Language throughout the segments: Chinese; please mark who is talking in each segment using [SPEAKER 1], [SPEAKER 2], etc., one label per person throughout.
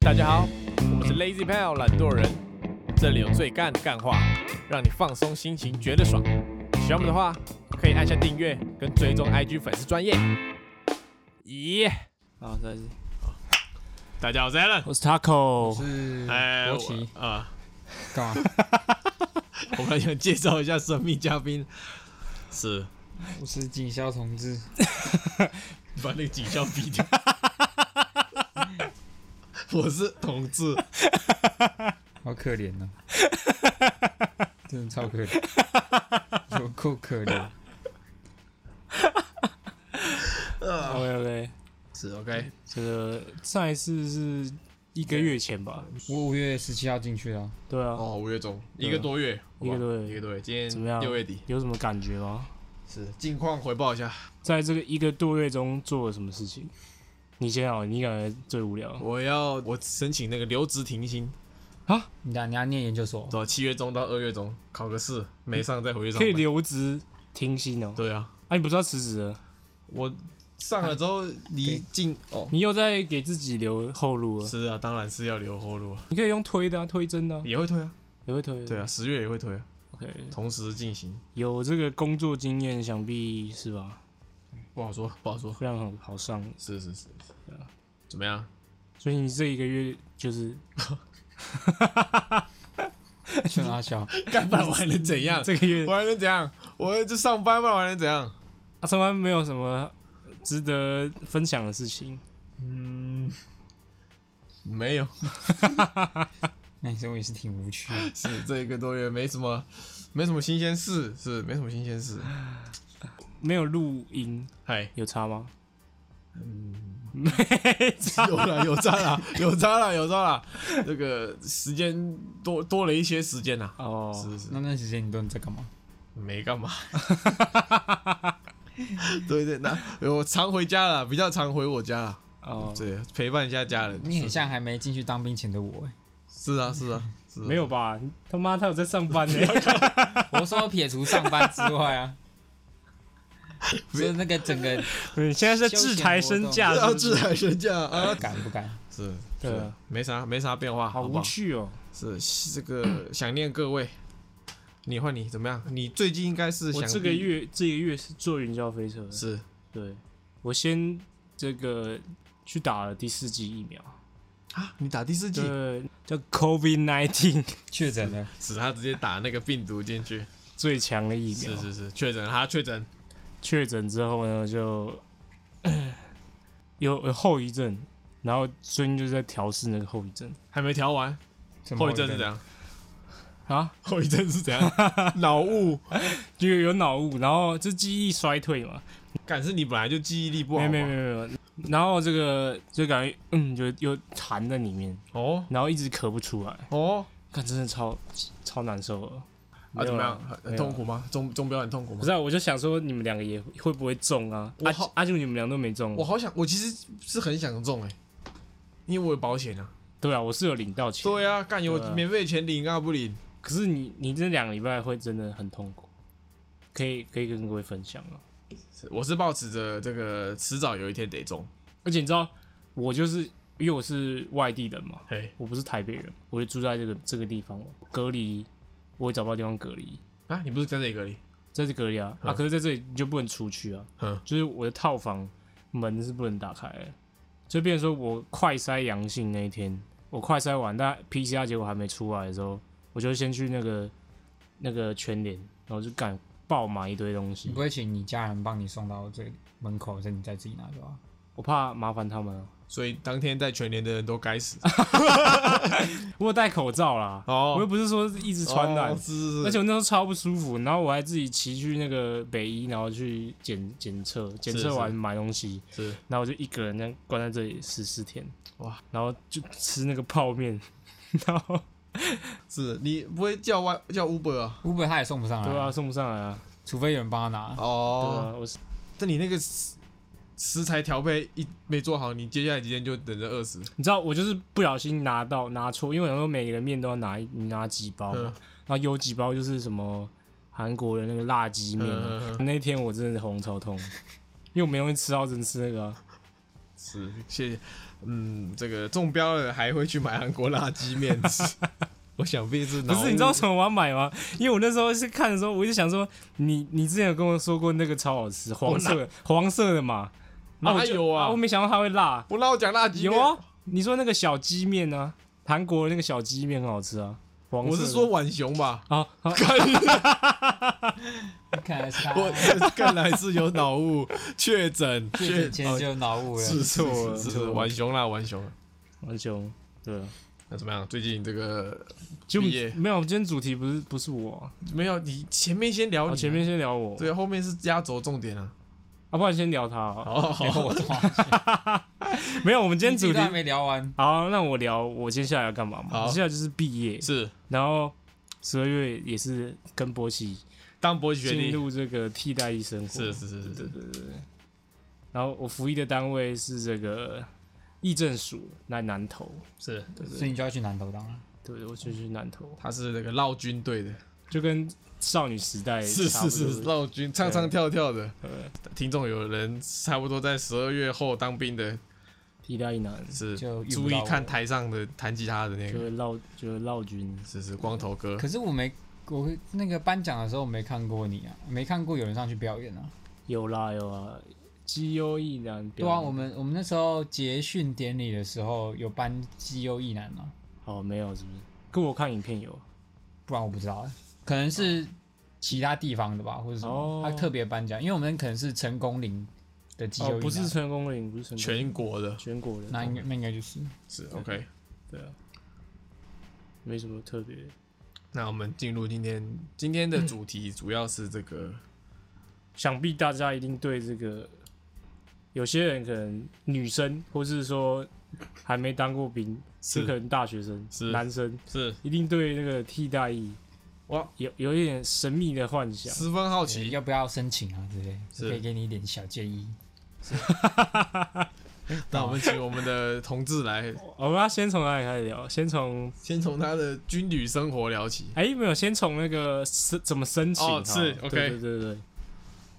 [SPEAKER 1] 大家好，我们是 Lazy Pal 懒惰人，这里有最干的干话，让你放松心情，觉得爽。喜欢我们的话，可以按下订阅跟追踪 IG 粉丝专业。咦、
[SPEAKER 2] 好，再来一次。
[SPEAKER 1] 大家好，我是 Alan，
[SPEAKER 2] 我是 Taco，
[SPEAKER 3] 是
[SPEAKER 1] 哎，
[SPEAKER 2] 国
[SPEAKER 1] 我
[SPEAKER 2] 旗
[SPEAKER 1] 啊、
[SPEAKER 3] 干嘛？
[SPEAKER 1] 我们想介绍一下神秘嘉宾，是
[SPEAKER 3] 我是警校 同志，
[SPEAKER 1] 你把那个警校逼 掉。我是同志，
[SPEAKER 3] 好可怜 哦，真的超可怜，有够可怜。
[SPEAKER 1] 啊
[SPEAKER 2] OK OK，
[SPEAKER 1] 是 OK，
[SPEAKER 2] 这个上一次是一个月前吧？
[SPEAKER 3] 我五月十七号进去了，
[SPEAKER 2] 对啊，
[SPEAKER 1] 哦，五月中一个多月，
[SPEAKER 2] 一个多
[SPEAKER 1] 好吧
[SPEAKER 2] 月
[SPEAKER 1] 一个多月，今
[SPEAKER 2] 怎么样
[SPEAKER 1] 天六月底，
[SPEAKER 2] 有什么感觉吗？
[SPEAKER 1] 是近况回报一下。
[SPEAKER 2] 在这个一个多月中做了什么事情？你先好，你感觉最无聊。
[SPEAKER 1] 我要我申请那个留职停薪，
[SPEAKER 3] 你俩你要念研究所，
[SPEAKER 1] 到七月中到二月中考个试，没上再回去上班。
[SPEAKER 2] 可以留职停薪哦、
[SPEAKER 1] 对啊，
[SPEAKER 2] 啊，你不是要辞职了？
[SPEAKER 1] 我上了之后离近哦，
[SPEAKER 2] 你又在给自己留后路了。
[SPEAKER 1] 是啊，当然是要留后路，啊，
[SPEAKER 2] 你可以用推的啊，推真的、啊，
[SPEAKER 1] 也会推啊，
[SPEAKER 2] 也会推。
[SPEAKER 1] 对啊，十月也会推啊，
[SPEAKER 2] ，OK，
[SPEAKER 1] 同时进行，
[SPEAKER 2] 有这个工作经验，想必是吧？
[SPEAKER 1] 不好说，不好说，
[SPEAKER 2] 非常好好上。
[SPEAKER 1] 是是是是，啊怎么 样？
[SPEAKER 2] 所以你这一个月就是
[SPEAKER 3] 去哪 小？
[SPEAKER 1] 干不然我还能怎样？
[SPEAKER 2] 这个 月
[SPEAKER 1] 我还能怎样？我就上班，不然我还能怎样？
[SPEAKER 2] 啊，上班没有什么值得分享的事情。
[SPEAKER 1] 嗯，没有，
[SPEAKER 3] 那你生活也是挺无趣的。
[SPEAKER 1] 是这一个多月没什么，没什么新鲜事，是没什么新鲜事，
[SPEAKER 2] 没有录音，
[SPEAKER 1] 嗨。
[SPEAKER 2] 有差吗？
[SPEAKER 1] 嗯 有了，有渣了，有渣了，有渣了。这个时间多多了一些时间呐、
[SPEAKER 2] 哦，
[SPEAKER 1] 是是，
[SPEAKER 3] 那段时间你都在干嘛？
[SPEAKER 1] 没干嘛。 对对，那我常回家了，比较常回我家了。
[SPEAKER 2] 哦，
[SPEAKER 1] 对，陪伴一下家人。
[SPEAKER 3] 你很像还没进去当兵前的我、欸。
[SPEAKER 1] 是啊，是啊，是啊
[SPEAKER 2] 没有吧？他妈，他有在 上班呢。
[SPEAKER 3] 我说撇除上班之外 啊，就是那个整 个
[SPEAKER 2] 你现在是在制裁身价
[SPEAKER 1] 是
[SPEAKER 2] 啊是
[SPEAKER 1] 要
[SPEAKER 2] 不是，
[SPEAKER 1] 制裁身价啊。
[SPEAKER 3] 敢不敢？
[SPEAKER 1] 是，
[SPEAKER 2] 对
[SPEAKER 1] 是
[SPEAKER 2] 啊
[SPEAKER 1] 没啥没啥变化，
[SPEAKER 2] 好
[SPEAKER 1] 好不
[SPEAKER 2] 无
[SPEAKER 1] 好？
[SPEAKER 2] 趣哦。
[SPEAKER 1] 是这个想念各位。你换你怎么样？你最近应该是
[SPEAKER 2] 我
[SPEAKER 1] 想
[SPEAKER 2] 这个
[SPEAKER 1] 必
[SPEAKER 2] 月这个月是坐云霄飞车的，
[SPEAKER 1] 是
[SPEAKER 2] 对我先这个去打了第四剂疫苗，
[SPEAKER 1] 啊，你打第四季
[SPEAKER 2] 对，叫 COVID nineteen
[SPEAKER 3] 确诊了，
[SPEAKER 1] 使他直接打那个病毒进去。
[SPEAKER 2] 最强的疫苗
[SPEAKER 1] 是。是是，确诊他确诊，
[SPEAKER 2] 确诊之后呢，就 有有后遗症，然后最近就在调试那个后遗症
[SPEAKER 1] 还没调完，
[SPEAKER 3] 什么
[SPEAKER 1] 后遗症是怎？样？
[SPEAKER 2] 啊，
[SPEAKER 1] 后遗症是怎样？ 脑雾，
[SPEAKER 2] 就有有脑雾，然后就记忆衰退嘛，
[SPEAKER 1] 敢是你本来就记忆力不好
[SPEAKER 2] 没
[SPEAKER 1] 吗，
[SPEAKER 2] 没没没没，然后这个就感觉嗯，就有痰在里面，
[SPEAKER 1] 哦
[SPEAKER 2] 然后一直咳不出来，
[SPEAKER 1] 哦，
[SPEAKER 2] 看真的超超难受了。
[SPEAKER 1] 啊
[SPEAKER 2] 没
[SPEAKER 1] 怎
[SPEAKER 2] 有
[SPEAKER 1] 么
[SPEAKER 2] 啦
[SPEAKER 1] 样？
[SPEAKER 2] 没
[SPEAKER 1] 很
[SPEAKER 2] 有
[SPEAKER 1] 痛苦吗？中中标很痛苦
[SPEAKER 2] 不
[SPEAKER 1] 吗
[SPEAKER 2] 是、？啊，我就想说你们两个也会不会中啊？
[SPEAKER 1] 我
[SPEAKER 2] 阿
[SPEAKER 1] 好
[SPEAKER 2] 阿舅你们俩都没中啊
[SPEAKER 1] 我，好想，我其实是很想中哎、因为我有保险啊。
[SPEAKER 2] 对啊，我是有领到钱，
[SPEAKER 1] 对啊，干有
[SPEAKER 2] 对啊
[SPEAKER 1] 免费钱领啊不领？
[SPEAKER 2] 可是你你这两个礼拜会真的很痛苦，可以可以跟各位分享啊。
[SPEAKER 1] 是我是抱持着这个迟早有一天得中，
[SPEAKER 2] 而且你知道，我就是因为我是外地人嘛，
[SPEAKER 1] 嘿
[SPEAKER 2] 我不是台北人，我就住在这个这个地方嘛隔离，我也找不到地方隔离，
[SPEAKER 1] 啊，你不是在这里隔离？
[SPEAKER 2] 在这隔离啊、啊！可是在这里你就不能出去啊，
[SPEAKER 1] 嗯
[SPEAKER 2] 就是我的套房门是不能打开的，就变成说我快筛阳性那一天，我快筛完，但 PCR 结果还没出来的时候，我就先去那个那个全联，然后就赶爆买一堆东
[SPEAKER 3] 你
[SPEAKER 2] 西
[SPEAKER 1] 嗯
[SPEAKER 3] 不，会请你家人帮你送到这门口，再你再自己拿就好。
[SPEAKER 2] 我怕麻烦他们啊，
[SPEAKER 1] 所以当天在全年的人都该 死
[SPEAKER 2] 我有戴口罩啦，
[SPEAKER 1] 哦
[SPEAKER 2] 我又不是说一直传染
[SPEAKER 1] 哦，是是是
[SPEAKER 2] 而且我那时候超不舒服，然后我还自己骑去那个北医，然后去检检测，检测完
[SPEAKER 1] 是
[SPEAKER 2] 买东西，
[SPEAKER 1] 是
[SPEAKER 2] 然后我就一个人这样关在这里十四天，
[SPEAKER 1] 哇！
[SPEAKER 2] 然后就吃那个泡面， 然后
[SPEAKER 1] 是，你不会叫外叫 Uber 啊？
[SPEAKER 3] 五本他也送不上来，
[SPEAKER 2] 对啊，送不上来啊，
[SPEAKER 3] 除非有人帮他拿。
[SPEAKER 2] 对
[SPEAKER 1] 哦，
[SPEAKER 2] 啊，我是
[SPEAKER 1] 但你那个食食材调配一没做好，你接下来几天就等着饿死。
[SPEAKER 2] 你知道我就是不小心拿到拿错，因为我想说每个面都要拿一你拿几包嘛，
[SPEAKER 1] 嗯
[SPEAKER 2] 然后有几包就是什么韩国的那个辣鸡面啊，
[SPEAKER 1] 嗯嗯
[SPEAKER 2] 那一天我真的是喉咙超痛，因为我没东西吃到，只能吃那个啊、
[SPEAKER 1] 是，谢谢。嗯，这个中标了还会去买韩国辣鸡面 吃，我想必是
[SPEAKER 2] 不
[SPEAKER 1] 脑
[SPEAKER 2] 是，你知道为
[SPEAKER 1] 雾
[SPEAKER 2] 什么我要买吗？因为我那时候是看的时候，我就想说，你你之前有跟我说过那个超好吃，黄色的黄色的嘛，
[SPEAKER 1] 哦哪
[SPEAKER 2] 我就
[SPEAKER 1] 有啊
[SPEAKER 2] 我没想到它会辣。
[SPEAKER 1] 不让我讲辣鸡面
[SPEAKER 2] 有啊，，你说那个小鸡面呢、啊？韩国的那个小鸡面很好吃啊，黄色
[SPEAKER 1] 我
[SPEAKER 2] 的
[SPEAKER 1] 是说浣熊吧，
[SPEAKER 2] 啊啊，
[SPEAKER 3] 看来是他
[SPEAKER 1] 我这看来是有脑雾确诊，
[SPEAKER 3] 确
[SPEAKER 1] 确
[SPEAKER 3] 诊前就有脑雾了，
[SPEAKER 1] 是错了，
[SPEAKER 2] 哦是
[SPEAKER 1] 是
[SPEAKER 2] 是
[SPEAKER 1] 是浣熊啦，浣熊。
[SPEAKER 2] 完全对啊，
[SPEAKER 1] 那怎么样？最近这个
[SPEAKER 2] 就
[SPEAKER 1] 毕业
[SPEAKER 2] 没有。今天主题不是不是我啊、
[SPEAKER 1] 没有，你前面先聊
[SPEAKER 2] 啊，
[SPEAKER 1] 你，
[SPEAKER 2] 前面先聊我，
[SPEAKER 1] 对，后面是压轴重点啊。
[SPEAKER 2] 啊，不然先聊他啊。
[SPEAKER 1] 哦， 好
[SPEAKER 3] 我操！
[SPEAKER 2] 没有，我们今天
[SPEAKER 3] 你自己
[SPEAKER 2] 主
[SPEAKER 3] 都还
[SPEAKER 2] 题
[SPEAKER 3] 没聊完，
[SPEAKER 2] 好，那我聊我接下来要干嘛嘛？
[SPEAKER 1] 好
[SPEAKER 2] 接下来就是毕业，
[SPEAKER 1] 是
[SPEAKER 2] 然后十二月也是跟波奇
[SPEAKER 1] 当博学
[SPEAKER 2] 进
[SPEAKER 1] 弟，
[SPEAKER 2] 入这个替代役生活，
[SPEAKER 1] 是是是是是，
[SPEAKER 2] 然后我服役的单位是这个义政署，在南投，
[SPEAKER 1] 是，
[SPEAKER 3] 所以你就要去南投当了。
[SPEAKER 2] 对我就去南投，
[SPEAKER 1] 他是那个绕军队的，
[SPEAKER 2] 就跟少女时代
[SPEAKER 1] 是
[SPEAKER 2] 差不
[SPEAKER 1] 是
[SPEAKER 2] 多
[SPEAKER 1] 是绕军，唱唱跳跳的。
[SPEAKER 2] 呃
[SPEAKER 1] 听众有人差不多在十二月后当兵的，
[SPEAKER 2] 替代役男
[SPEAKER 1] 是
[SPEAKER 3] 就遇不到
[SPEAKER 1] 注意
[SPEAKER 3] 我
[SPEAKER 1] 看台上的弹吉他的那
[SPEAKER 2] 就
[SPEAKER 1] 个，
[SPEAKER 2] 会绕就会绕军，
[SPEAKER 1] 是是光头哥，
[SPEAKER 3] 可是我没，我那个颁奖的时候我没看过你啊，没看过有人上去表演啊。
[SPEAKER 2] 有啦有啊，绩优役男表
[SPEAKER 3] 对
[SPEAKER 2] 演，
[SPEAKER 3] 啊，我们我们那时候结训典礼的时候有颁绩优一男啊吗？
[SPEAKER 2] 哦没有是不是？可我看影片有，
[SPEAKER 3] 不然我不知道啊，可能是其他地方的吧，或者什么，
[SPEAKER 2] 哦
[SPEAKER 3] 他特别颁奖，因为我们可能是成功岭的绩优一
[SPEAKER 2] 哦
[SPEAKER 3] E 男，
[SPEAKER 2] 不是成功岭，不是成功岭
[SPEAKER 1] 全国的，
[SPEAKER 2] 全国的，
[SPEAKER 3] 那应该那应该就是
[SPEAKER 1] 是 OK。
[SPEAKER 2] 对啊，没什么特别的。
[SPEAKER 1] 那我们进入今天今天的主题，主要是这个
[SPEAKER 2] 想必大家一定对这个，有些人可能女生，或是说还没当过兵，
[SPEAKER 1] 是
[SPEAKER 2] 有可能大学生、
[SPEAKER 1] 是
[SPEAKER 2] 男生，
[SPEAKER 1] 是
[SPEAKER 2] 一定对那个替代役
[SPEAKER 1] 哇
[SPEAKER 2] 有有一点神秘的幻想。
[SPEAKER 1] 十分好
[SPEAKER 3] 对
[SPEAKER 1] 奇，
[SPEAKER 3] 哎要不要申请啊之类的，
[SPEAKER 1] 是
[SPEAKER 3] 可以给你一点小建议。
[SPEAKER 1] 那我们请我们的同志来，
[SPEAKER 2] 我们要先从哪里开始聊？先从
[SPEAKER 1] 先从他的军旅生活聊起。
[SPEAKER 2] 哎、没有，先从那个申怎么申请
[SPEAKER 1] 哦
[SPEAKER 2] 好了？
[SPEAKER 1] 是 OK
[SPEAKER 2] 对对对对，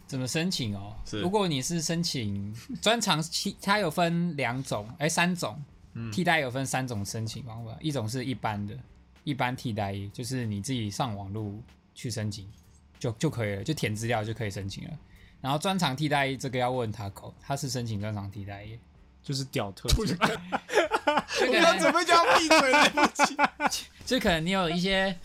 [SPEAKER 3] 怎么申请哦？
[SPEAKER 1] 是
[SPEAKER 3] 如果你是申请专长其，它有分两种，哎、三种，替代有分三种申请方法，一种是一般的，一般替代役就是你自己上网路去申请就就可以了，就填资料就可以申请了。然后专长替代役这个要问他口，他是申请专长替代役，
[SPEAKER 2] 就是屌特。
[SPEAKER 3] 这
[SPEAKER 1] 我刚准
[SPEAKER 3] 个
[SPEAKER 1] 备叫他闭嘴，来不及。
[SPEAKER 3] 这可能你有一些。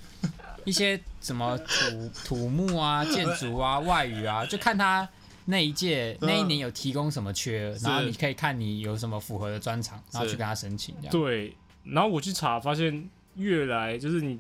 [SPEAKER 3] 一些什么土土木啊、建筑啊、外语啊，就看他那一届
[SPEAKER 1] 嗯
[SPEAKER 3] 那一年有提供什么缺，
[SPEAKER 1] 是
[SPEAKER 3] 然后你可以看你有什么符合的专长，然后去跟他申请这样。
[SPEAKER 2] 对，然后我去查发现，越来就是你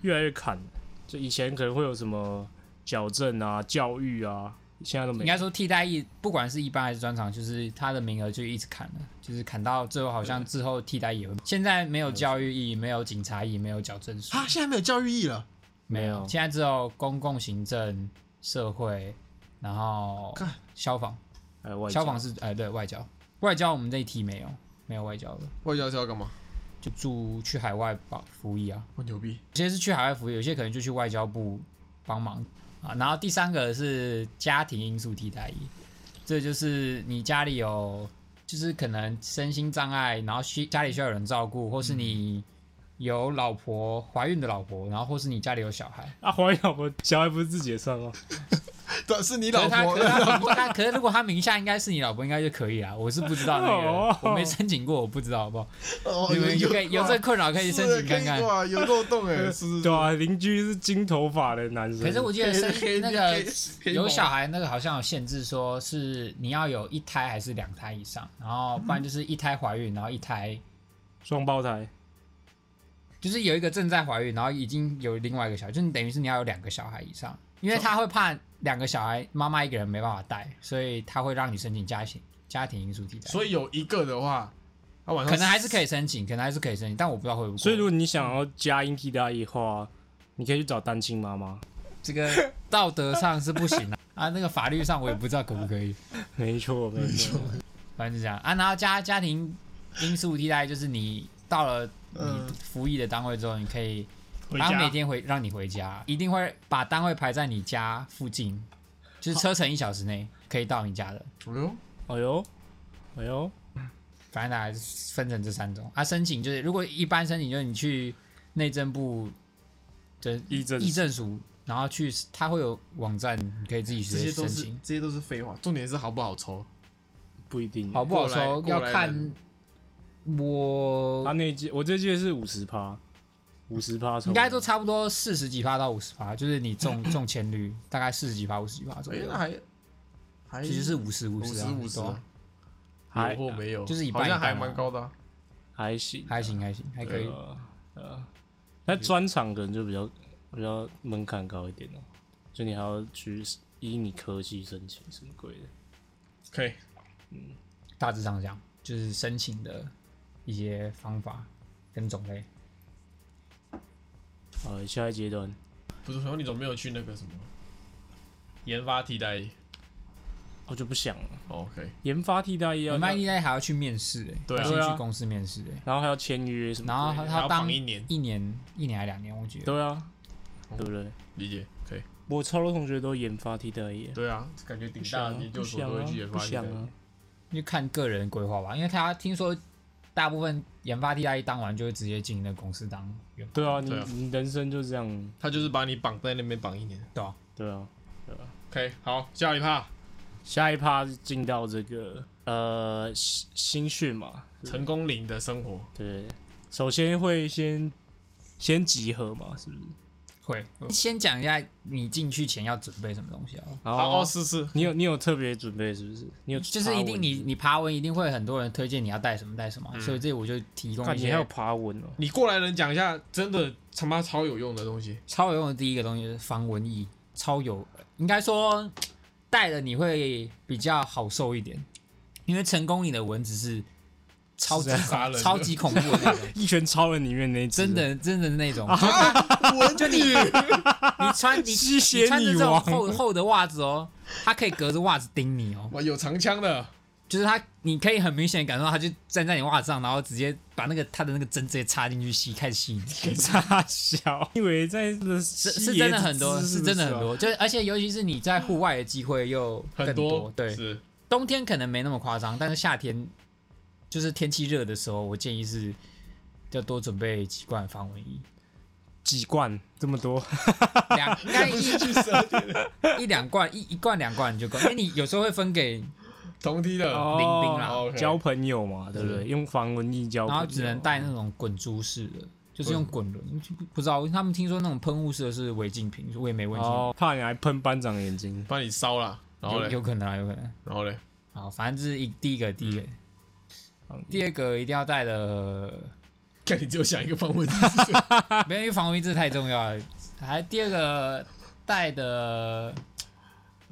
[SPEAKER 2] 越来越砍，就以前可能会有什么矫正啊、教育啊，现在都没
[SPEAKER 3] 应
[SPEAKER 2] 有。
[SPEAKER 3] 该说替代役，不管是一般还是专长，就是他的名额就一直砍了，就是砍到最后好像之后替代役也会现在没有教育役，没有警察役，没有矫正署，
[SPEAKER 1] 啊，现在没有教育意了，
[SPEAKER 2] 没有
[SPEAKER 3] 现在只有公共行政、社会，然后
[SPEAKER 1] 干
[SPEAKER 3] 消防，
[SPEAKER 2] 还有外
[SPEAKER 3] 消
[SPEAKER 2] 交
[SPEAKER 3] 防是哎、对外交，外交我们这一题没有，没有外交了，
[SPEAKER 1] 外交是要干嘛？
[SPEAKER 3] 就住去海外保服役啊。
[SPEAKER 1] 我牛逼，
[SPEAKER 3] 有些是去海外服务，有些可能就去外交部帮忙啊。然后第三个是家庭因素替代役，这就是你家里有，就是可能身心障碍，然后需家里需要有人照顾，或是你有老婆怀孕的老婆，然后或是你家里有小孩。
[SPEAKER 2] 啊，怀孕老婆小孩不是自己的伤哦，
[SPEAKER 1] 对，是你
[SPEAKER 3] 可
[SPEAKER 1] 老
[SPEAKER 3] 是他
[SPEAKER 1] 婆
[SPEAKER 3] 可是他可是他可是如果他名下应该是你老婆，应该就可以啦。我是不知道那
[SPEAKER 2] 哦
[SPEAKER 3] 个，我没申请过，我不知道好不好？
[SPEAKER 1] 哦
[SPEAKER 3] 你们有可以有这个困扰可以申
[SPEAKER 1] 是
[SPEAKER 3] 请看看
[SPEAKER 1] 可以。哇，有漏洞 哎，是是，
[SPEAKER 2] 对啊，邻居是金头发的男生，
[SPEAKER 3] 可是我记
[SPEAKER 1] 黑
[SPEAKER 3] 得生啊那个
[SPEAKER 1] 黑黑
[SPEAKER 3] 有
[SPEAKER 1] 毛
[SPEAKER 3] 小孩那个好像有限制，说是你要有一胎还是两胎以上，然后不然就是一胎怀孕，然后一胎
[SPEAKER 2] 双胞
[SPEAKER 3] 嗯
[SPEAKER 2] 胎，
[SPEAKER 3] 就是有一个正在怀孕，然后已经有另外一个小孩，就是等于是你要有两个小孩以上，因为他会怕两个小孩妈妈一个人没办法带，所以他会让你申请家庭家庭因素替代，
[SPEAKER 1] 所以有一个的话，他晚上
[SPEAKER 3] 可能还是可以申请，可能还是可以申请，但我不知道会不会。
[SPEAKER 2] 所以如果你想要加音替代役的话，啊你可以去找单亲妈妈，
[SPEAKER 3] 这个道德上是不行的啊，那个法律上我也不知道可不可以。
[SPEAKER 2] 没错没错，
[SPEAKER 3] 反正就这样啊。然后家家庭因素替代就是你到了
[SPEAKER 1] 嗯
[SPEAKER 3] 你服役的单位之后，你可以
[SPEAKER 2] 回
[SPEAKER 3] 他每
[SPEAKER 2] 家
[SPEAKER 3] 天回让你回家，一定会把单位排在你家附近，就是车程一小时内可以到你家的。
[SPEAKER 1] 哎呦，
[SPEAKER 2] 哎呦哎呦，
[SPEAKER 3] 反正大概分成这三种啊。申请就是如果一般申请，就是你去内政部的
[SPEAKER 2] 议政
[SPEAKER 3] 议政署，然后去它会有网站，你可以自己
[SPEAKER 1] 这
[SPEAKER 3] 学
[SPEAKER 1] 些
[SPEAKER 3] 申
[SPEAKER 1] 都是
[SPEAKER 3] 请。
[SPEAKER 1] 这些都是废话，重点是好不好抽。
[SPEAKER 2] 不一定。
[SPEAKER 3] 好不好
[SPEAKER 1] 过来
[SPEAKER 3] 抽
[SPEAKER 1] 过
[SPEAKER 3] 要
[SPEAKER 1] 来
[SPEAKER 3] 看
[SPEAKER 1] 人
[SPEAKER 3] 我
[SPEAKER 2] 他啊那一届我这届是五十趴，五十趴，
[SPEAKER 3] 应该都差不多四十几趴到五十趴，就是你中 中签率大概四十几趴、五十几趴左
[SPEAKER 1] 哎，
[SPEAKER 3] 右
[SPEAKER 1] 那，还还
[SPEAKER 3] 其实是五十五
[SPEAKER 1] 五
[SPEAKER 3] 十
[SPEAKER 1] 十
[SPEAKER 3] 啊，
[SPEAKER 1] 五十
[SPEAKER 3] 对啊
[SPEAKER 1] 啊，
[SPEAKER 2] 还
[SPEAKER 1] 有或没有，
[SPEAKER 3] 就是一半
[SPEAKER 1] 好像还
[SPEAKER 3] 一半啊
[SPEAKER 1] 蛮高的啊。
[SPEAKER 2] 还行，
[SPEAKER 3] 还行还行还可以。
[SPEAKER 2] 呃，呃那专场可能就比较比较门槛高一点哦、就你还要去依你科系申请什么鬼的。
[SPEAKER 1] 可以，
[SPEAKER 3] 大致上讲，就是申请的一些方法跟种类。
[SPEAKER 2] 好，下一阶段
[SPEAKER 1] 不是，然后你怎么没有去那个什么研发替代役
[SPEAKER 2] 我就不想了，
[SPEAKER 1] 哦？OK，
[SPEAKER 2] 研发替代医
[SPEAKER 3] 你
[SPEAKER 2] 要，
[SPEAKER 3] 麦
[SPEAKER 2] 然
[SPEAKER 3] 应该还要去面试、欸，
[SPEAKER 1] 对啊
[SPEAKER 3] 还先
[SPEAKER 2] 对啊
[SPEAKER 3] 去公司面试、欸，
[SPEAKER 2] 后还要签约什么
[SPEAKER 3] 然后
[SPEAKER 2] 鬼的，
[SPEAKER 3] 啊他
[SPEAKER 1] 还
[SPEAKER 3] 他
[SPEAKER 1] 要
[SPEAKER 3] 当
[SPEAKER 1] 绑一年
[SPEAKER 3] 一年一年还两年，我觉得
[SPEAKER 2] 对啊，对不对？
[SPEAKER 1] 理解，可以。
[SPEAKER 2] 我超多同学都研发替代医，
[SPEAKER 1] 对啊，感觉顶
[SPEAKER 2] 不
[SPEAKER 1] 大
[SPEAKER 2] 想
[SPEAKER 1] 的
[SPEAKER 2] 啊
[SPEAKER 1] 研，究
[SPEAKER 2] 不
[SPEAKER 1] 所
[SPEAKER 2] 想
[SPEAKER 1] 都会
[SPEAKER 2] 啊
[SPEAKER 1] 去研，
[SPEAKER 2] 不
[SPEAKER 1] 发替代
[SPEAKER 2] 想
[SPEAKER 1] 役
[SPEAKER 2] 啊。，
[SPEAKER 3] 就看个人规划吧，因为他听说大部分研发 DI 当完就会直接进那个公司当员工，
[SPEAKER 2] 对啊，你
[SPEAKER 1] 对啊
[SPEAKER 2] 你人生就这样，
[SPEAKER 1] 他就是把你绑在那边绑一年。
[SPEAKER 3] 对啊，
[SPEAKER 2] 对啊。
[SPEAKER 1] OK，好，下一趴
[SPEAKER 2] 下一趴是进到这个呃新新训嘛，
[SPEAKER 1] 成功领的生活，
[SPEAKER 2] 对，首先会先先集合嘛，是不是？
[SPEAKER 3] 会。先讲一下你进去前要准备什么东西啊？
[SPEAKER 2] 然
[SPEAKER 1] 好，
[SPEAKER 2] 后
[SPEAKER 1] 哦，是是，
[SPEAKER 2] 你有你有特别准备是不是？你有
[SPEAKER 3] 就是一定你
[SPEAKER 2] 你
[SPEAKER 3] 你爬文一定会很多人推荐你要带什么带什么，所以这我就提供
[SPEAKER 2] 嗯看
[SPEAKER 3] 一
[SPEAKER 2] 你还有
[SPEAKER 3] 些
[SPEAKER 2] 爬文哦，
[SPEAKER 1] 你过来人讲一下，真的他妈超有用的东西。
[SPEAKER 3] 超有用的第一个东西就是防蚊液，超有，应该说戴了你会比较好受一点，因为成功里的蚊子是超级
[SPEAKER 1] 是在杀人的
[SPEAKER 3] 啊超级恐怖的那种，
[SPEAKER 2] 一拳超人里面那一只
[SPEAKER 3] 真的真的那种，
[SPEAKER 1] 文具，
[SPEAKER 3] 你穿你
[SPEAKER 2] 啊吸血
[SPEAKER 3] 你穿着这
[SPEAKER 2] 女
[SPEAKER 3] 种
[SPEAKER 2] 王
[SPEAKER 3] 厚厚的袜子哦，它可以隔着袜子叮你哦，
[SPEAKER 1] 哇，有长枪的，
[SPEAKER 3] 就是它你可以很明显地感受到它就站在你袜子上，然后直接把那个它的那个针直接插进去吸，开始吸你。
[SPEAKER 2] 傻小，因为在是
[SPEAKER 3] 是是真的很多，是真
[SPEAKER 2] 啊
[SPEAKER 3] 的很，多，就是而且尤其是你在户外的机会又更
[SPEAKER 1] 很多，
[SPEAKER 3] 对，
[SPEAKER 1] 是
[SPEAKER 3] 冬天可能没那么夸张，但是夏天就是天气热的时候，我建议是要多准备几罐防蚊衣，
[SPEAKER 2] 几罐这么多，
[SPEAKER 3] 两应该一
[SPEAKER 1] 去射箭的
[SPEAKER 3] 一两罐，一一罐两罐就够，因为你有时候会分给，
[SPEAKER 1] 同梯的，
[SPEAKER 2] 哦
[SPEAKER 3] 零零啦
[SPEAKER 1] 哦，OK
[SPEAKER 2] 交朋友嘛，对不对？用防蚊液交朋
[SPEAKER 3] 然
[SPEAKER 2] 友，啊
[SPEAKER 3] 后只能带那种滚珠式的，就是用滚轮，就不不知道他们听说那种喷雾式的是违禁品，我也没问清，
[SPEAKER 2] 哦，怕你还喷班长眼睛，
[SPEAKER 1] 把你烧了，然后
[SPEAKER 3] 有
[SPEAKER 1] 嘞，
[SPEAKER 3] 有可能啊，有可能。
[SPEAKER 1] 然后嘞，
[SPEAKER 3] 好，反正这是一第一个，第一个，
[SPEAKER 2] 嗯
[SPEAKER 3] 第二个一定要带的。
[SPEAKER 1] 看你只有想一个方问题，
[SPEAKER 3] 没有，因为防蚊这太重要了。还第二个带的，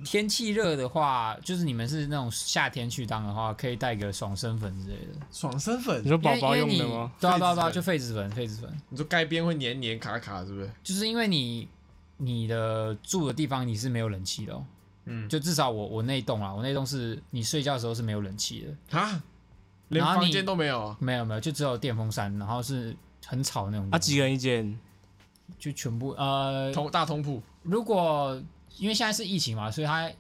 [SPEAKER 3] 天气热的话，就是你们是那种夏天去当的话，可以带个爽身粉之类的。
[SPEAKER 1] 爽身粉
[SPEAKER 2] 你，说
[SPEAKER 3] 因
[SPEAKER 2] 宝
[SPEAKER 3] 为
[SPEAKER 2] 宝
[SPEAKER 3] 因
[SPEAKER 2] 用
[SPEAKER 3] 为你
[SPEAKER 2] 的吗？
[SPEAKER 3] 对啊对啊对啊，
[SPEAKER 1] 痱子粉
[SPEAKER 3] 就痱子粉，痱子粉，
[SPEAKER 1] 你说该边会黏黏卡卡，是不是？
[SPEAKER 3] 就是因为你你的住的地方你是没有冷气的、哦，
[SPEAKER 1] 嗯，
[SPEAKER 3] 就至少我我那一栋啊，我那一栋是你睡觉的时候是没有冷气的，
[SPEAKER 1] 啊，连
[SPEAKER 3] 然后
[SPEAKER 1] 房
[SPEAKER 3] 你
[SPEAKER 1] 间都没有啊，
[SPEAKER 3] 没有没有，就只有电风扇，然后是很吵那种。
[SPEAKER 2] 啊，几个人一间，
[SPEAKER 3] 就全部呃
[SPEAKER 1] 同大通铺，
[SPEAKER 3] 如果因为现在是疫情嘛，所以他，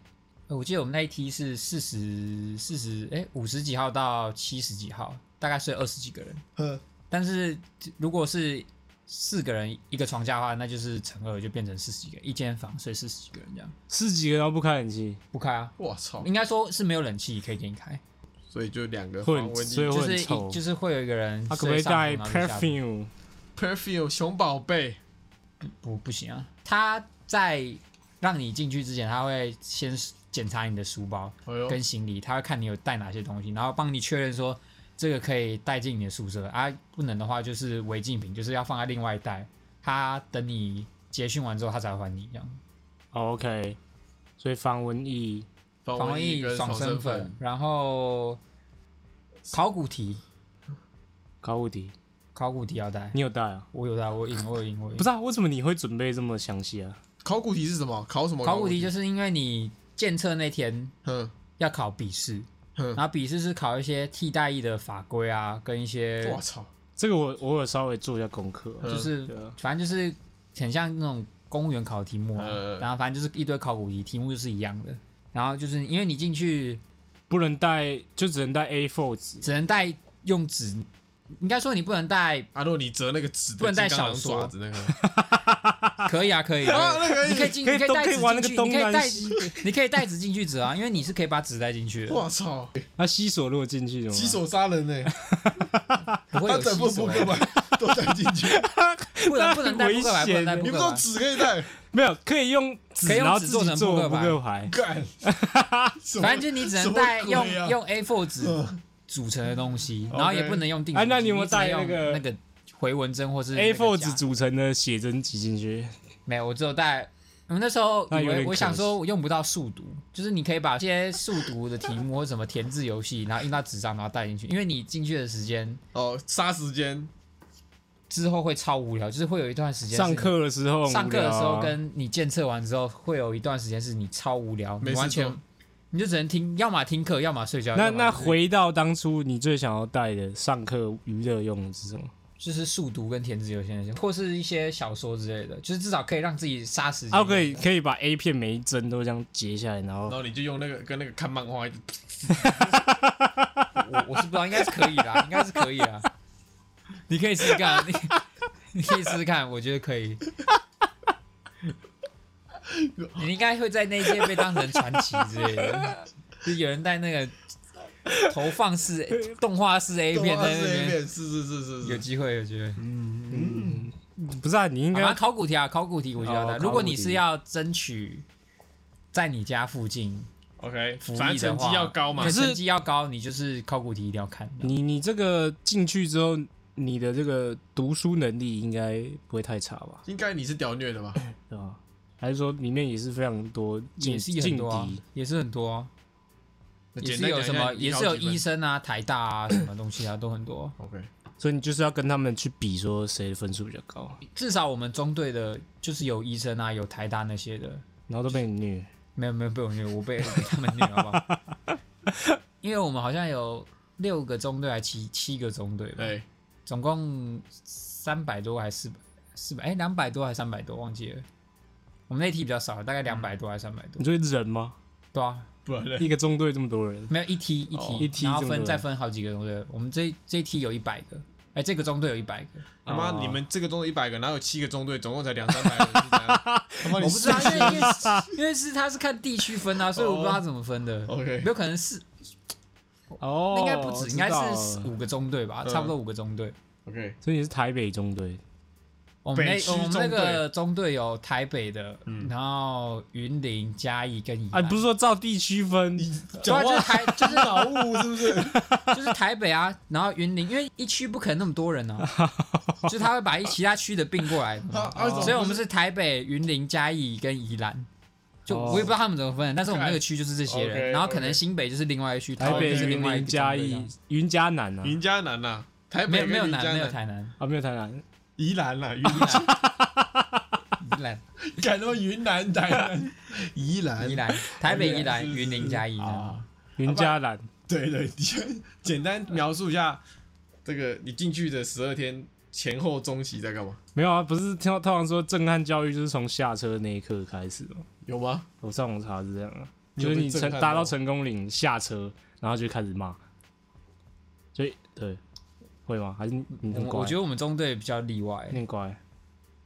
[SPEAKER 3] 呃我记得我们那一梯是四十四十，哎，五十几号到七十几号，大概睡二十几个人。
[SPEAKER 1] 呵，
[SPEAKER 3] 但是如果是四个人一个床架的话，那就是乘二，就变成四十几个人，一间房睡四十几个人这样。
[SPEAKER 2] 是几个人都不开冷气，
[SPEAKER 3] 不开啊，
[SPEAKER 1] 我操，
[SPEAKER 3] 应该说是没有冷气可以给你开，
[SPEAKER 1] 所以就两个
[SPEAKER 2] 会
[SPEAKER 1] 防蚊
[SPEAKER 2] 所以
[SPEAKER 1] 液
[SPEAKER 2] 会
[SPEAKER 3] 就
[SPEAKER 2] 很
[SPEAKER 3] 是一
[SPEAKER 2] 臭
[SPEAKER 3] 就是会有一个人
[SPEAKER 2] 他可不可
[SPEAKER 3] 睡
[SPEAKER 2] 以
[SPEAKER 3] 上
[SPEAKER 2] 带
[SPEAKER 3] 铺然后就下铺
[SPEAKER 2] perfume？
[SPEAKER 1] ，perfume 熊宝贝，
[SPEAKER 3] 不不行啊，他在让你进去之前，他会先检查你的书包，
[SPEAKER 1] 哎呦，
[SPEAKER 3] 跟行李，他会看你有带哪些东西，然后帮你确认说这个可以带进你的宿舍啊，不能的话就是违禁品，就是要放在另外一袋，他等你结训完之后他才还你这样。
[SPEAKER 2] 哦 OK，所以防蚊液
[SPEAKER 1] 防
[SPEAKER 3] 防
[SPEAKER 1] 蚊
[SPEAKER 3] 蚊液、
[SPEAKER 1] 哦跟
[SPEAKER 3] 爽
[SPEAKER 1] 身
[SPEAKER 3] 身粉，，然后考古题，
[SPEAKER 2] 高物迪，
[SPEAKER 3] 考古题要带，
[SPEAKER 2] 你有带啊？
[SPEAKER 3] 我有带，我有印，我有印，我有
[SPEAKER 2] 不
[SPEAKER 3] 印。
[SPEAKER 2] 是啊，为什么你会准备这么详细啊？
[SPEAKER 1] 考古题是什么？考什么？
[SPEAKER 3] 考古题就是因为你检测那天
[SPEAKER 1] 嗯，
[SPEAKER 3] 要考笔试，
[SPEAKER 1] 嗯
[SPEAKER 3] 然后笔试是考一些替代役的法规啊，跟一些
[SPEAKER 1] 我操，
[SPEAKER 2] 这个我我有稍微做一下功课啊、
[SPEAKER 1] 嗯
[SPEAKER 3] 就是
[SPEAKER 2] 对啊
[SPEAKER 3] 反正就是很像那种公务员考的题目啊，
[SPEAKER 2] 呃
[SPEAKER 1] 嗯
[SPEAKER 3] 然后反正就是一堆考古题，题目就是一样的。然后就是因为你进去
[SPEAKER 2] 不能带，就只能带 A4 纸，
[SPEAKER 3] 只能带用纸，应该说你不能带，
[SPEAKER 1] 阿诺，你折那个纸，
[SPEAKER 3] 不能带小说
[SPEAKER 1] 爪子那个，
[SPEAKER 3] 可以啊， 可以，可以你可以进，
[SPEAKER 2] 可以
[SPEAKER 3] 你可以
[SPEAKER 2] 都
[SPEAKER 3] 带
[SPEAKER 2] 可以
[SPEAKER 3] 纸
[SPEAKER 2] 玩那个
[SPEAKER 3] 进去，
[SPEAKER 2] 东
[SPEAKER 3] 你可以
[SPEAKER 2] 南
[SPEAKER 3] 带
[SPEAKER 2] 西，
[SPEAKER 3] 你可以带纸进去折啊，因为你是可以把纸带进去的，
[SPEAKER 1] 我操，
[SPEAKER 2] 那西索如果进去怎么办？
[SPEAKER 1] 洗手杀人呢、
[SPEAKER 3] 不会
[SPEAKER 1] 他
[SPEAKER 3] 有
[SPEAKER 1] 整副
[SPEAKER 3] 吸
[SPEAKER 1] 扑
[SPEAKER 3] 手
[SPEAKER 1] 克
[SPEAKER 3] 啊
[SPEAKER 1] 牌都带进去，
[SPEAKER 3] 不能不能带
[SPEAKER 2] 那很
[SPEAKER 3] 扑克牌，
[SPEAKER 2] 危
[SPEAKER 3] 不能带
[SPEAKER 2] 险
[SPEAKER 3] 扑
[SPEAKER 1] 你不知
[SPEAKER 3] 克
[SPEAKER 1] 道
[SPEAKER 3] 牌。
[SPEAKER 1] 纸可以带，
[SPEAKER 2] 没有可以用纸，
[SPEAKER 3] 可以用纸
[SPEAKER 2] 然后自己
[SPEAKER 3] 做成
[SPEAKER 2] 做
[SPEAKER 3] 扑
[SPEAKER 2] 扑
[SPEAKER 3] 克
[SPEAKER 2] 克牌。
[SPEAKER 1] 干，什么
[SPEAKER 3] 反正就是你只能带
[SPEAKER 1] 什么
[SPEAKER 3] 用
[SPEAKER 1] 鬼啊
[SPEAKER 3] 用 A4 纸
[SPEAKER 1] 嗯
[SPEAKER 3] 组成的东西，
[SPEAKER 1] OK
[SPEAKER 3] 然后也不能用定。
[SPEAKER 2] 哎那你有没有
[SPEAKER 3] 你只能
[SPEAKER 2] 带
[SPEAKER 3] 用
[SPEAKER 2] 那个
[SPEAKER 3] 那个回纹针或是那个
[SPEAKER 2] A4
[SPEAKER 3] 夹
[SPEAKER 2] 纸？组成的写真集进去，
[SPEAKER 3] 没有，我只有带。我那时候
[SPEAKER 2] 那
[SPEAKER 3] 以
[SPEAKER 2] 有
[SPEAKER 3] 为
[SPEAKER 2] 点
[SPEAKER 3] 我
[SPEAKER 2] 可惜
[SPEAKER 3] 想说，我用不到数独，就是你可以把一些数独的题目或什么填字游戏，然后印到纸上，然后带进去，因为你进去的时间
[SPEAKER 1] 哦，杀时间，
[SPEAKER 3] 之后会超无聊，就是会有一段时间是
[SPEAKER 2] 上
[SPEAKER 3] 你
[SPEAKER 2] 课的时候很无聊啊，
[SPEAKER 3] 上课的时候跟你检测完之后，会有一段时间是你超无聊，
[SPEAKER 1] 没
[SPEAKER 3] 你
[SPEAKER 1] 事
[SPEAKER 3] 完全
[SPEAKER 1] 做你
[SPEAKER 3] 你就只能听，要么听课，要么睡觉。
[SPEAKER 2] 那
[SPEAKER 3] 要么
[SPEAKER 2] 那
[SPEAKER 3] 就是
[SPEAKER 2] 回到当初你最想要带的上课娱乐用的是什么？
[SPEAKER 3] 就是速读跟填字游戏那些，或是一些小说之类的，就是至少可以让自己杀时间。
[SPEAKER 2] 啊，可以可以把 A 片每一帧都这样截下来，然
[SPEAKER 1] 然
[SPEAKER 2] 后
[SPEAKER 1] 后你就用那个跟那个看漫画一直
[SPEAKER 3] 我我是不知道，应该是可以啊啦，应该是可以啦。你可以试试看，啊你你可以试试看，我觉得可以。你应该会在那一届被当成传奇之类的，就有人带那个投放式动画式 A
[SPEAKER 1] 动
[SPEAKER 3] 片
[SPEAKER 1] 画
[SPEAKER 3] 在
[SPEAKER 1] 是
[SPEAKER 3] 那
[SPEAKER 1] A
[SPEAKER 3] 边，
[SPEAKER 1] 片，嗯是是是是
[SPEAKER 3] 有
[SPEAKER 1] 是，
[SPEAKER 3] 机会，有机会。
[SPEAKER 2] 不是啊，你应
[SPEAKER 3] 嗯好吧，
[SPEAKER 2] 该
[SPEAKER 3] 考古题啊，考古题我觉得要带、
[SPEAKER 2] 哦
[SPEAKER 3] 如
[SPEAKER 2] 考
[SPEAKER 3] 果
[SPEAKER 2] 古
[SPEAKER 3] 你
[SPEAKER 2] 题
[SPEAKER 3] 是要争取在你家附近
[SPEAKER 1] OK，
[SPEAKER 3] 服
[SPEAKER 1] 反
[SPEAKER 3] 役
[SPEAKER 1] 正
[SPEAKER 3] 的
[SPEAKER 1] 成
[SPEAKER 3] 话，
[SPEAKER 1] 绩要高嘛嗯
[SPEAKER 3] 可，
[SPEAKER 2] 是
[SPEAKER 3] 成绩要高，你就是考古题一定要看。
[SPEAKER 2] 你你这个进去之后，你的这个读书能力应该不会太差吧？
[SPEAKER 1] 应该你是屌虐的吧？
[SPEAKER 2] 对吧？还是说里面也是非常多劲
[SPEAKER 3] 也是很
[SPEAKER 2] 劲
[SPEAKER 3] 多、啊
[SPEAKER 2] 敌？，
[SPEAKER 3] 也是很多啊、也
[SPEAKER 1] 简
[SPEAKER 3] 是
[SPEAKER 1] 单
[SPEAKER 3] 有
[SPEAKER 1] 讲一
[SPEAKER 3] 什
[SPEAKER 1] 下
[SPEAKER 3] 么，
[SPEAKER 1] 你
[SPEAKER 3] 也
[SPEAKER 1] 考
[SPEAKER 3] 是有
[SPEAKER 1] 几分
[SPEAKER 3] 医生啊、台大啊什么东西啊，都很多。
[SPEAKER 1] ，OK，
[SPEAKER 2] 所以你就是要跟他们去比，说谁的分数比较高，
[SPEAKER 3] 至少我们中队的，就是有医生啊，有台大那些的，
[SPEAKER 2] 然后都被你虐。
[SPEAKER 3] 没有没有被我虐，我被被他们虐，好不好？ 因为我们好像有六个中队，还七七个中队吧，
[SPEAKER 1] 对，
[SPEAKER 3] 总共三百多还是四百四百？哎，两百多还是三百多？忘记了。我们那题比较少，大概两
[SPEAKER 1] 嗯
[SPEAKER 3] 百多还是三百多
[SPEAKER 2] 你？说人吗？
[SPEAKER 3] 对啊，
[SPEAKER 1] 不然嘞，
[SPEAKER 2] 一个中队这么多人，
[SPEAKER 3] 没有一梯一梯、
[SPEAKER 2] 哦一梯
[SPEAKER 3] 然后
[SPEAKER 2] 这么
[SPEAKER 3] 分
[SPEAKER 2] 多
[SPEAKER 3] 再分好几个中队。我们这这一梯有一百个，哎、这个中队有一百个。
[SPEAKER 1] 他妈你们这个中队一百个，哪有七个中队，总共才两三百人，是怎样他妈
[SPEAKER 3] 我
[SPEAKER 1] 你
[SPEAKER 3] 不知道，因为因为因为是他是看地区分啊，所以我不知道他怎么 分的。
[SPEAKER 1] OK
[SPEAKER 3] 有可能是
[SPEAKER 2] 哦
[SPEAKER 3] 那应该不止，应该是
[SPEAKER 2] 我知道了
[SPEAKER 3] 五个中队吧，
[SPEAKER 1] 嗯
[SPEAKER 3] 差不多五个中队。
[SPEAKER 1] OK，
[SPEAKER 2] 所以你是台北中队，
[SPEAKER 3] 我们
[SPEAKER 1] 北区
[SPEAKER 3] 那我们那
[SPEAKER 1] 中队
[SPEAKER 3] 个中队有台北的，
[SPEAKER 1] 嗯
[SPEAKER 3] 然后云林、嘉义跟宜
[SPEAKER 2] 哎、
[SPEAKER 3] 兰。
[SPEAKER 2] 不是说照地区分，
[SPEAKER 3] 对啊，就是台就是
[SPEAKER 1] 脑雾是不 是？
[SPEAKER 3] 就是台北啊，然后云林，因为一区不可能那么多人啊，就是他会把一其他区的并过来，
[SPEAKER 1] 他他怎么
[SPEAKER 3] 所以我们是台北、云林、嘉义跟宜兰。就
[SPEAKER 2] 哦
[SPEAKER 3] 我也不知道他们怎么分，但是我们那个区就是这些
[SPEAKER 1] OK，OK
[SPEAKER 3] 人，然后可能新北就是另外一区，
[SPEAKER 2] 台
[SPEAKER 3] 桃
[SPEAKER 2] 北
[SPEAKER 3] 园哦就
[SPEAKER 2] 云
[SPEAKER 3] 是另外一
[SPEAKER 2] 林
[SPEAKER 3] 个
[SPEAKER 2] 嘉
[SPEAKER 3] 中队这
[SPEAKER 2] 义
[SPEAKER 3] 样
[SPEAKER 2] 云嘉南啊，
[SPEAKER 1] 云嘉南呐，台
[SPEAKER 3] 没
[SPEAKER 1] 北
[SPEAKER 3] 有没有
[SPEAKER 1] 跟云
[SPEAKER 3] 南
[SPEAKER 1] 嘉
[SPEAKER 3] 没有
[SPEAKER 1] 南，
[SPEAKER 3] 台南，
[SPEAKER 2] 啊没有台南，
[SPEAKER 1] 宜兰啦，云南，干他妈
[SPEAKER 3] 宜兰
[SPEAKER 1] 云南台南， 宜兰
[SPEAKER 3] 宜兰台北宜
[SPEAKER 1] 是
[SPEAKER 3] 兰
[SPEAKER 1] 是是
[SPEAKER 3] 云林嘉义这样
[SPEAKER 1] 啊，
[SPEAKER 2] 云嘉南，
[SPEAKER 1] 对对，你先简单描述一下这个你进去的十二天前后中期在干嘛？
[SPEAKER 2] 没有啊，不是通通常说震撼教育就是从下车那一刻开始吗？
[SPEAKER 1] 有吗？
[SPEAKER 2] 我上网查是这样啊，
[SPEAKER 1] 你
[SPEAKER 2] 就
[SPEAKER 1] 有
[SPEAKER 2] 是
[SPEAKER 1] 被
[SPEAKER 2] 你成
[SPEAKER 1] 震撼
[SPEAKER 2] 达到
[SPEAKER 1] 到
[SPEAKER 2] 成功岭下车，然后就开始骂，所以对，会吗？还是你你很
[SPEAKER 3] 我
[SPEAKER 2] 乖？
[SPEAKER 3] 我觉得我们中队比较例外
[SPEAKER 2] 你，很乖，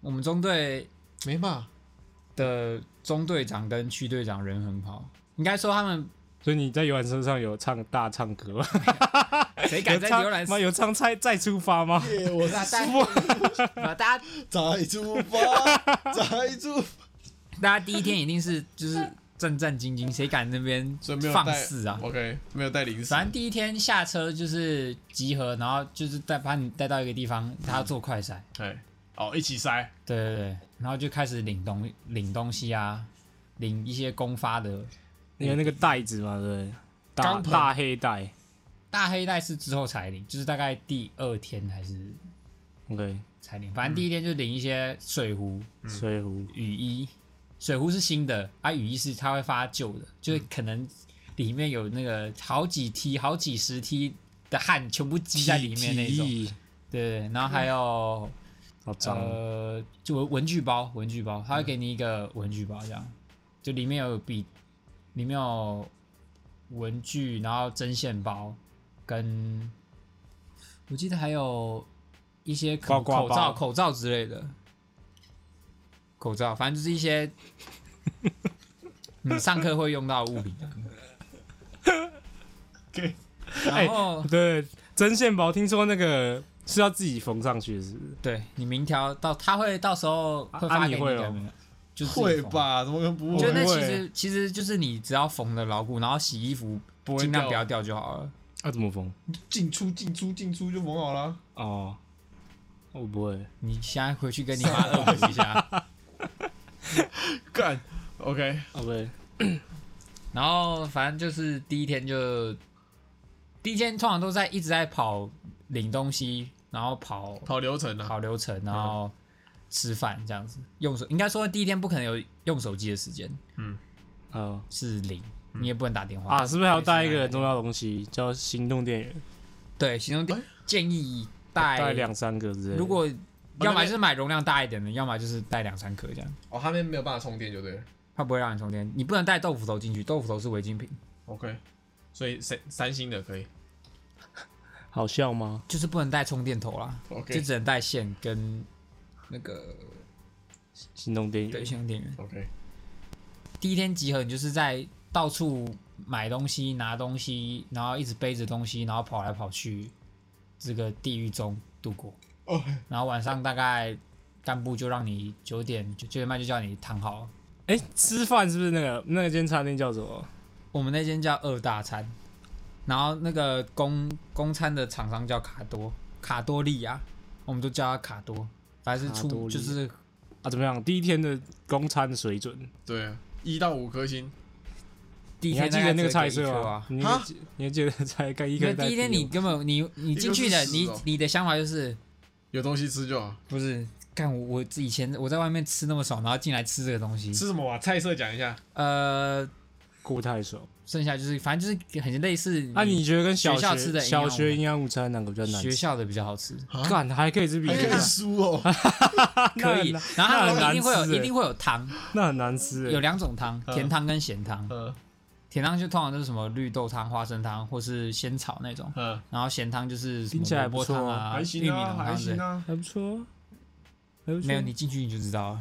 [SPEAKER 3] 我们中队
[SPEAKER 1] 没嘛，
[SPEAKER 3] 的中队长跟区队长人很好，应该说 他们
[SPEAKER 2] 所以你在游览车上有唱大唱歌吗？
[SPEAKER 3] 谁敢
[SPEAKER 2] 有
[SPEAKER 3] 在
[SPEAKER 2] 唱
[SPEAKER 3] 游览车
[SPEAKER 2] 吗？有唱再再出发吗？
[SPEAKER 1] 我
[SPEAKER 3] 把大 家把大家
[SPEAKER 1] 再出发，再出发，
[SPEAKER 3] 大家第一天一定是就是战战兢兢，谁敢那边
[SPEAKER 1] 所以没有
[SPEAKER 3] 放
[SPEAKER 1] 带
[SPEAKER 3] 肆啊？
[SPEAKER 1] OK，没有带零食
[SPEAKER 3] 反，正第一天下车就是集合，然后就是带把你带到一个地方，他要做快筛，
[SPEAKER 1] 哎，哦，一起塞，
[SPEAKER 3] 对对对，然后就开始领东领东西啊，领一些公发的。
[SPEAKER 2] 你有那个袋子嘛，对不对？大
[SPEAKER 1] 钢盆
[SPEAKER 2] 大黑袋
[SPEAKER 3] 大黑带是之后才领，就是大概第二天还是
[SPEAKER 2] ，OK，
[SPEAKER 3] 才领，反正第一天就领一些水壶、
[SPEAKER 2] 水壶。
[SPEAKER 3] 雨衣，水壶是新的，啊，雨衣是它会发旧的，就是可能里面有那个好几梯、好几十梯的汗全部积在里面那种。
[SPEAKER 2] 体液
[SPEAKER 3] 对对，然后还有
[SPEAKER 2] 好脏哦，
[SPEAKER 3] 呃，就文文具包，文具包，
[SPEAKER 2] 嗯
[SPEAKER 3] 他会给你一个文具包，这样，就里面有笔，里面有文具，然后针线包跟我记得还有一些可
[SPEAKER 2] 刮刮
[SPEAKER 3] 能口罩、
[SPEAKER 2] 包
[SPEAKER 3] 口罩之类的，口罩，反正就是 一些你上课会用到的物品啊。
[SPEAKER 1] OK
[SPEAKER 3] 然后、
[SPEAKER 2] 对，针线包听说那个是要自己缝上去，是不是？
[SPEAKER 3] 对你明条到，他会到时候会
[SPEAKER 2] 啊
[SPEAKER 3] 发
[SPEAKER 2] 你
[SPEAKER 3] 给你
[SPEAKER 2] 会
[SPEAKER 3] 的，
[SPEAKER 2] 哦
[SPEAKER 3] 就是自己
[SPEAKER 1] 会
[SPEAKER 3] 缝？
[SPEAKER 1] 吧？怎么可能不
[SPEAKER 3] 我觉
[SPEAKER 1] 会
[SPEAKER 3] 得？那
[SPEAKER 2] 不
[SPEAKER 3] 其
[SPEAKER 2] 会
[SPEAKER 3] 实其实就是你只要缝的牢固，然后洗衣服
[SPEAKER 1] 不会
[SPEAKER 3] 尽量
[SPEAKER 1] 掉
[SPEAKER 3] 不要掉就好了。
[SPEAKER 2] 要、怎么缝？
[SPEAKER 1] 进出进出进出就缝好了。
[SPEAKER 2] 哦，我不会。
[SPEAKER 3] 你现在回去跟你妈恶补 一下，
[SPEAKER 1] 干，OK，
[SPEAKER 2] OK，
[SPEAKER 3] 然后反正就是第一天就，第一天通常都在一直在跑领东西，然后跑
[SPEAKER 1] 跑流程啊。
[SPEAKER 3] 跑流程，然后吃饭这样子。用手应该说第一天不可能有用手机的时间，
[SPEAKER 2] 哦
[SPEAKER 3] 是零，
[SPEAKER 1] 嗯
[SPEAKER 3] 你也不能打电话
[SPEAKER 2] 啊，是不是还要带一个很重要的东西，叫行动电源？
[SPEAKER 3] 对，行动
[SPEAKER 1] 哎
[SPEAKER 3] 电建议
[SPEAKER 2] 带
[SPEAKER 3] 带
[SPEAKER 2] 两三个之类的。
[SPEAKER 3] 哎如果
[SPEAKER 1] 哦那
[SPEAKER 3] 要么
[SPEAKER 1] 边
[SPEAKER 3] 就是买容量大一点的，要么就是带两三颗这样。
[SPEAKER 1] 哦，他们没有办法充电就对了。
[SPEAKER 3] 它不会让你充电，你不能带豆腐头进去，豆腐头是违禁品，
[SPEAKER 1] OK，所以三三星的可以。
[SPEAKER 2] 好笑吗？
[SPEAKER 3] 就是不能带充电头啦
[SPEAKER 1] OK
[SPEAKER 3] 就只能带线跟那个
[SPEAKER 2] 行动电
[SPEAKER 3] 对
[SPEAKER 2] 源。
[SPEAKER 3] 行动电源。
[SPEAKER 1] OK，
[SPEAKER 3] 第一天集合，你就是在到处买东西、拿东西，然后一直背着东西，然后跑来跑去，这个地狱中度过。
[SPEAKER 1] 哦，
[SPEAKER 3] 然后晚上大概干部就让你九点九点半就叫你躺好。
[SPEAKER 2] 哎、吃饭是不是那个那间餐厅叫什么？
[SPEAKER 3] 我们那间叫二大餐，然后那个公公餐的厂商叫卡多卡多利亚，我们都叫它卡多，反正是
[SPEAKER 2] 卡多
[SPEAKER 3] 出
[SPEAKER 2] 利亚
[SPEAKER 3] 就是
[SPEAKER 2] 啊，怎么样？第一天的公餐水准，
[SPEAKER 1] 对啊，一到五颗星。
[SPEAKER 3] 第一
[SPEAKER 2] 你还
[SPEAKER 3] 天
[SPEAKER 2] 记得那个
[SPEAKER 3] 大
[SPEAKER 2] 菜
[SPEAKER 3] 概只有
[SPEAKER 2] 色
[SPEAKER 3] 一颗
[SPEAKER 2] 吗
[SPEAKER 3] 啊？？
[SPEAKER 2] 你
[SPEAKER 1] 啊
[SPEAKER 2] 还记你还记得菜盖一
[SPEAKER 3] 因
[SPEAKER 2] 个
[SPEAKER 3] 为
[SPEAKER 2] 菜
[SPEAKER 3] 第一天
[SPEAKER 2] 皮
[SPEAKER 3] 你
[SPEAKER 2] 吗
[SPEAKER 3] 根本你你进去的
[SPEAKER 1] 一
[SPEAKER 3] 你
[SPEAKER 1] 个是死哦
[SPEAKER 3] 你的想法就是
[SPEAKER 1] 有东西吃就好。
[SPEAKER 3] 不是干我我以前我在外面吃那么爽，然后进来吃这个东西，
[SPEAKER 1] 吃什么啊？菜色讲一下。
[SPEAKER 3] 呃，
[SPEAKER 2] 固态手。
[SPEAKER 3] 剩下就是反正就是很类似
[SPEAKER 2] 啊，你觉得跟小
[SPEAKER 3] 学校吃的营养
[SPEAKER 2] 小
[SPEAKER 3] 午
[SPEAKER 2] 学营养午餐哪个比较难
[SPEAKER 3] 学
[SPEAKER 2] 吃？
[SPEAKER 3] 校的比较好吃，
[SPEAKER 2] 干还可以吃比
[SPEAKER 1] 还
[SPEAKER 2] 学
[SPEAKER 1] 看
[SPEAKER 2] 校，
[SPEAKER 1] 书 哦。
[SPEAKER 3] 可以
[SPEAKER 2] 那，
[SPEAKER 3] 然后他
[SPEAKER 2] 那很
[SPEAKER 3] 们一
[SPEAKER 2] 难吃
[SPEAKER 3] 定会有
[SPEAKER 2] 欸
[SPEAKER 3] 一定会有汤，
[SPEAKER 2] 那很难吃欸。
[SPEAKER 3] 有两种汤，甜汤跟咸汤。
[SPEAKER 1] 嗯
[SPEAKER 3] 甜汤就通常都是什么绿豆汤、花生汤或是仙草那种，
[SPEAKER 1] 嗯，
[SPEAKER 3] 然后咸汤就是什
[SPEAKER 2] 听起
[SPEAKER 3] 么
[SPEAKER 2] 来
[SPEAKER 3] 萝卜
[SPEAKER 2] 不错
[SPEAKER 3] 汤
[SPEAKER 2] 啊
[SPEAKER 3] 啊、
[SPEAKER 1] 还
[SPEAKER 3] 玉
[SPEAKER 1] 行
[SPEAKER 3] 米
[SPEAKER 1] 啊，
[SPEAKER 3] 浓
[SPEAKER 1] 还
[SPEAKER 3] 汤之
[SPEAKER 1] 行
[SPEAKER 3] 类的。
[SPEAKER 1] 啊。
[SPEAKER 2] 还不错啊，还不错。啊
[SPEAKER 3] 没有，你进去你就知道了。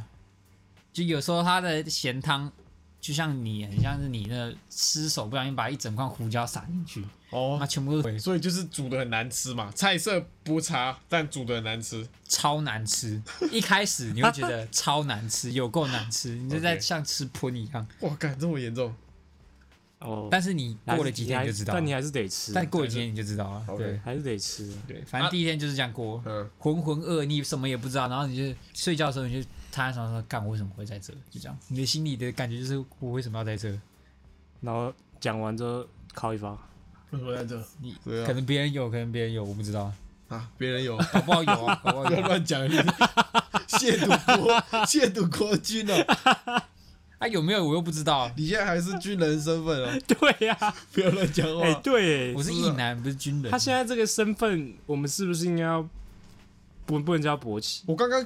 [SPEAKER 3] 就有时候它的咸汤，就像你很像是你那失手不小心把一整罐胡椒撒进去，那
[SPEAKER 1] 哦，
[SPEAKER 3] 全部都
[SPEAKER 1] 所以就是煮的很难吃嘛，菜色不差，但煮的很难吃。
[SPEAKER 3] 超难吃。一开始你会觉得超难吃，有够难吃，你就在
[SPEAKER 1] OK
[SPEAKER 3] 像吃喷一样。
[SPEAKER 1] 哇，干这么严重
[SPEAKER 2] 哦，
[SPEAKER 3] 但是你过了几天
[SPEAKER 2] 还
[SPEAKER 3] 你
[SPEAKER 2] 是
[SPEAKER 3] 就知道了，
[SPEAKER 2] 但你还是得吃，啊
[SPEAKER 3] 但过了几天你就知道了。
[SPEAKER 1] OK
[SPEAKER 3] 对
[SPEAKER 2] 还是得吃。啊
[SPEAKER 3] 对，反
[SPEAKER 1] 啊
[SPEAKER 3] 正第一天就是这样过。
[SPEAKER 1] 嗯
[SPEAKER 3] 浑浑噩，你什么也不知道，然后你就睡觉的时候你就躺在床上说：“干，我为什么会在这？”就这样，你的心里的感觉就是我为什么要在这？
[SPEAKER 2] 然后讲完之后烤一 发，
[SPEAKER 1] 为什么在这
[SPEAKER 3] 你
[SPEAKER 1] 对啊
[SPEAKER 3] 可能别人有，可能别人有，我不知道，
[SPEAKER 1] 啊？别人 有，
[SPEAKER 3] 搞不好有啊，搞不好
[SPEAKER 1] 不要
[SPEAKER 3] 有啊
[SPEAKER 1] 乱讲，你亵渎国，亵渎国君 哦！
[SPEAKER 3] 啊，有没有我又不 知道，
[SPEAKER 1] 你现在还是军人身份哦，
[SPEAKER 2] 对呀，
[SPEAKER 1] 不要乱讲
[SPEAKER 2] 哎
[SPEAKER 1] 话。
[SPEAKER 2] 对
[SPEAKER 3] 啊
[SPEAKER 2] 欸，
[SPEAKER 3] 我是异男，不是军人。
[SPEAKER 2] 他现在这个身份，我们是不是应该要不不能叫勃起？
[SPEAKER 1] 我刚刚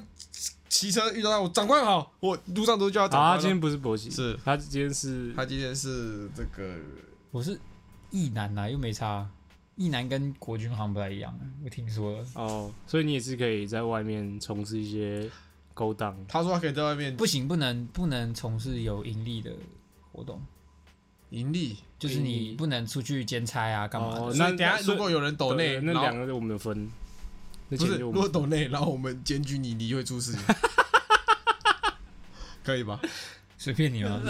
[SPEAKER 1] 骑车遇到他，我长官好，我路上都叫他长官
[SPEAKER 2] 啊，
[SPEAKER 1] 哦。
[SPEAKER 2] 他今天不是勃起，
[SPEAKER 1] 是
[SPEAKER 2] 他今天是
[SPEAKER 1] 他今天是这个
[SPEAKER 3] 我是异男啊，又没差，异男跟国军好像不太一样，我听说了。
[SPEAKER 2] 哦，所以你也是可以在外面从事一些勾当。
[SPEAKER 1] 他说他可以在外面
[SPEAKER 3] 不行，不能不能从事有盈利的活动，
[SPEAKER 1] 盈利。
[SPEAKER 3] 就是你不能出去兼差啊，干嘛的
[SPEAKER 2] 哦？
[SPEAKER 1] 那
[SPEAKER 2] 那
[SPEAKER 1] 等一下
[SPEAKER 2] 所
[SPEAKER 1] 如
[SPEAKER 2] 以
[SPEAKER 1] 果有人抖内，
[SPEAKER 2] 对那
[SPEAKER 1] 然后
[SPEAKER 2] 两个我们有分，
[SPEAKER 1] 不
[SPEAKER 2] 那钱
[SPEAKER 1] 是
[SPEAKER 2] 就
[SPEAKER 1] 如
[SPEAKER 2] 我
[SPEAKER 1] 果
[SPEAKER 2] 们
[SPEAKER 1] 抖内，然后我们检举你，你会出事情，可以吧？
[SPEAKER 3] 随便你了。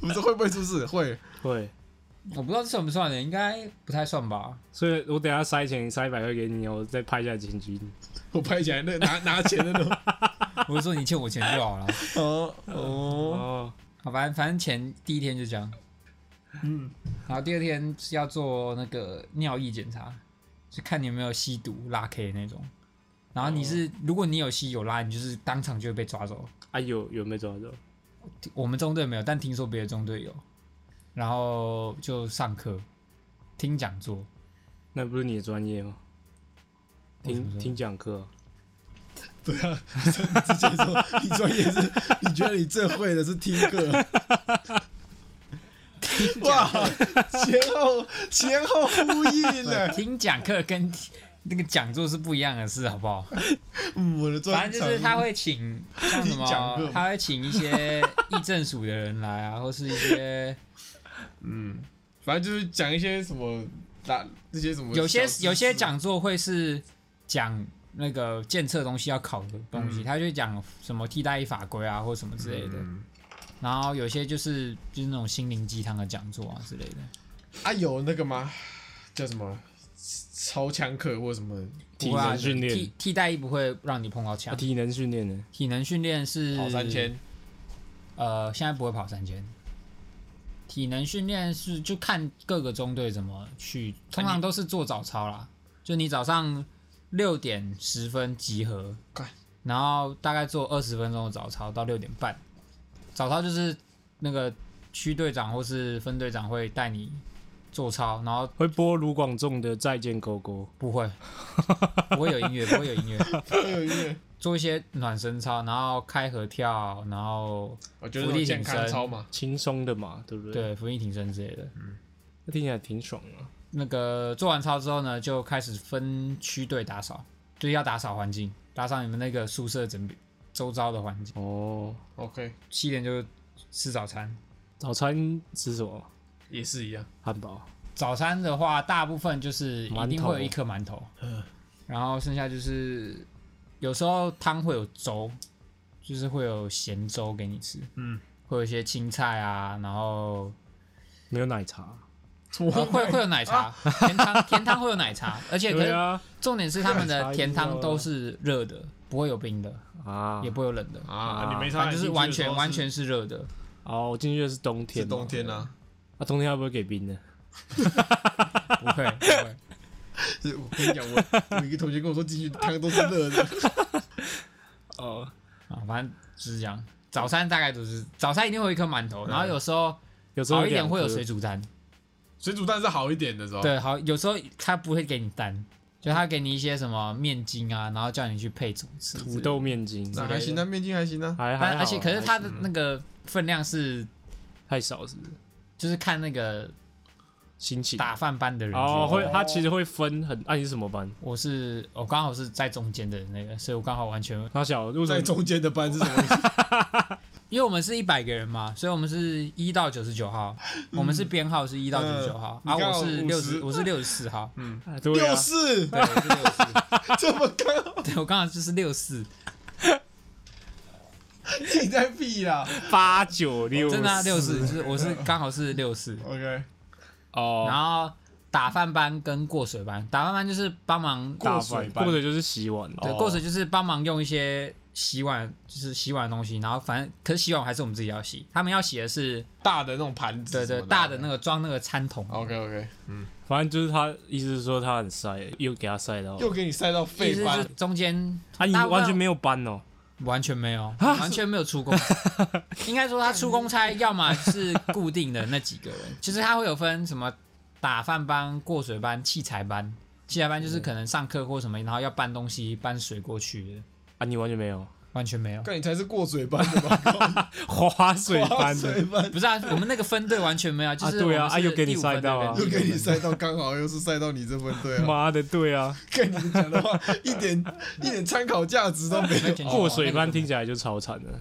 [SPEAKER 1] 我说会不会出事？会。
[SPEAKER 2] 会。
[SPEAKER 3] 我不知道这算不算的，应该不太算吧。
[SPEAKER 2] 所以我等一下塞钱塞一百块给你，我再拍一下钱给你。
[SPEAKER 1] 我拍起来那拿拿钱的那种。
[SPEAKER 3] 我是说你欠我钱就好了。
[SPEAKER 1] 哦哦，
[SPEAKER 2] 哦，
[SPEAKER 3] 好，反正反正前第一天就这样，
[SPEAKER 1] 嗯，
[SPEAKER 3] 然后第二天是要做那个尿液检查，就看你有没有吸毒、拉 K 那种。然后你是，如果你有吸有拉，你就是当场就会被抓走。
[SPEAKER 2] 啊有有没有抓到？
[SPEAKER 3] 我们中队没有，但听说别的中队有。然后就上课，听讲座，
[SPEAKER 2] 那不是你的专业吗？
[SPEAKER 3] 我什么时
[SPEAKER 2] 听
[SPEAKER 3] 候
[SPEAKER 2] 听讲课，啊
[SPEAKER 1] 对啊，之前说你专业是，你觉得你最会的是听歌。哇，前后前后呼应
[SPEAKER 3] 对
[SPEAKER 1] 呢。
[SPEAKER 3] 听讲课跟那个讲座是不一样的事，好不好？
[SPEAKER 1] 嗯我的专
[SPEAKER 3] 反
[SPEAKER 1] 长
[SPEAKER 3] 正就是他会请像什
[SPEAKER 1] 你讲
[SPEAKER 3] 么
[SPEAKER 1] 过，
[SPEAKER 3] 他会请一些议政署的人来啊，或 是 一些
[SPEAKER 1] 嗯，反正就是讲一些什么打那些什么
[SPEAKER 3] 有些
[SPEAKER 1] 小知识
[SPEAKER 3] 有些讲座会是讲那个建测东西要考的东西，他就讲什么替代役法规啊，或什么之类的。
[SPEAKER 1] 嗯
[SPEAKER 3] 然后有些就是就是那种心灵鸡汤的讲座啊之类的。
[SPEAKER 1] 啊，有那个吗？叫什么超强课或什么
[SPEAKER 2] 体能训练
[SPEAKER 3] 啊替，替代役不会让你碰到
[SPEAKER 2] 啊
[SPEAKER 3] 枪，
[SPEAKER 2] 体能训练呢？
[SPEAKER 3] 体能训练是
[SPEAKER 1] 跑三千，
[SPEAKER 3] 呃，现在不会跑三千。体能训练是就看各个中队怎么去，通常都是做早操啦，就你早上六点十分集合
[SPEAKER 1] 干，
[SPEAKER 3] 然后大概做二十分钟的早操到六点半。早操就是那个区队长或是分队长会带你做操，然后
[SPEAKER 2] 会播卢广仲的《再见狗狗
[SPEAKER 3] 不会不会有音乐，不会有音乐，
[SPEAKER 1] 哎呦耶
[SPEAKER 3] 做一些暖身操，然后开合跳，然后
[SPEAKER 1] 我觉得
[SPEAKER 3] 福利
[SPEAKER 1] 那种健
[SPEAKER 3] 挺
[SPEAKER 1] 康
[SPEAKER 3] 深
[SPEAKER 1] 操嘛》，，
[SPEAKER 2] 轻松的嘛，对不对？，
[SPEAKER 3] 对，俯卧挺身之类的。
[SPEAKER 2] 听起来挺爽啊。
[SPEAKER 3] 那个做完操之后呢，就开始分区队打扫，就是要打扫环境，打扫你们那个宿舍整个周遭的环境。
[SPEAKER 2] 哦，
[SPEAKER 1] OK，
[SPEAKER 3] 七点就吃早餐，
[SPEAKER 2] 早餐吃什么？
[SPEAKER 1] 也是一样。
[SPEAKER 2] 汉堡。
[SPEAKER 3] 早餐的话，大部分就是一
[SPEAKER 2] 馒
[SPEAKER 3] 定
[SPEAKER 2] 头嗯
[SPEAKER 3] 会有一颗馒头，然后剩下就是有时候汤会有粥，就是会有咸粥给你吃，
[SPEAKER 1] 嗯，
[SPEAKER 3] 会有一些青菜啊，然后
[SPEAKER 2] 没有奶茶，
[SPEAKER 3] 呃会会有奶茶，甜汤甜汤会有奶茶，而哎且
[SPEAKER 2] 啊
[SPEAKER 3] 可
[SPEAKER 2] 对
[SPEAKER 3] 是
[SPEAKER 2] 啊
[SPEAKER 3] 重点是他们
[SPEAKER 2] 奶茶
[SPEAKER 3] 的
[SPEAKER 2] 一定
[SPEAKER 3] 甜
[SPEAKER 2] 要
[SPEAKER 3] 汤
[SPEAKER 2] 啊
[SPEAKER 3] 都是热的，不会有冰的。
[SPEAKER 2] 啊
[SPEAKER 3] 也不会有冷的，
[SPEAKER 1] 啊，你没
[SPEAKER 3] 反
[SPEAKER 1] 差，
[SPEAKER 3] 正就是完全完全是热的。
[SPEAKER 2] 哦，我进去的是冬天
[SPEAKER 1] 是
[SPEAKER 2] 嘛，
[SPEAKER 1] 冬天啊，
[SPEAKER 2] 啊，冬天会不会给冰的？
[SPEAKER 3] 不会，不 会。
[SPEAKER 1] 是我跟你讲，我我一个同学跟我说进去汤都是热的，
[SPEAKER 2] 哦，
[SPEAKER 3] 啊，反正就是这样。早餐大概都是早餐一定会有一颗馒头，然后有时候
[SPEAKER 2] 有时候
[SPEAKER 3] 好一点
[SPEAKER 2] 两颗哦
[SPEAKER 3] 会有水煮蛋，
[SPEAKER 1] 水煮蛋是好一点的是吧？，
[SPEAKER 3] 对，好有时候他不会给你蛋，就他给你一些什么面筋啊，然后叫你去配粥吃。
[SPEAKER 2] 土豆面筋，
[SPEAKER 1] 那还行啊，面筋还行啊，
[SPEAKER 2] 还还
[SPEAKER 3] 但
[SPEAKER 2] 好
[SPEAKER 3] 而且可是
[SPEAKER 2] 还
[SPEAKER 3] 它的那个分量是，
[SPEAKER 2] 太少是不是？
[SPEAKER 3] 就是看那个
[SPEAKER 2] 心情
[SPEAKER 3] 打饭班的人
[SPEAKER 2] 嗯哦，
[SPEAKER 3] 去
[SPEAKER 2] 会他其实会分很，啊，你是什么班？
[SPEAKER 3] 我是我刚好是在中间的那个，所以我刚好完全
[SPEAKER 2] 他小为什
[SPEAKER 1] 在
[SPEAKER 2] 么
[SPEAKER 1] 中间的班是什么意思？
[SPEAKER 3] 因为我们是一百个人嘛，所以我们是一到九十九号，我们是编号是一到九十九号，
[SPEAKER 1] 嗯
[SPEAKER 3] 啊，
[SPEAKER 1] 你刚好
[SPEAKER 3] 我是六十，
[SPEAKER 1] 50
[SPEAKER 3] 我是六十四号，
[SPEAKER 2] 啊对
[SPEAKER 1] 六
[SPEAKER 2] 啊，
[SPEAKER 1] 四，
[SPEAKER 3] 对，我是六四，
[SPEAKER 1] 这么高，
[SPEAKER 3] 对我刚好就是六四，
[SPEAKER 1] 你在啊屁啦
[SPEAKER 2] 八九六
[SPEAKER 3] 真的啊六四，就是我是刚好是六四，
[SPEAKER 1] ？OK，
[SPEAKER 2] 哦，
[SPEAKER 3] 然后打饭班跟过水班，打饭班就是帮忙
[SPEAKER 1] 过
[SPEAKER 2] 水
[SPEAKER 1] 水班
[SPEAKER 2] 过水就是洗碗，哦
[SPEAKER 3] 对，过水就是帮忙用一些洗碗，就是洗碗的东西，然后反正可是洗碗还是我们自己要洗，他们要洗的是
[SPEAKER 1] 大的那种盘子
[SPEAKER 3] 对
[SPEAKER 1] 什么，
[SPEAKER 3] 对大的那哦个装那个餐桶，
[SPEAKER 1] OK OK，
[SPEAKER 2] 反正就是他意思是说他很晒，又给他晒到，
[SPEAKER 1] 又给你塞到
[SPEAKER 3] 意
[SPEAKER 1] 肺
[SPEAKER 3] 思就是
[SPEAKER 1] 班，
[SPEAKER 3] 中间
[SPEAKER 2] 啊，你
[SPEAKER 3] 大部分
[SPEAKER 2] 完全没有搬哦，
[SPEAKER 3] 完全没有，
[SPEAKER 2] 啊
[SPEAKER 3] 完全没有 出公差。应该说他出公差，要么是固定的那几个人，就是他会有分什么打饭班、过水班、器材班。器材班就是
[SPEAKER 2] 嗯
[SPEAKER 3] 可能上课或什么，然后要搬东西、搬水过去的，
[SPEAKER 2] 啊，你完全没有
[SPEAKER 3] 完全没有。
[SPEAKER 1] 看你才是过水班的吧？
[SPEAKER 2] 滑水
[SPEAKER 1] 过
[SPEAKER 2] 班的
[SPEAKER 1] 水班
[SPEAKER 3] 不是啊，我们那个分队完全没有，就是
[SPEAKER 2] 对啊
[SPEAKER 3] 我们是
[SPEAKER 2] 啊又给你
[SPEAKER 3] 第五分
[SPEAKER 2] 塞到啊
[SPEAKER 1] 又
[SPEAKER 3] 队跟
[SPEAKER 1] 给
[SPEAKER 3] 第
[SPEAKER 1] 你
[SPEAKER 3] 六分
[SPEAKER 1] 塞到，刚好又是塞到你这分队啊！
[SPEAKER 2] 妈的，对啊，
[SPEAKER 1] 跟你们讲的话，一点一点参考价值都 没有。
[SPEAKER 3] 队。
[SPEAKER 2] 过水班听起来就超惨了。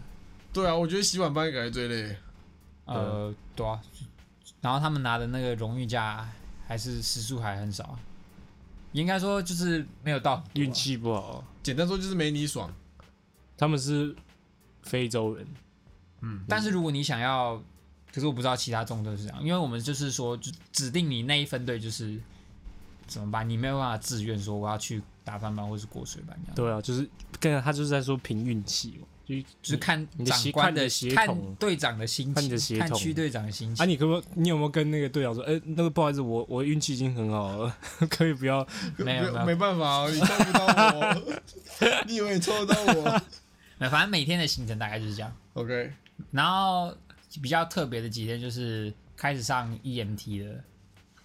[SPEAKER 1] 对啊，我觉得洗碗班感觉最累。
[SPEAKER 3] 呃，对啊。然后他们拿的那个荣誉价还是时数还很少，应该说就是没有到啊
[SPEAKER 2] 运气不好，
[SPEAKER 1] 简单说就是没你爽。
[SPEAKER 2] 他们是非洲人，
[SPEAKER 3] 但是如果你想要，可是我不知道其他中队是这样，因为我们就是说，就指定你那一分队就是怎么办，你没有办法自愿说我要去打饭班或是过水班这样，
[SPEAKER 2] 对啊，就是跟他就是在说凭运气嘛，就
[SPEAKER 3] 就是看
[SPEAKER 2] 你的
[SPEAKER 3] 长
[SPEAKER 2] 协
[SPEAKER 3] 官
[SPEAKER 2] 看你的协
[SPEAKER 3] 看
[SPEAKER 2] 同
[SPEAKER 3] 队长的心
[SPEAKER 2] 看你的
[SPEAKER 3] 情，
[SPEAKER 2] 协
[SPEAKER 3] 看
[SPEAKER 2] 同
[SPEAKER 3] 区队长的心
[SPEAKER 2] 啊，
[SPEAKER 3] 情。
[SPEAKER 2] 你可不可以你有没有跟那个队长说，哎、那个不好意思，我我运气已经很好了， 可以不要
[SPEAKER 3] 没有没有
[SPEAKER 1] 没办法哦，你抽不到 我，你以为你抽得到我
[SPEAKER 3] 那反正每天的行程大概就是这样，
[SPEAKER 1] ？OK，
[SPEAKER 3] 然后比较特别的几天就是开始上 EMT 的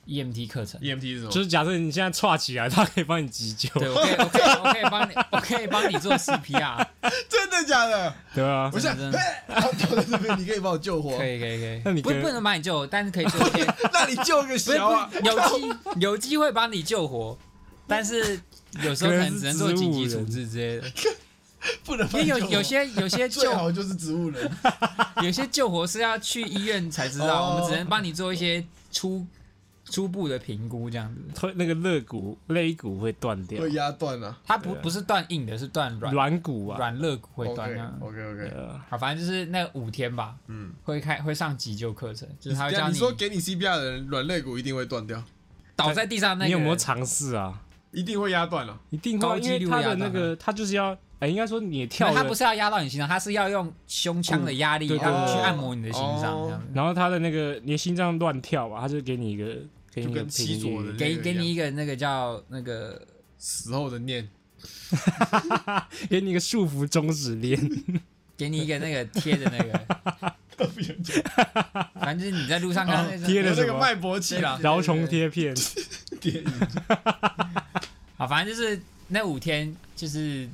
[SPEAKER 3] EMT 课程。
[SPEAKER 1] EMT E 是什么？
[SPEAKER 2] 就是假设你现在岔起来，他可以帮你急救，
[SPEAKER 3] 对，我可以，我可以，我可以帮你，我可以帮你做 CPR，
[SPEAKER 1] 真的假的？
[SPEAKER 2] 对啊
[SPEAKER 1] 不，是，
[SPEAKER 3] 真的
[SPEAKER 1] 哎然后掉在这边，你可以把我救活，
[SPEAKER 3] 可以，可以，可以。
[SPEAKER 2] 那你
[SPEAKER 3] 不
[SPEAKER 2] 可以
[SPEAKER 3] 不能把你救，但是可以做一些
[SPEAKER 1] 那你救个
[SPEAKER 3] 不是
[SPEAKER 1] 小啊！
[SPEAKER 3] 不是有机有机会把你救活，但是有时候可能只能做紧急处置之类的，
[SPEAKER 1] 不能
[SPEAKER 3] 因
[SPEAKER 1] 犯
[SPEAKER 3] 为有
[SPEAKER 1] 错
[SPEAKER 3] 有些有些救
[SPEAKER 1] 最好就是植物 人，
[SPEAKER 3] 有些救活是要去医院才知道，
[SPEAKER 1] 哦
[SPEAKER 3] 我们只能帮你做一些初初步的评估这样子。
[SPEAKER 2] 会那个肋骨肋骨会断掉，
[SPEAKER 1] 会压断啊。
[SPEAKER 3] 它不
[SPEAKER 2] 对啊
[SPEAKER 3] 不是断硬的，是断软
[SPEAKER 2] 软骨啊，
[SPEAKER 3] 软肋骨会
[SPEAKER 1] OK
[SPEAKER 3] 断啊。
[SPEAKER 1] OK OK，
[SPEAKER 2] 呃，
[SPEAKER 3] 好，反正就是那五天吧，
[SPEAKER 1] 嗯，
[SPEAKER 3] 会开会上急救课程，就是他会
[SPEAKER 1] 这
[SPEAKER 3] 教
[SPEAKER 1] 样你说给你 CPR 的人，软肋骨一定会断掉，
[SPEAKER 3] 倒在地上那个
[SPEAKER 2] 你有没有
[SPEAKER 3] 人
[SPEAKER 2] 尝试啊？
[SPEAKER 1] 一定会压断了。啊
[SPEAKER 2] 一定
[SPEAKER 3] 高
[SPEAKER 2] 会，啊因
[SPEAKER 3] 几
[SPEAKER 2] 为
[SPEAKER 3] 率
[SPEAKER 2] 他的
[SPEAKER 3] 压
[SPEAKER 2] 那
[SPEAKER 3] 到
[SPEAKER 2] 个他就是要，哎，应该说你
[SPEAKER 3] 没
[SPEAKER 2] 跳
[SPEAKER 3] 有他
[SPEAKER 2] 的
[SPEAKER 3] 不，是要压到你心上，他是要用胸腔的压力
[SPEAKER 2] 对
[SPEAKER 3] 让你
[SPEAKER 1] 对
[SPEAKER 3] 去
[SPEAKER 1] 对
[SPEAKER 3] 按摩你的心脏，这样子，
[SPEAKER 2] 然后他的那个你的心脏乱跳啊吧，他就给你一个给你
[SPEAKER 1] 就
[SPEAKER 2] 一个
[SPEAKER 1] 跟
[SPEAKER 2] 频
[SPEAKER 1] 西索的
[SPEAKER 2] 率，
[SPEAKER 3] 给给你一个那个叫那个
[SPEAKER 1] 死后的 念，
[SPEAKER 2] 给你一个束缚中指链，
[SPEAKER 3] 给你一个那个贴的那个，
[SPEAKER 1] 不用讲
[SPEAKER 3] 反正就是你在路上看到那个
[SPEAKER 2] 哦贴的
[SPEAKER 1] 有
[SPEAKER 2] 什
[SPEAKER 1] 那个
[SPEAKER 2] 么
[SPEAKER 1] 脉搏器
[SPEAKER 3] 啊
[SPEAKER 1] 啦，
[SPEAKER 2] 饶虫贴片，
[SPEAKER 1] 电影
[SPEAKER 3] 好，反正就是那五天就是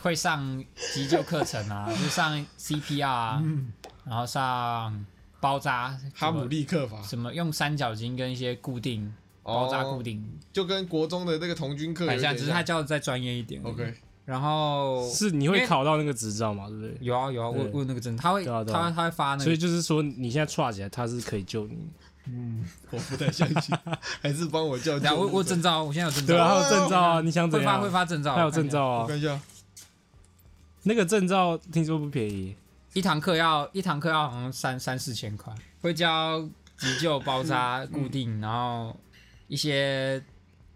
[SPEAKER 3] 会上急救课程啊，就是上 CPR 啊，
[SPEAKER 2] 嗯
[SPEAKER 3] 然后上包扎
[SPEAKER 1] 哈姆立克法，
[SPEAKER 3] 什么用三角巾跟一些固定
[SPEAKER 2] 哦
[SPEAKER 3] 包扎固定，
[SPEAKER 1] 哦就跟国中的那个童军课有
[SPEAKER 3] 很像，
[SPEAKER 1] 点
[SPEAKER 3] 只是他
[SPEAKER 1] 像。
[SPEAKER 3] 教的再专业一点。
[SPEAKER 1] OK，
[SPEAKER 3] 然后
[SPEAKER 2] 哦是你
[SPEAKER 3] 因
[SPEAKER 2] 会
[SPEAKER 3] 为
[SPEAKER 2] 考到那个执照嘛，对不对？
[SPEAKER 3] 有啊有啊，我
[SPEAKER 2] 对
[SPEAKER 3] 我有那个证，他会
[SPEAKER 2] 对啊对啊
[SPEAKER 3] 他他会发那
[SPEAKER 2] 所以
[SPEAKER 3] 个，
[SPEAKER 2] 就是说，你现在串起来，他是可以救你。
[SPEAKER 1] 我不太相信，还是帮我叫
[SPEAKER 3] 对啊，
[SPEAKER 1] 救
[SPEAKER 3] 我
[SPEAKER 1] 护
[SPEAKER 3] 我
[SPEAKER 1] 车。
[SPEAKER 3] 证照，我现在有证照，
[SPEAKER 2] 对啊，还有证照啊，你想怎
[SPEAKER 3] 会发
[SPEAKER 2] 样？
[SPEAKER 3] 会发证照，
[SPEAKER 2] 还有
[SPEAKER 3] 我看一
[SPEAKER 2] 证
[SPEAKER 3] 下
[SPEAKER 2] 照
[SPEAKER 1] 我
[SPEAKER 2] 啊，
[SPEAKER 1] 看一下，
[SPEAKER 2] 那个证照听说不便宜，
[SPEAKER 3] 一堂课要一堂课要好像三三四千块，会教急救、包扎、固定，然后一些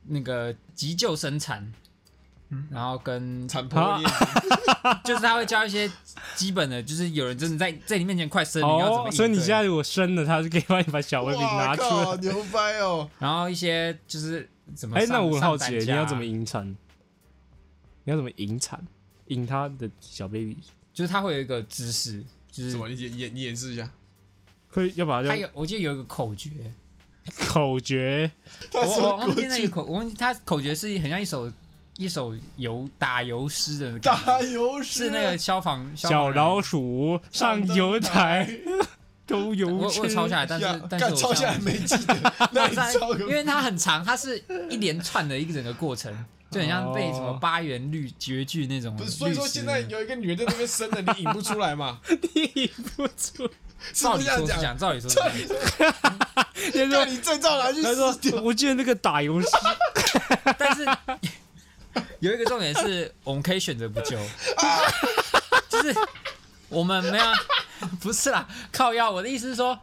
[SPEAKER 3] 那个急救生产，
[SPEAKER 2] 嗯
[SPEAKER 3] 然后跟
[SPEAKER 1] 产婆念，
[SPEAKER 3] 就是他会教一些基本的，就是有人真的在在你面前快生，你要怎么
[SPEAKER 2] 哦
[SPEAKER 3] 应，对？
[SPEAKER 2] 所以你现在如果生了，他就可以帮你把小
[SPEAKER 1] 哇
[SPEAKER 2] 卫兵拿出
[SPEAKER 1] 靠，
[SPEAKER 2] 来。
[SPEAKER 1] 牛掰哦！
[SPEAKER 3] 然后一些就是怎么
[SPEAKER 2] 哎，
[SPEAKER 3] 上
[SPEAKER 2] 那我很好
[SPEAKER 3] 上
[SPEAKER 2] 奇，
[SPEAKER 3] 担
[SPEAKER 2] 你
[SPEAKER 3] 架啊
[SPEAKER 2] 要怎么引产？你要怎么引产？引他的小 baby，
[SPEAKER 3] 就是他会有一个姿势，就是
[SPEAKER 1] 什么？你演演你演示一下。
[SPEAKER 2] 会要把
[SPEAKER 3] 他
[SPEAKER 2] 他
[SPEAKER 3] 有我记得有一个口诀，
[SPEAKER 2] 口诀
[SPEAKER 1] 他
[SPEAKER 3] 我我
[SPEAKER 1] 说
[SPEAKER 3] 忘记那个口，我忘记他口诀是很像一首一首游打油诗的感觉。
[SPEAKER 1] 打油诗
[SPEAKER 3] 是那个消防
[SPEAKER 2] 小老
[SPEAKER 3] 老
[SPEAKER 2] 鼠上油台， 都
[SPEAKER 3] 我
[SPEAKER 2] 油
[SPEAKER 3] 我有
[SPEAKER 2] 吃。
[SPEAKER 3] 抄下来，但
[SPEAKER 1] 下
[SPEAKER 3] 是但是
[SPEAKER 1] 干
[SPEAKER 3] 我
[SPEAKER 1] 抄下来没记 得，那你
[SPEAKER 3] 但
[SPEAKER 1] 抄个
[SPEAKER 3] 因为它很长，它是一连串的一整个过程，就很像被什么八元律绝句那种律
[SPEAKER 1] 哦不
[SPEAKER 3] 诗。
[SPEAKER 1] 是，所以说现在有一个女人在那边生了，你引不出来嘛？
[SPEAKER 2] 你不出，
[SPEAKER 1] 是
[SPEAKER 3] 照
[SPEAKER 1] 不
[SPEAKER 3] 理
[SPEAKER 1] 是
[SPEAKER 3] 说
[SPEAKER 1] 这
[SPEAKER 3] 是这
[SPEAKER 1] 样
[SPEAKER 3] 样，照理说是这
[SPEAKER 1] 讲？
[SPEAKER 3] 样
[SPEAKER 2] 他
[SPEAKER 1] 叫
[SPEAKER 2] 说
[SPEAKER 1] 你证照拿去
[SPEAKER 2] 他
[SPEAKER 1] 撕
[SPEAKER 2] 说
[SPEAKER 1] 掉，
[SPEAKER 2] 我记得那个打油诗，
[SPEAKER 3] 但是有一个重点是，我们可以选择不救，
[SPEAKER 1] 啊
[SPEAKER 3] 就是我们没有，不是啦，靠腰。我的意思是说，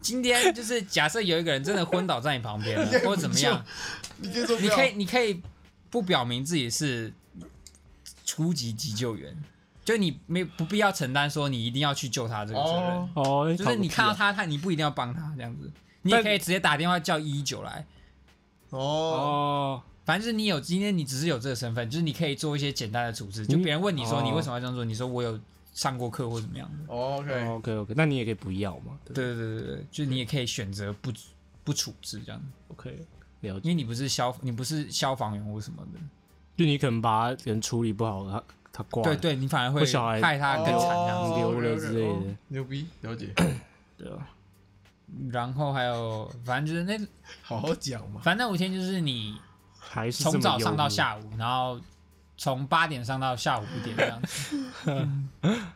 [SPEAKER 3] 今天就是假设有一个人真的昏倒在你旁 边了，或者怎么样，
[SPEAKER 1] 你可以说不
[SPEAKER 3] 你
[SPEAKER 1] 要
[SPEAKER 3] 可以，你可以不表明自己是初级急救员，就你没不必要承担说你一定要去救他这个责任。
[SPEAKER 1] 哦，
[SPEAKER 2] 哦，
[SPEAKER 3] 就是你看
[SPEAKER 2] 考个屁啊
[SPEAKER 3] 到他，他你不一定要帮他这样子，你也
[SPEAKER 2] 但
[SPEAKER 3] 可以直接打电话叫一一九来。
[SPEAKER 1] 哦，
[SPEAKER 2] 哦，
[SPEAKER 3] 反正就是你有今天你只是有这个身份，就是你可以做一些简单的处置。就别人问你说
[SPEAKER 2] 哦
[SPEAKER 3] 你为什么要这样做，你说我有上过课或怎么样的。
[SPEAKER 1] 哦 OK，
[SPEAKER 2] OK OK，那你也可以不要嘛。对
[SPEAKER 3] 对对对对对，就是你也可以选择不不处置这样，
[SPEAKER 2] ，OK，了
[SPEAKER 3] 因
[SPEAKER 2] 解。
[SPEAKER 3] 为你不是消你不是消防员或什么的。
[SPEAKER 2] 就你可能把他人处理不好，他他挂了，
[SPEAKER 3] 对对，你反而会
[SPEAKER 2] 或小孩
[SPEAKER 3] 害他更惨这样子。
[SPEAKER 1] 哦
[SPEAKER 2] 流了
[SPEAKER 1] OK，OK，
[SPEAKER 2] 之类的
[SPEAKER 1] 哦牛逼，了解，
[SPEAKER 2] 对啊，
[SPEAKER 3] 然后还有，反正就是那，
[SPEAKER 1] 好好讲嘛。
[SPEAKER 3] 反正那五天就是你
[SPEAKER 2] 还是这
[SPEAKER 3] 从
[SPEAKER 2] 么
[SPEAKER 3] 早
[SPEAKER 2] 幽
[SPEAKER 3] 上到
[SPEAKER 2] 默
[SPEAKER 3] 下午，然后从八点上到下午五点这 样子，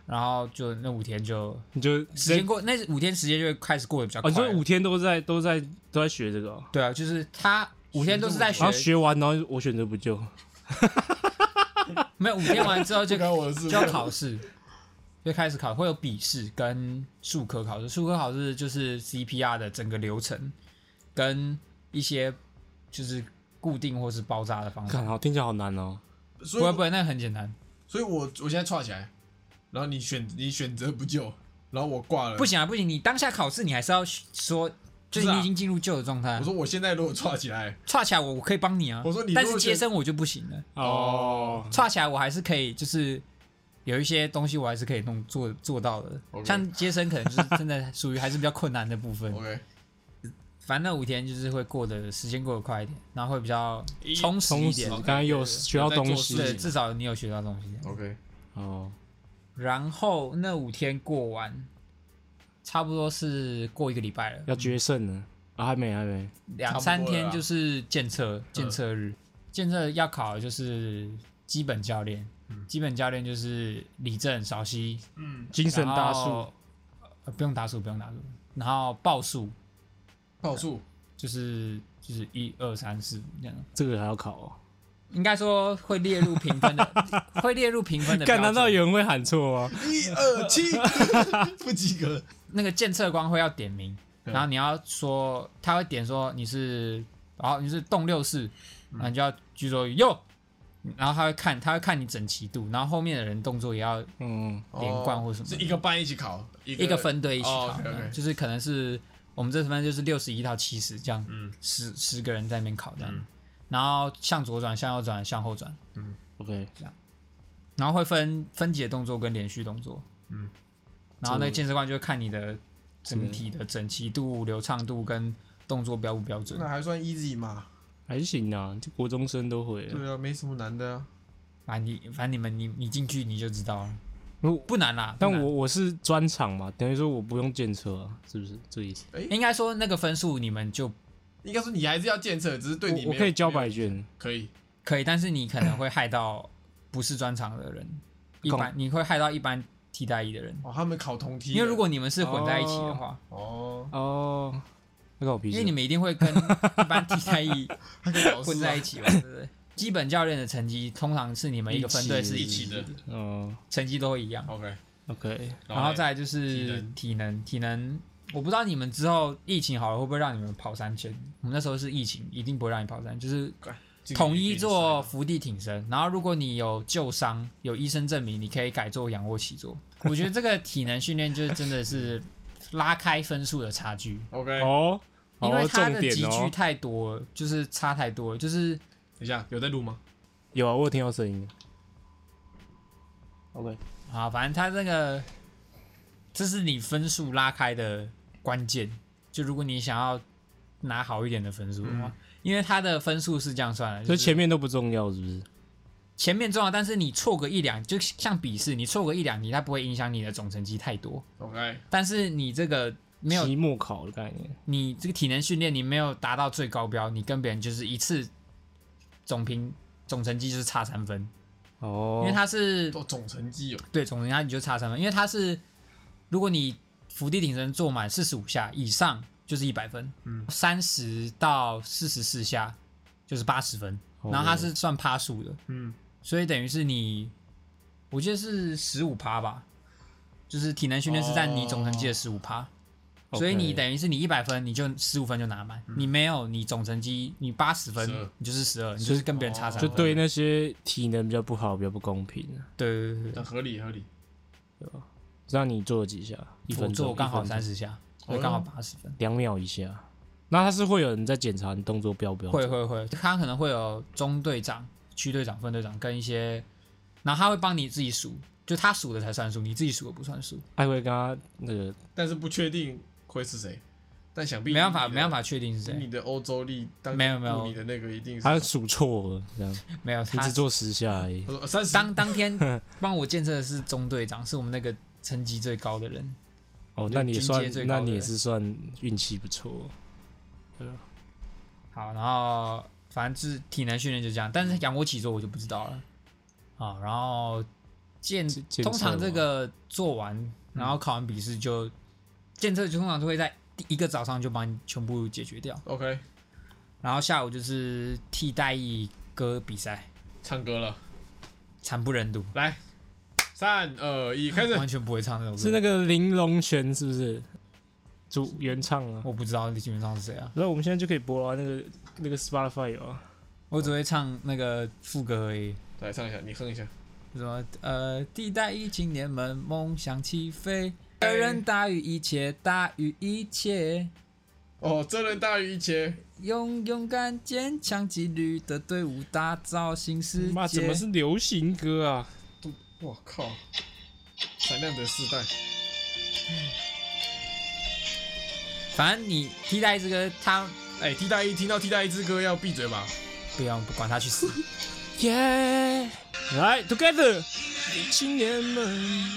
[SPEAKER 3] 然后就那五天就
[SPEAKER 2] 你就
[SPEAKER 3] 时
[SPEAKER 2] 直接
[SPEAKER 3] 间过，那五天时间就会开始过得比较
[SPEAKER 2] 哦，
[SPEAKER 3] 快
[SPEAKER 2] 你就
[SPEAKER 3] 了。
[SPEAKER 2] 五天都在都在都在学这个哦，
[SPEAKER 3] 对啊，就是他五天都是在
[SPEAKER 2] 然后
[SPEAKER 3] 学，
[SPEAKER 2] 哦学完，然后我选择不救，
[SPEAKER 3] 没有五天完之后 就
[SPEAKER 1] 不干我的事
[SPEAKER 3] 就要考试，就开始考，会有笔试跟术科考试。术科考试就是 CPR 的整个流程，跟一些就是固定或是包扎的方式。
[SPEAKER 2] 看好听起来好难哦。
[SPEAKER 1] 所
[SPEAKER 3] 不会不
[SPEAKER 1] 以，
[SPEAKER 3] 会，那个很简单。
[SPEAKER 1] 所以我我现在串起来，然后你选你选择不救，然后我挂了。
[SPEAKER 3] 不，行啊，不行！你当下考试，你还是要说，就
[SPEAKER 1] 不
[SPEAKER 3] 是
[SPEAKER 1] 是啊
[SPEAKER 3] 你已经进入旧的状态啊
[SPEAKER 1] 我。说我现在如果串起来，
[SPEAKER 3] 岔起来我我可以帮你啊，
[SPEAKER 1] 我说你如果嗯
[SPEAKER 3] 但是接生我就不行了。
[SPEAKER 2] 哦，
[SPEAKER 3] 岔起来我还是可以，就是有一些东西我还是可以弄做做到的。
[SPEAKER 1] OK 哦
[SPEAKER 3] 像接生可能就是真的属于还是比较困难的部分。
[SPEAKER 1] OK，
[SPEAKER 3] 反正那五天就是会过得时间过得快一点，然后会比较充实一
[SPEAKER 2] 充实，
[SPEAKER 3] 点。
[SPEAKER 2] 刚刚又学到东西
[SPEAKER 1] 有在
[SPEAKER 3] 对，
[SPEAKER 1] 做
[SPEAKER 3] 至少你有学到东西。
[SPEAKER 1] OK，
[SPEAKER 2] 哦，
[SPEAKER 3] 然后那五天过完，差不多是过一个礼拜了。
[SPEAKER 2] 要决胜了啊，还没还没
[SPEAKER 3] 两三
[SPEAKER 1] 差不多了
[SPEAKER 3] 天
[SPEAKER 1] 啦
[SPEAKER 3] 就是检测检测日，建设要考的就是基本教练，
[SPEAKER 2] 嗯
[SPEAKER 3] 基本教练就是理政、少西、
[SPEAKER 1] 嗯，
[SPEAKER 2] 精神大树
[SPEAKER 3] 树，呃不用打数，不用打数，然后报数
[SPEAKER 1] 报数
[SPEAKER 3] 就是就是一二三四这样。
[SPEAKER 2] 这个还要考哦。
[SPEAKER 3] 应该说会列入评 分的，会列入评分的标
[SPEAKER 2] 干，
[SPEAKER 3] 准。
[SPEAKER 2] 难道有人会喊错吗？
[SPEAKER 1] 一二 七不及格，
[SPEAKER 3] 那个建测官会要点名，
[SPEAKER 1] 对
[SPEAKER 3] 然后你要说他会点说你是，然后你是动六式，
[SPEAKER 1] 嗯
[SPEAKER 3] 然后你就要举手哟，然后他会看他会看你整齐度，然后后面的人动作也要
[SPEAKER 2] 嗯，
[SPEAKER 3] 连贯或什么
[SPEAKER 1] 哦是一个班一起考，一个
[SPEAKER 3] 一个分队一起
[SPEAKER 1] 哦
[SPEAKER 3] 考，
[SPEAKER 1] ，OK，OK
[SPEAKER 3] 嗯就是可能是我们这分就是六十一到七十这样，
[SPEAKER 1] 嗯
[SPEAKER 3] 十十个人在那边考这样
[SPEAKER 1] 嗯，
[SPEAKER 3] 然后向左转、向右转、向后转，
[SPEAKER 2] OK，
[SPEAKER 3] 然后会分分解动作跟连续动作，
[SPEAKER 1] 嗯，
[SPEAKER 3] 然后
[SPEAKER 2] 这
[SPEAKER 3] 那个
[SPEAKER 2] 个
[SPEAKER 3] 健身官就会看你的整体的整齐度、流畅度跟动作标不标准
[SPEAKER 1] 那。还算 easy 嘛？
[SPEAKER 2] 还行啊，这国中生都会了。
[SPEAKER 1] 对啊，没什么难的啊。
[SPEAKER 3] 啊，你反正你们你你进去你就知道了，
[SPEAKER 2] 如
[SPEAKER 3] 不难啦。
[SPEAKER 2] 但
[SPEAKER 3] 不难
[SPEAKER 2] 我我是专场嘛，等于说我不用建车啊，是不是这个意思？
[SPEAKER 3] 应该说那个分数你们就
[SPEAKER 1] 应该说你还是要建设，只是对你
[SPEAKER 2] 我我
[SPEAKER 1] 没有
[SPEAKER 2] 可以交白卷，
[SPEAKER 1] 可以
[SPEAKER 3] 可以，但是你可能会害到不是专场的人，一般你会害到一般替代役的人，
[SPEAKER 1] 哦。他们考同梯的，
[SPEAKER 3] 因为如果你们是混在一起的话，
[SPEAKER 1] 哦，
[SPEAKER 2] 哦，那个我脾
[SPEAKER 3] 因
[SPEAKER 2] 气。
[SPEAKER 3] 为你们一定会跟一般替代役
[SPEAKER 1] 他跟老师
[SPEAKER 3] 混在一起嘛，对不对？基本教练的成绩通常是你们一个分队是
[SPEAKER 1] 一起的。
[SPEAKER 2] 哦
[SPEAKER 3] 成绩都会一样，
[SPEAKER 1] OK，
[SPEAKER 2] ，OK，
[SPEAKER 3] 然后
[SPEAKER 1] 嘞
[SPEAKER 3] 再来就
[SPEAKER 1] 体
[SPEAKER 3] 是
[SPEAKER 1] 能
[SPEAKER 3] 体能，体能，我不知道你们之后疫情好了会不会让你们跑三圈。我们那时候是疫情，一定不会让你跑三，就是
[SPEAKER 1] 这个
[SPEAKER 3] 统
[SPEAKER 1] 也可
[SPEAKER 3] 一
[SPEAKER 1] 以啊
[SPEAKER 3] 做
[SPEAKER 1] 塞
[SPEAKER 3] 伏地挺身。然后如果你有旧伤，有医生证明，你可以改做仰卧起坐。我觉得这个体能训练就是真的是拉开分数的差距，
[SPEAKER 1] OK。
[SPEAKER 2] 哦，
[SPEAKER 3] 因为
[SPEAKER 2] 哦，
[SPEAKER 3] 它
[SPEAKER 2] 重
[SPEAKER 3] 的
[SPEAKER 2] 点
[SPEAKER 3] 集聚
[SPEAKER 2] 哦，
[SPEAKER 3] 太多了，就是差太多了，就是
[SPEAKER 1] 等一下，有在录吗？
[SPEAKER 2] 有啊，我有听到声音。OK，
[SPEAKER 3] 啊，反正他这个，这是你分数拉开的关键。就如果你想要拿好一点的分数的话，
[SPEAKER 1] 嗯
[SPEAKER 3] 因为他的分数是这样算的，
[SPEAKER 2] 所
[SPEAKER 3] 就
[SPEAKER 2] 以
[SPEAKER 3] 是
[SPEAKER 2] 前面都不重要，是不是？
[SPEAKER 3] 前面重要，但是你错个一两，就像笔试，你错个一两题，它不会影响你的总成绩太多。
[SPEAKER 1] OK，
[SPEAKER 3] 但是你这个没有，
[SPEAKER 2] 期末考的概念。
[SPEAKER 3] 你这个体能训练你没有达到最高标，你跟别人就是一次总评总成绩就是差三分，
[SPEAKER 2] 哦，
[SPEAKER 3] 因为它是
[SPEAKER 1] 做总成绩哦。
[SPEAKER 3] 对，总之它你就差三分，因为它是如果你伏地挺身做满四十五下以上就是一百分，
[SPEAKER 1] 嗯
[SPEAKER 3] 三十到四十四下就是八十分，
[SPEAKER 2] 哦
[SPEAKER 3] 然后它是算趴数的，
[SPEAKER 1] 嗯，
[SPEAKER 3] 所以等于是你，我记得是十五趴吧，就是体能训练是占你总成绩的十五趴。
[SPEAKER 2] OK
[SPEAKER 3] 所以你等于是你一百分，你就十五分就拿满；
[SPEAKER 1] 嗯
[SPEAKER 3] 你没有，你总成绩你八十分
[SPEAKER 1] 12，
[SPEAKER 3] 你就是十二，你就是跟别人差三
[SPEAKER 2] 哦就
[SPEAKER 3] 分。
[SPEAKER 2] 对那些体能比较不好、比较不公平啊。
[SPEAKER 3] 对对对对，
[SPEAKER 1] 那合理合理。
[SPEAKER 2] 让你做了几下？一分
[SPEAKER 3] 我
[SPEAKER 2] 钟
[SPEAKER 3] 做我刚好
[SPEAKER 2] 一分钟
[SPEAKER 3] 三十下，
[SPEAKER 1] 哦
[SPEAKER 3] 我刚好八十分。
[SPEAKER 2] 两秒一下。那他是会有人在检查你动作标不标
[SPEAKER 3] 会
[SPEAKER 2] 准？
[SPEAKER 3] 会会，他可能会有中队长、区队长、分队长跟一些，然后他会帮你自己数，就他数的才算数，你自己数的不算数，
[SPEAKER 2] 还会跟他那个
[SPEAKER 1] 但是不确定会是谁，但想必
[SPEAKER 3] 没办法没办
[SPEAKER 1] 法。
[SPEAKER 3] 法确定是
[SPEAKER 1] 你
[SPEAKER 3] 谁，
[SPEAKER 1] 的欧洲力当
[SPEAKER 3] 没有没有
[SPEAKER 1] 你的那个一定是
[SPEAKER 2] 他数错了，这样
[SPEAKER 3] 没有
[SPEAKER 2] 你
[SPEAKER 3] 他
[SPEAKER 2] 只做十下而已
[SPEAKER 1] 他。说三十
[SPEAKER 3] 当 当天帮我监测的是中队长，是我们那个层级最高的人，
[SPEAKER 2] 哦，
[SPEAKER 3] 就
[SPEAKER 2] 那你也
[SPEAKER 3] 军
[SPEAKER 2] 算
[SPEAKER 3] 阶最，高
[SPEAKER 2] 那
[SPEAKER 3] 的
[SPEAKER 2] 你也是算运气不错。
[SPEAKER 3] 好，然后反正就是体能训练就这样，但是仰卧起坐我就不知道了，好，然后健
[SPEAKER 2] 健健
[SPEAKER 3] 通常
[SPEAKER 2] 测
[SPEAKER 3] 这
[SPEAKER 2] 吗嗯
[SPEAKER 3] 个做完，然后考完笔试就监测，就通常都会在第一个早上就帮你全部解决掉。
[SPEAKER 1] OK
[SPEAKER 3] 然后下午就是替代役歌比赛，
[SPEAKER 1] 唱歌了，
[SPEAKER 3] 惨不忍睹，
[SPEAKER 1] 来三二一开始。
[SPEAKER 3] 完全不会唱这首歌。
[SPEAKER 2] 是那个玲珑璇是不是？主原唱啊？
[SPEAKER 3] 我不知道基本上是谁啊，
[SPEAKER 2] 然后我们现在就可以播了啊、那个那个 Spotify 有啊。
[SPEAKER 3] 我只会唱那个副歌而已。
[SPEAKER 1] 来唱一下，你哼一下。
[SPEAKER 3] 什么呃，替代役青年们梦想起飞，责任大于一切，大于一切，
[SPEAKER 1] 哦，真人大于一切，
[SPEAKER 3] 用勇敢、坚强、纪律的队伍打造新世
[SPEAKER 2] 妈，怎
[SPEAKER 3] 界
[SPEAKER 2] 么。是流行歌啊？
[SPEAKER 1] 我靠！闪亮的世代，
[SPEAKER 3] 反正你替代役这个，他
[SPEAKER 1] 哎、替代一听到替代一之歌要闭嘴吧。
[SPEAKER 3] 不用不管他去死。
[SPEAKER 2] 耶、来，Together，年轻人们，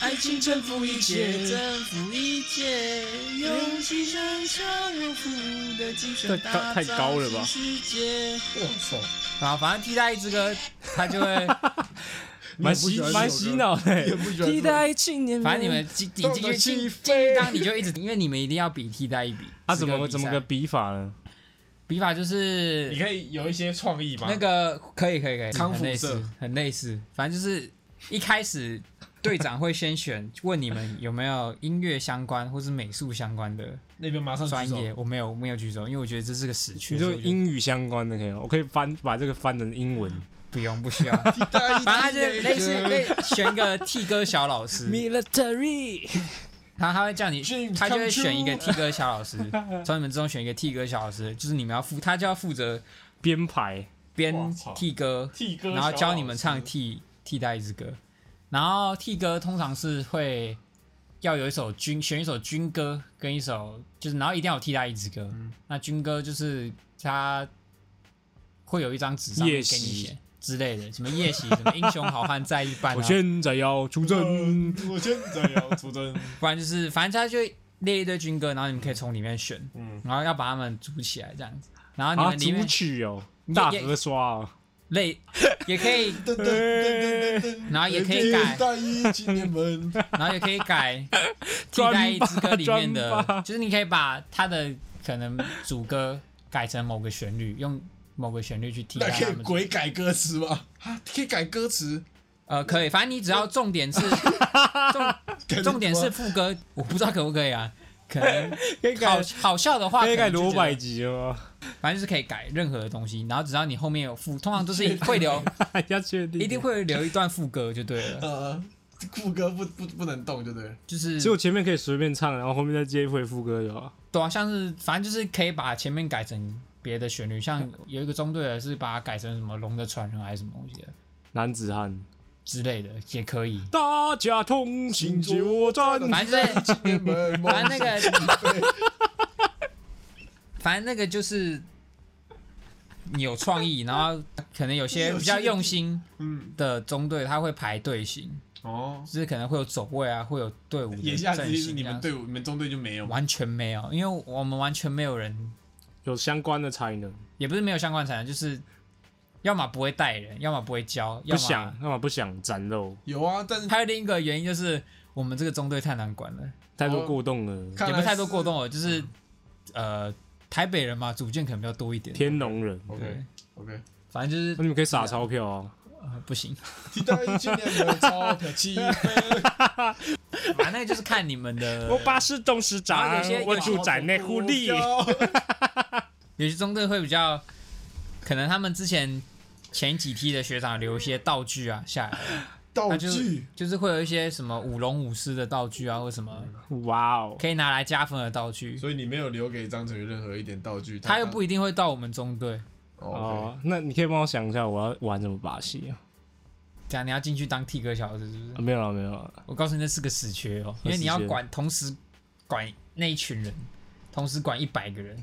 [SPEAKER 1] 爱情征服一切。
[SPEAKER 3] 服一切，用心生生用服务的精神
[SPEAKER 2] 这太太高了吧
[SPEAKER 3] 世界。
[SPEAKER 1] 哇操！
[SPEAKER 3] 啊，反正替代一支歌，他就会，
[SPEAKER 1] 你很
[SPEAKER 2] 蛮
[SPEAKER 1] 不喜
[SPEAKER 2] 洗
[SPEAKER 1] 欢
[SPEAKER 2] 蛮
[SPEAKER 1] 这首
[SPEAKER 2] 洗
[SPEAKER 1] 歌
[SPEAKER 2] 脑的
[SPEAKER 1] 你很不喜
[SPEAKER 2] 欸，
[SPEAKER 1] 欢
[SPEAKER 2] 替
[SPEAKER 1] 这首歌
[SPEAKER 2] 代青年。
[SPEAKER 3] 反正你们进你进
[SPEAKER 1] 动
[SPEAKER 3] 去
[SPEAKER 1] 得
[SPEAKER 3] 进
[SPEAKER 1] 起
[SPEAKER 3] 进一
[SPEAKER 1] 飞
[SPEAKER 3] 当，你就一直，因为你们一定要比替代一 比。
[SPEAKER 2] 啊，
[SPEAKER 3] 是
[SPEAKER 2] 怎
[SPEAKER 3] 个
[SPEAKER 2] 么
[SPEAKER 3] 比
[SPEAKER 2] 怎么
[SPEAKER 3] 赛
[SPEAKER 2] 个比法呢？
[SPEAKER 3] 笔法就是
[SPEAKER 1] 你可以有一些创意吗？
[SPEAKER 3] 那个可以可以可以，
[SPEAKER 1] 康复
[SPEAKER 3] 很类似
[SPEAKER 1] 社，
[SPEAKER 3] 很类似，反正就是一开始队长会先选，问你们有没有音乐相关或是美术相关的
[SPEAKER 1] 那边马上
[SPEAKER 3] 专
[SPEAKER 1] 举手
[SPEAKER 3] 业，我没有我没有举手，因为我觉得这是个死
[SPEAKER 2] 你
[SPEAKER 3] 缺，
[SPEAKER 2] 说
[SPEAKER 3] 所以我觉得
[SPEAKER 2] 英语相关的可以吗？我可以翻把这个翻成英文。
[SPEAKER 3] 不用不需要，
[SPEAKER 1] 替代一
[SPEAKER 3] 反正他就是
[SPEAKER 1] 切
[SPEAKER 3] 类似类选一个替歌小 老师，
[SPEAKER 2] Military，
[SPEAKER 3] 然后他会叫你
[SPEAKER 1] Dreams，
[SPEAKER 3] 他就会
[SPEAKER 1] come true
[SPEAKER 3] 选一个替歌小老师，从你们之中选一个替歌小老师，就是你们要负他就要负责
[SPEAKER 2] 编排
[SPEAKER 3] 编
[SPEAKER 1] 哇操
[SPEAKER 3] 替歌，
[SPEAKER 1] 替歌，
[SPEAKER 3] 然后教你们唱。替替代一支歌，然后替歌通常是会要有一首军选一首军歌跟一首就是，然后一定要有替代一支歌。
[SPEAKER 2] 嗯
[SPEAKER 3] 那军歌就是它会有一张纸上面
[SPEAKER 2] 夜
[SPEAKER 3] 给你
[SPEAKER 2] 袭
[SPEAKER 3] 写之类的，什么夜袭，什么英雄好汉在一半、啊，
[SPEAKER 2] 我现在要出征，
[SPEAKER 1] 嗯，我现在要出征。
[SPEAKER 3] 不然就是反正他就列一堆军歌，然后你们可以从里面选，
[SPEAKER 1] 嗯
[SPEAKER 3] 然后要把它们组起来这样子。然后你
[SPEAKER 2] 啊，
[SPEAKER 3] 们里
[SPEAKER 2] 出
[SPEAKER 3] 面
[SPEAKER 2] 去哦
[SPEAKER 3] 你，
[SPEAKER 2] 大
[SPEAKER 3] 也
[SPEAKER 2] 河刷哦，
[SPEAKER 3] 类也可以，
[SPEAKER 1] 噔噔噔噔噔
[SPEAKER 3] 然后啊也可以改
[SPEAKER 1] 替代一青年 们，
[SPEAKER 3] 然后也可以 改替
[SPEAKER 2] 专
[SPEAKER 3] 代一支歌里面
[SPEAKER 2] 专
[SPEAKER 3] 的，
[SPEAKER 2] 霸
[SPEAKER 3] 就是你可以把它的可能主歌改成某个旋律，用某个旋律去替代
[SPEAKER 1] 那可
[SPEAKER 3] 他
[SPEAKER 1] 以
[SPEAKER 3] 们。
[SPEAKER 1] 鬼改歌词吗？啊，可以改歌词。
[SPEAKER 3] 呃，可以，反正你只要 重点是
[SPEAKER 1] 改
[SPEAKER 3] 重 重点是副歌，我不知道可不可以啊。可能
[SPEAKER 2] 可以
[SPEAKER 3] 好
[SPEAKER 2] 改
[SPEAKER 3] 好笑的话，
[SPEAKER 2] 可以改
[SPEAKER 3] 可能就
[SPEAKER 2] 罗
[SPEAKER 3] 觉得
[SPEAKER 2] 百吉哦，
[SPEAKER 3] 反正就是可以改任何的东西，然后只要你后面有副，通常都是会 留，
[SPEAKER 2] 要确定，
[SPEAKER 3] 一定。会留一段副歌就对了，
[SPEAKER 1] 呃，副歌不不不能动，对不对？
[SPEAKER 3] 就是
[SPEAKER 2] 只有前面可以随便唱，然后后面再接一回副歌就好。
[SPEAKER 3] 对啊，像是反正就是可以把前面改成别的旋律，像有一个中队的是把它改成什么《龙的传人》还是什么东西的
[SPEAKER 2] 男子汉，
[SPEAKER 3] 之类的，也可以。
[SPEAKER 2] 大家同心作战。
[SPEAKER 3] 嗯反 正就是
[SPEAKER 1] 青年们，
[SPEAKER 3] 反正那
[SPEAKER 1] 梦
[SPEAKER 3] 个
[SPEAKER 1] 想对
[SPEAKER 3] 反正那个就是你有创意，然后可能有些比较用心
[SPEAKER 1] 嗯，
[SPEAKER 3] 的中队，他会排队形，
[SPEAKER 1] 哦，
[SPEAKER 3] 就是可能会有走位啊，会有队伍的
[SPEAKER 1] 眼下
[SPEAKER 3] 阵
[SPEAKER 1] 只是
[SPEAKER 3] 型
[SPEAKER 1] 你
[SPEAKER 3] 这
[SPEAKER 1] 们
[SPEAKER 3] 样子。
[SPEAKER 1] 队伍，你们中队就没有吗？
[SPEAKER 3] 完全没有，因为我们完全没有人，
[SPEAKER 2] 有相关的才能，
[SPEAKER 3] 也不是没有相关才能，就是要么不会带人，要么不会教，要哦
[SPEAKER 2] 不
[SPEAKER 3] 么
[SPEAKER 2] 想，要么不想展露，
[SPEAKER 1] 有啊，但是
[SPEAKER 3] 还有另一个原因就是我们这个中队太难管了，
[SPEAKER 2] 太多过动了。
[SPEAKER 1] 看
[SPEAKER 3] 也
[SPEAKER 1] 来
[SPEAKER 3] 不是太多过
[SPEAKER 1] 是。嗯
[SPEAKER 3] 动了，就是、呃台北人嘛，组件可能比较多一点。
[SPEAKER 2] 天龙人，
[SPEAKER 3] 哦
[SPEAKER 1] OK OK，
[SPEAKER 3] 反正就是
[SPEAKER 2] 那、你们可以撒钞票啊！。
[SPEAKER 3] 呃不行，
[SPEAKER 1] 替代一青年们，钞票 起飞。
[SPEAKER 3] 反正那个就是看你们的
[SPEAKER 2] 是董事
[SPEAKER 3] 然后有些有有些中队会比较，可能他们之前前几梯的学长留一些道具啊下来，
[SPEAKER 1] 道
[SPEAKER 3] 那就
[SPEAKER 1] 具，
[SPEAKER 3] 就是会有一些什么舞龙舞狮的道具啊，或什么
[SPEAKER 2] 哇哦，
[SPEAKER 3] 可以拿来加分的道具。
[SPEAKER 1] 所以你没有留给张成宇任何一点道具，
[SPEAKER 3] 他又不一定会到我们中队，
[SPEAKER 1] 哦，
[SPEAKER 2] 哦，那你可以帮我想一下，我要玩什么把戏啊？
[SPEAKER 3] 这样你要进去当替歌小子是不是
[SPEAKER 2] 啊？没有了，没有了，
[SPEAKER 3] 我告诉你，那是个死缺哦，因为你要管，同时管那一群人，同时管一百个人，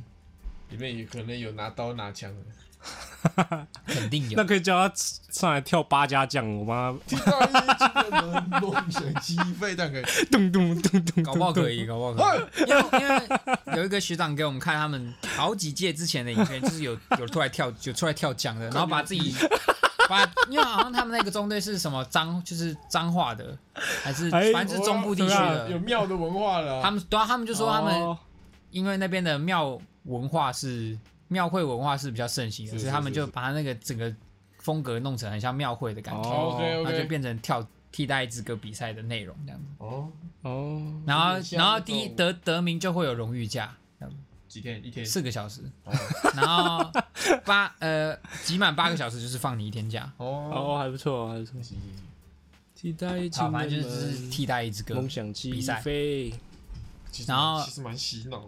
[SPEAKER 1] 里面也可能有拿刀拿枪 的。
[SPEAKER 3] 肯定
[SPEAKER 2] 那
[SPEAKER 3] 有。
[SPEAKER 2] 可以叫他上来跳八家将，我帮
[SPEAKER 1] 替代一青年们，梦想起飞，但可以。
[SPEAKER 2] 他咚咚咚咚，
[SPEAKER 3] 搞不好可以，搞不好可以，因为因为有一个学长给我们看他们好几届之前的影片，就是有有出来跳，有出来跳江的，然后把自己 把，因为好像他们那个中队是什么彰，就是彰化的，还是
[SPEAKER 2] 哎
[SPEAKER 3] 反正是中部地区
[SPEAKER 1] 哇哦啊有
[SPEAKER 3] 的，
[SPEAKER 1] 庙的文化了。
[SPEAKER 3] 他们对啊，他们就
[SPEAKER 2] 就
[SPEAKER 3] 说他
[SPEAKER 2] 哦
[SPEAKER 3] 们因为那边的庙文化是庙会文化是比较盛行的，
[SPEAKER 1] 是
[SPEAKER 3] 所以他
[SPEAKER 1] 是
[SPEAKER 3] 们
[SPEAKER 1] 是
[SPEAKER 3] 就把他那个整个风格弄成很像庙会的感觉。
[SPEAKER 1] OK
[SPEAKER 2] 哦
[SPEAKER 1] OK，
[SPEAKER 3] 那就变成跳替代一支歌比赛的内容这样子。
[SPEAKER 1] 哦，
[SPEAKER 2] 哦，
[SPEAKER 3] 然后
[SPEAKER 1] 有点，像
[SPEAKER 3] 然后
[SPEAKER 1] 那
[SPEAKER 3] 第一
[SPEAKER 1] 种
[SPEAKER 3] 得得名就会有荣誉假，这样子
[SPEAKER 1] 几天一天，
[SPEAKER 3] 四个小时，
[SPEAKER 1] 哦
[SPEAKER 3] 然后八呃集满八个小时就是放你一天假。
[SPEAKER 1] 哦，
[SPEAKER 2] 哦，还不错，还不错。
[SPEAKER 1] 行行行
[SPEAKER 2] 替代
[SPEAKER 3] 好，
[SPEAKER 2] 青
[SPEAKER 3] 反正
[SPEAKER 2] 年
[SPEAKER 3] 就是只是
[SPEAKER 2] 们，
[SPEAKER 3] 替代一支歌
[SPEAKER 2] 梦。想起
[SPEAKER 3] 比赛
[SPEAKER 2] 飞，
[SPEAKER 1] 其实
[SPEAKER 3] 然后
[SPEAKER 1] 其实蛮洗脑的。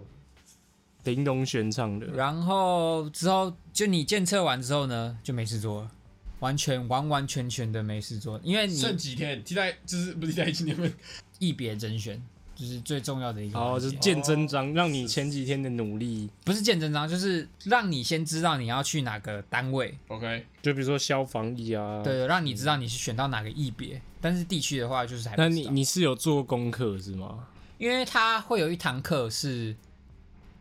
[SPEAKER 2] 玲珑悬唱的，
[SPEAKER 3] 然后之后就你检测完之后呢，就没事做了，完全完完全全的没事做，因为你
[SPEAKER 1] 剩几天替代就是不是替代一青年们
[SPEAKER 3] 一别甄选，就是最重要的一个
[SPEAKER 2] 然后
[SPEAKER 3] 环
[SPEAKER 2] 哦就
[SPEAKER 3] 节。
[SPEAKER 2] 是见真
[SPEAKER 3] 哦
[SPEAKER 2] 章，让你前几天的努力，
[SPEAKER 3] 不是见真章，就是让你先知道你要去哪个单位，
[SPEAKER 1] OK，
[SPEAKER 2] 就比如说消防役啊，
[SPEAKER 3] 对，让你知道你是选到哪个役别。但是地区的话，就是还不
[SPEAKER 2] 那
[SPEAKER 3] 知
[SPEAKER 2] 你
[SPEAKER 3] 道
[SPEAKER 2] 你是有做功课是吗？
[SPEAKER 3] 因为他会有一堂课是，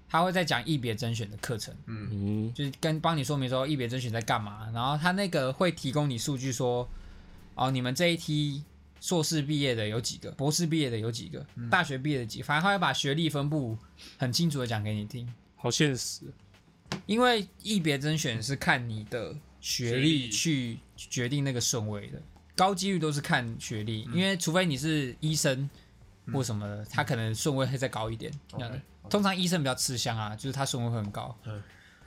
[SPEAKER 3] 他会在讲役别甄选的课程，
[SPEAKER 2] 嗯，
[SPEAKER 3] 就是跟帮你说明说役别甄选在干嘛，然后他那个会提供你数据说，哦，你们这一批硕士毕业的有几个，博士毕业的有几个，
[SPEAKER 2] 嗯
[SPEAKER 3] 大学毕业的几个，反正他会把学历分布很清楚的讲给你听，
[SPEAKER 2] 好现实，
[SPEAKER 3] 因为役别甄选是看你的学
[SPEAKER 1] 学历
[SPEAKER 3] 历去决定那个顺位的，高几率都是看学历，
[SPEAKER 1] 嗯
[SPEAKER 3] 因为除非你是医生或什么的，他可能顺位会再高一点。这样子
[SPEAKER 1] OK，
[SPEAKER 3] 通常医生比较吃香啊，就是他顺位会很高。
[SPEAKER 1] 嗯